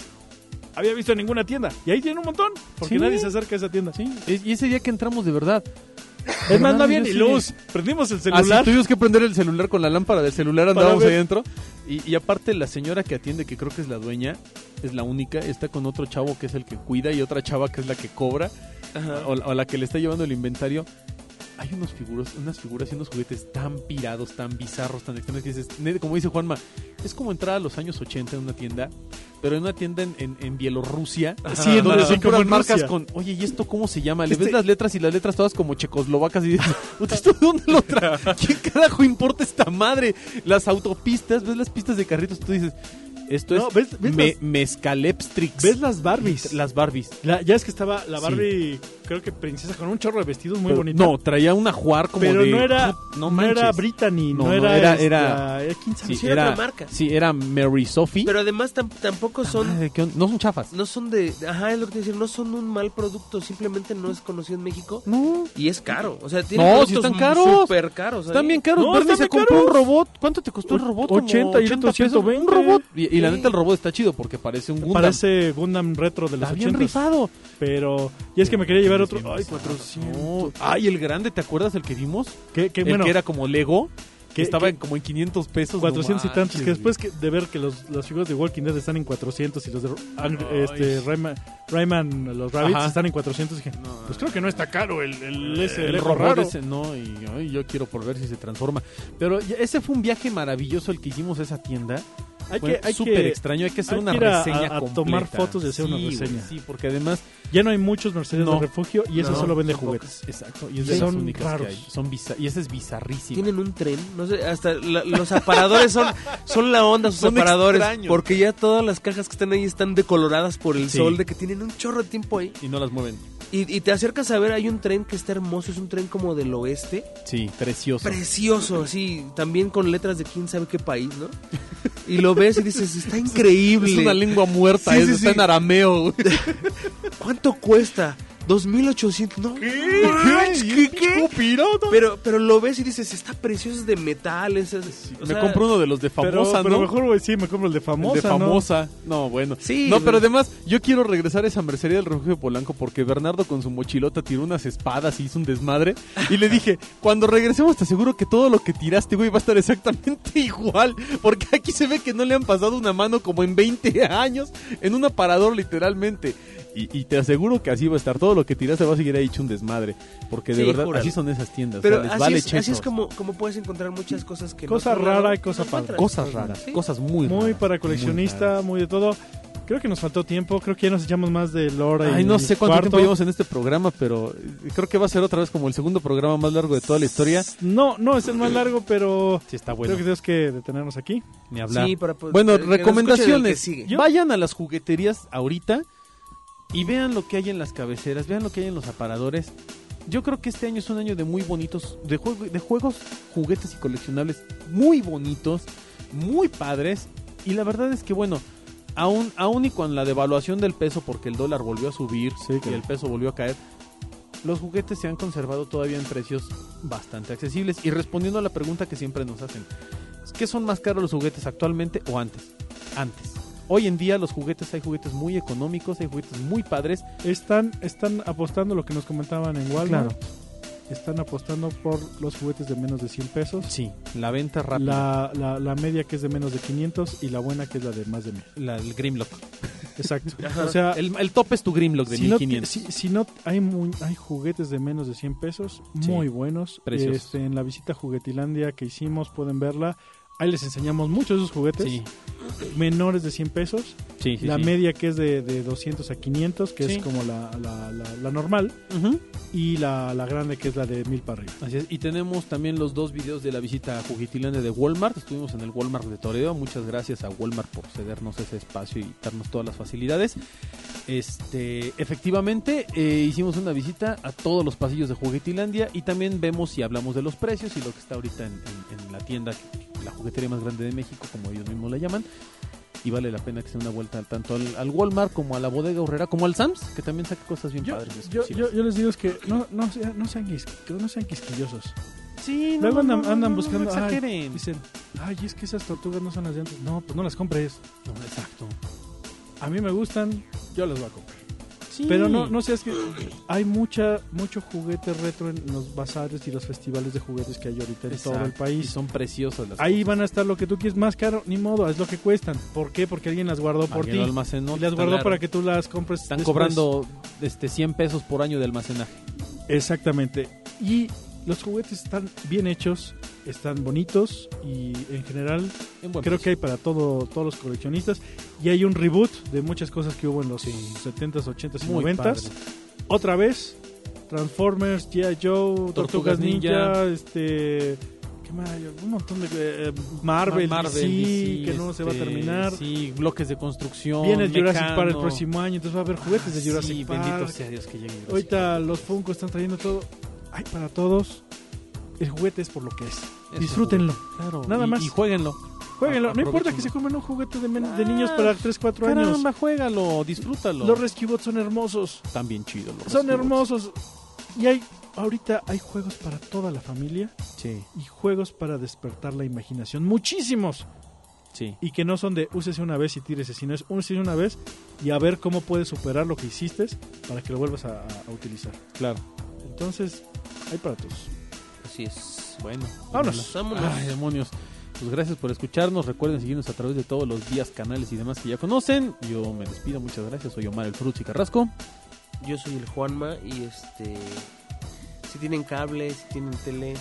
Speaker 2: había visto en ninguna tienda. Y ahí tiene un montón, porque
Speaker 4: Sí.
Speaker 2: nadie se acerca a esa tienda.
Speaker 4: Sí, es- y ese día que entramos de verdad.
Speaker 2: Es más, no
Speaker 4: Fernando,
Speaker 2: había
Speaker 4: yo
Speaker 2: ni
Speaker 4: sí-
Speaker 2: luz. Prendimos el
Speaker 4: Así
Speaker 2: celular.
Speaker 4: tuvimos que prender el celular con la lámpara del celular,
Speaker 2: Para
Speaker 4: andábamos
Speaker 2: ver.
Speaker 4: ahí adentro. Y, y aparte la señora que atiende, que creo que es la dueña, es la única, está con otro chavo que es el que cuida y otra chava que es la que cobra
Speaker 3: Ajá.
Speaker 4: o, la- o la que le está llevando el inventario. Hay unos figuras, unas figuras y unos juguetes tan pirados, tan bizarros, tan extraños que dices, "Neta", como dice Juanma, es como entrar a los años 80 en una tienda, pero en una tienda en, en- en Bielorrusia,
Speaker 2: Sí, en
Speaker 4: donde
Speaker 2: Rusia,
Speaker 4: son
Speaker 2: como
Speaker 4: puras
Speaker 2: en
Speaker 4: marcas
Speaker 2: Rusia.
Speaker 4: con, oye, ¿y esto cómo se llama? Le
Speaker 2: Este-
Speaker 4: ves las letras y las letras todas como checoslovacas y dices, "Puta, ¿esto de dónde lo trae? ¿Qué carajo importa esta madre? Las autopistas, ves las pistas de carritos, tú dices, esto
Speaker 2: No,
Speaker 4: es
Speaker 2: ¿ves, ves
Speaker 4: me-
Speaker 2: las,
Speaker 4: Mezcalepstrix".
Speaker 2: ves las Barbies?
Speaker 4: Las Barbies.
Speaker 2: La- ya es que estaba la Barbie, creo que princesa, con un chorro de vestidos muy
Speaker 4: Pero-
Speaker 2: bonito.
Speaker 4: No, traía una jugar como
Speaker 2: pero
Speaker 4: de-
Speaker 2: no era, no,
Speaker 4: no
Speaker 2: era
Speaker 4: manches.
Speaker 2: Brittany, no,
Speaker 4: No, no,
Speaker 2: era,
Speaker 4: era-
Speaker 2: esta-
Speaker 4: era-
Speaker 2: eh, ¿quién sabe?
Speaker 4: Sí,
Speaker 3: Sí, era
Speaker 4: era,
Speaker 3: otra marca.
Speaker 4: sí, era Mary Sophie.
Speaker 3: Pero además tam- tampoco son...
Speaker 4: Ah, Madre, ¿qué on- no son chafas.
Speaker 3: No son de... Ajá, es lo que te iba a decir. No son un mal producto. Simplemente no es conocido en México.
Speaker 4: No,
Speaker 3: Y es caro. O sea,
Speaker 4: No,
Speaker 3: tienen
Speaker 4: sí
Speaker 3: productos
Speaker 4: están caros.
Speaker 3: Súper caros.
Speaker 4: están bien caros.
Speaker 2: eh, No,
Speaker 4: Bernie
Speaker 2: están
Speaker 4: se
Speaker 2: bien
Speaker 4: compró un
Speaker 2: caros.
Speaker 4: robot. ¿Cuánto te costó el robot? Como
Speaker 2: 80 y otros
Speaker 4: pesos.
Speaker 2: 120.
Speaker 4: Un robot. Y, y la
Speaker 3: Sí.
Speaker 4: neta, el robot está chido porque parece un Gundam.
Speaker 2: Parece Gundam retro de los
Speaker 4: está bien
Speaker 2: 80
Speaker 4: rifado.
Speaker 2: Pero, y es que me quería llevar otro.
Speaker 4: Bien
Speaker 2: Ay, pues,
Speaker 4: bizarro.
Speaker 2: 400.
Speaker 4: No. Ay, el grande, ¿te acuerdas el que vimos?
Speaker 2: Que, que,
Speaker 4: el
Speaker 2: bueno,
Speaker 4: que era como Lego.
Speaker 2: que-
Speaker 4: Que estaba
Speaker 2: que-
Speaker 4: en como en 500 pesos.
Speaker 2: 400
Speaker 4: No
Speaker 2: y tantos.
Speaker 4: manches,
Speaker 2: Que después que- de ver que los, las figuras de Walking Dead están en 400 y los de Ang-
Speaker 4: Ay.
Speaker 2: este, Rayman, Rayman, los Rabbits
Speaker 4: Ajá.
Speaker 2: están en 400, dije,
Speaker 4: güey. No,
Speaker 2: pues creo que no está caro el, el,
Speaker 4: Eh,
Speaker 2: ese,
Speaker 4: el
Speaker 2: el
Speaker 4: robot
Speaker 2: raro.
Speaker 4: ese, no, y ay, yo quiero por ver si se transforma. Pero ya- ese fue un viaje maravilloso el que hicimos a esa tienda.
Speaker 2: Hay
Speaker 4: Fue
Speaker 2: que, hay
Speaker 4: súper
Speaker 2: que,
Speaker 4: extraño, hay que hacer
Speaker 2: hay
Speaker 4: una
Speaker 2: que ir a-
Speaker 4: reseña
Speaker 2: a- a
Speaker 4: completa.
Speaker 2: tomar fotos y hacer una
Speaker 4: Sí, güey,
Speaker 2: reseña.
Speaker 4: sí, porque además,
Speaker 2: ya no hay muchos Mercedes
Speaker 4: No.
Speaker 2: de refugio y eso
Speaker 3: No,
Speaker 2: solo vende
Speaker 3: tampoco.
Speaker 2: juguetes.
Speaker 4: exacto, y es
Speaker 2: Sí.
Speaker 4: de las
Speaker 2: Son
Speaker 4: únicas
Speaker 2: raros.
Speaker 4: que hay. Son bizar- y ese es bizarrísimo.
Speaker 3: Tienen un tren, no sé, hasta la- los aparadores son, son la onda, sus
Speaker 4: Son
Speaker 3: aparadores.
Speaker 4: extraños.
Speaker 3: Porque ya todas las cajas que están ahí están decoloradas por el
Speaker 4: Sí.
Speaker 3: sol, de que tienen un chorro de tiempo ahí.
Speaker 4: Y no las mueven.
Speaker 3: Y, y te acercas a ver, hay un tren que está hermoso, es un tren como del oeste,
Speaker 4: Sí, precioso.
Speaker 3: precioso, así, también con letras de quién sabe qué país, ¿no? Y lo ves y dices, está increíble.
Speaker 4: es una lengua muerta,
Speaker 3: Sí,
Speaker 4: es-
Speaker 3: sí,
Speaker 4: está
Speaker 3: sí.
Speaker 4: en arameo. güey.
Speaker 3: ¿Cuánto cuesta? 2800, no. manches, ¿Qué? ¿Qué? Pero, pero lo ves y dices, está precioso es de metal. es- es- o
Speaker 4: me
Speaker 3: sea,
Speaker 4: compro uno de los de
Speaker 2: Pero,
Speaker 4: famosa,
Speaker 2: pero
Speaker 4: ¿no?
Speaker 2: mejor, güey, sí, me compro el de famosa.
Speaker 4: El de
Speaker 2: ¿no?
Speaker 4: famosa. ¿no? bueno.
Speaker 3: Sí,
Speaker 4: no,
Speaker 3: güey.
Speaker 4: pero además, yo quiero regresar a esa mercería del refugio de Polanco porque Bernardo con su mochilota tiró unas espadas y hizo un desmadre. Y le dije, cuando regresemos te aseguro que todo lo que tiraste, güey, va a estar exactamente igual. Porque aquí se ve que no le han pasado una mano como en 20 años en un aparador literalmente. Y, y te aseguro que así va a estar. Todo lo que tiraste va a seguir ahí hecho un desmadre. Porque de
Speaker 3: Sí,
Speaker 4: verdad,
Speaker 3: júralo.
Speaker 4: así son esas tiendas.
Speaker 3: Pero
Speaker 4: o sea, les
Speaker 3: así,
Speaker 4: vale
Speaker 3: es, así es
Speaker 4: chetos.
Speaker 3: como, como puedes encontrar muchas cosas que...
Speaker 2: Cosa
Speaker 3: en otro lado
Speaker 2: rara y
Speaker 3: no
Speaker 2: cosa padre.
Speaker 3: encuentras.
Speaker 4: Cosas raras,
Speaker 3: Sí.
Speaker 4: cosas muy raras.
Speaker 2: Muy para coleccionista,
Speaker 4: raras.
Speaker 2: muy de todo. Creo que nos faltó tiempo, creo que ya nos echamos más de hora y
Speaker 4: Ay, no sé cuánto
Speaker 2: cuarto.
Speaker 4: tiempo llevamos en este programa, pero eh, creo que va a ser otra vez como el segundo programa más largo de toda la historia.
Speaker 2: No, no, es el más largo, pero
Speaker 4: Sí, está
Speaker 2: creo que tenemos que detenernos aquí.
Speaker 4: ni hablar.
Speaker 3: Sí, para, pues,
Speaker 4: bueno,
Speaker 3: que nos escuche del que
Speaker 4: recomendaciones.
Speaker 3: sigue.
Speaker 4: Yo- Vayan a las jugueterías ahorita y vean lo que hay en las cabeceras, vean lo que hay en los aparadores. Yo creo que este año es un año de muy bonitos, de, juego, de juegos, juguetes y coleccionables muy bonitos, muy padres. Y la verdad es que, bueno, aún, aún y con la devaluación del peso, porque el dólar volvió a subir
Speaker 2: Sí,
Speaker 4: y
Speaker 2: claro.
Speaker 4: el peso volvió a caer, los juguetes se han conservado todavía en precios bastante accesibles. Y respondiendo a la pregunta que siempre nos hacen, ¿qué son más caros los juguetes actualmente o antes? Antes. Hoy en día los juguetes, hay juguetes muy económicos, hay juguetes muy padres.
Speaker 2: Están, están apostando lo que nos comentaban en Walmart. Están apostando por los juguetes de menos de 100 pesos.
Speaker 4: Sí, la venta rápida.
Speaker 2: La, la, la media que es de menos de 500 y la buena que es la de más de 1000.
Speaker 4: La- el Grimlock.
Speaker 2: Exacto. o sea,
Speaker 4: El, el top es tu Grimlock de
Speaker 2: Ah, si, no,
Speaker 4: 1500.
Speaker 2: si- si no hay, muy- hay juguetes de menos de 100 pesos,
Speaker 4: Sí.
Speaker 2: muy buenos.
Speaker 4: Preciosos.
Speaker 2: Este, en la visita a Juguetilandia que hicimos, pueden verla. Ahí les enseñamos muchos de esos juguetes
Speaker 4: Sí,
Speaker 2: menores de 100 pesos.
Speaker 4: sí, sí,
Speaker 2: la
Speaker 4: sí.
Speaker 2: media que es de, de 200 a 500, que
Speaker 4: Sí.
Speaker 2: es como la, la- la- la normal.
Speaker 4: Ujú.
Speaker 2: Y la, la grande que es la de 1000 para arriba.
Speaker 4: Así es. Y tenemos también los dos videos de la visita a Juguetilandia de Walmart. Estuvimos en el Walmart de Toreo. Muchas gracias a Walmart por cedernos ese espacio y darnos todas las facilidades. Este, efectivamente, eh, hicimos una visita a todos los pasillos de Juguetilandia y también vemos y hablamos de los precios y lo que está ahorita en, en- en la tienda, la juguetería más grande de México, como ellos mismos la llaman. Y vale la pena que se den una vuelta tanto al, al Walmart como a la bodega horrera, como al Sams, que también saca cosas bien
Speaker 2: Yo,
Speaker 4: padres.
Speaker 2: yo,
Speaker 4: exclusivas.
Speaker 2: yo, yo les digo es que no, no, sea- no, sean, quis- no sean quisquillosos.
Speaker 4: Sí, no,
Speaker 2: Luego
Speaker 4: no,
Speaker 2: andan-
Speaker 4: no,
Speaker 2: andan
Speaker 4: no, no,
Speaker 2: buscando,
Speaker 4: No,
Speaker 2: ay,
Speaker 4: exageren.
Speaker 2: Dicen, ay, es que esas tortugas no son las de antes. No, pues no las compres.
Speaker 4: No, exacto.
Speaker 2: A mí me gustan, yo las voy a comprar.
Speaker 4: Sí.
Speaker 2: Pero no, no seas que hay mucha, mucho juguete retro en los bazares y los festivales de juguetes que hay ahorita en
Speaker 4: Exacto.
Speaker 2: todo el
Speaker 4: Y
Speaker 2: país.
Speaker 4: son preciosas las
Speaker 2: Ahí van a estar lo que tú quieres, más caro, ni modo, es lo que cuestan. ¿Por qué? Porque alguien las guardó por ti. Y las guardó para que tú las compres.
Speaker 4: Están
Speaker 2: después.
Speaker 4: cobrando este 100 pesos por año de almacenaje.
Speaker 2: Exactamente. Y los juguetes están bien hechos, están bonitos y en general
Speaker 4: En buen
Speaker 2: creo que
Speaker 4: precio.
Speaker 2: hay para todo, todos los coleccionistas. Y hay un reboot de muchas cosas que hubo en los 70s, 80s y
Speaker 4: Muy
Speaker 2: 90s.
Speaker 4: padre.
Speaker 2: Otra vez, Transformers, G.I. Joe, Tortugas,
Speaker 4: Tortugas
Speaker 2: Ninja, este... ¿Qué más? hay? Un montón de... eh, Marvel, DC,
Speaker 4: DC,
Speaker 2: que no se va a
Speaker 4: este,
Speaker 2: terminar.
Speaker 4: Sí, bloques de construcción.
Speaker 2: Viene Jurassic
Speaker 4: Mecano. Ah,
Speaker 2: Park el próximo año, entonces va a haber juguetes de
Speaker 4: Sí,
Speaker 2: Jurassic Park.
Speaker 4: bendito sea Dios que llegue Jurassic
Speaker 2: Ahorita
Speaker 4: Park.
Speaker 2: los Funko están trayendo todo. Hay para todos. El juguete es por lo que es.
Speaker 4: Es
Speaker 2: Disfrútenlo.
Speaker 4: un juguete. Claro.
Speaker 2: Nada
Speaker 4: y-
Speaker 2: más.
Speaker 4: Y jueguenlo.
Speaker 2: Jueguenlo. No
Speaker 4: Ah, Aprovechenlo.
Speaker 2: importa que se coman un juguete de, men- de
Speaker 4: Ah,
Speaker 2: niños para 3, 4 años.
Speaker 4: Caramba, juégalo, disfrútalo.
Speaker 2: Los Rescue Bots son hermosos.
Speaker 4: Están bien chidos los
Speaker 2: Son
Speaker 4: Rescue Bots.
Speaker 2: hermosos. Y hay ahorita hay juegos para toda la familia
Speaker 4: Sí,
Speaker 2: y juegos para despertar la imaginación. Muchísimos.
Speaker 4: sí.
Speaker 2: Y que no son de úsese una vez y tírese, sino es úsese una vez y a ver cómo puedes superar lo que hiciste para que lo vuelvas a, a utilizar.
Speaker 4: Claro.
Speaker 2: Entonces, hay para todos.
Speaker 3: Así es.
Speaker 4: Bueno,
Speaker 2: Vámonos.
Speaker 3: pues, Vámonos.
Speaker 4: Ay, demonios. Pues gracias por escucharnos. Recuerden seguirnos a través de todos los días, canales y demás que ya conocen. Yo me despido, muchas gracias. Soy Omar el Frutzi Carrasco.
Speaker 3: Yo soy el Juanma y este... Si tienen cable, si tienen tele...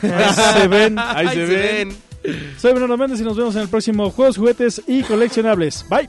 Speaker 2: Se ven.
Speaker 4: Ahí se ven.
Speaker 2: Soy Bruno Méndez y nos vemos en el próximo Juegos, Juguetes y Coleccionables. Bye.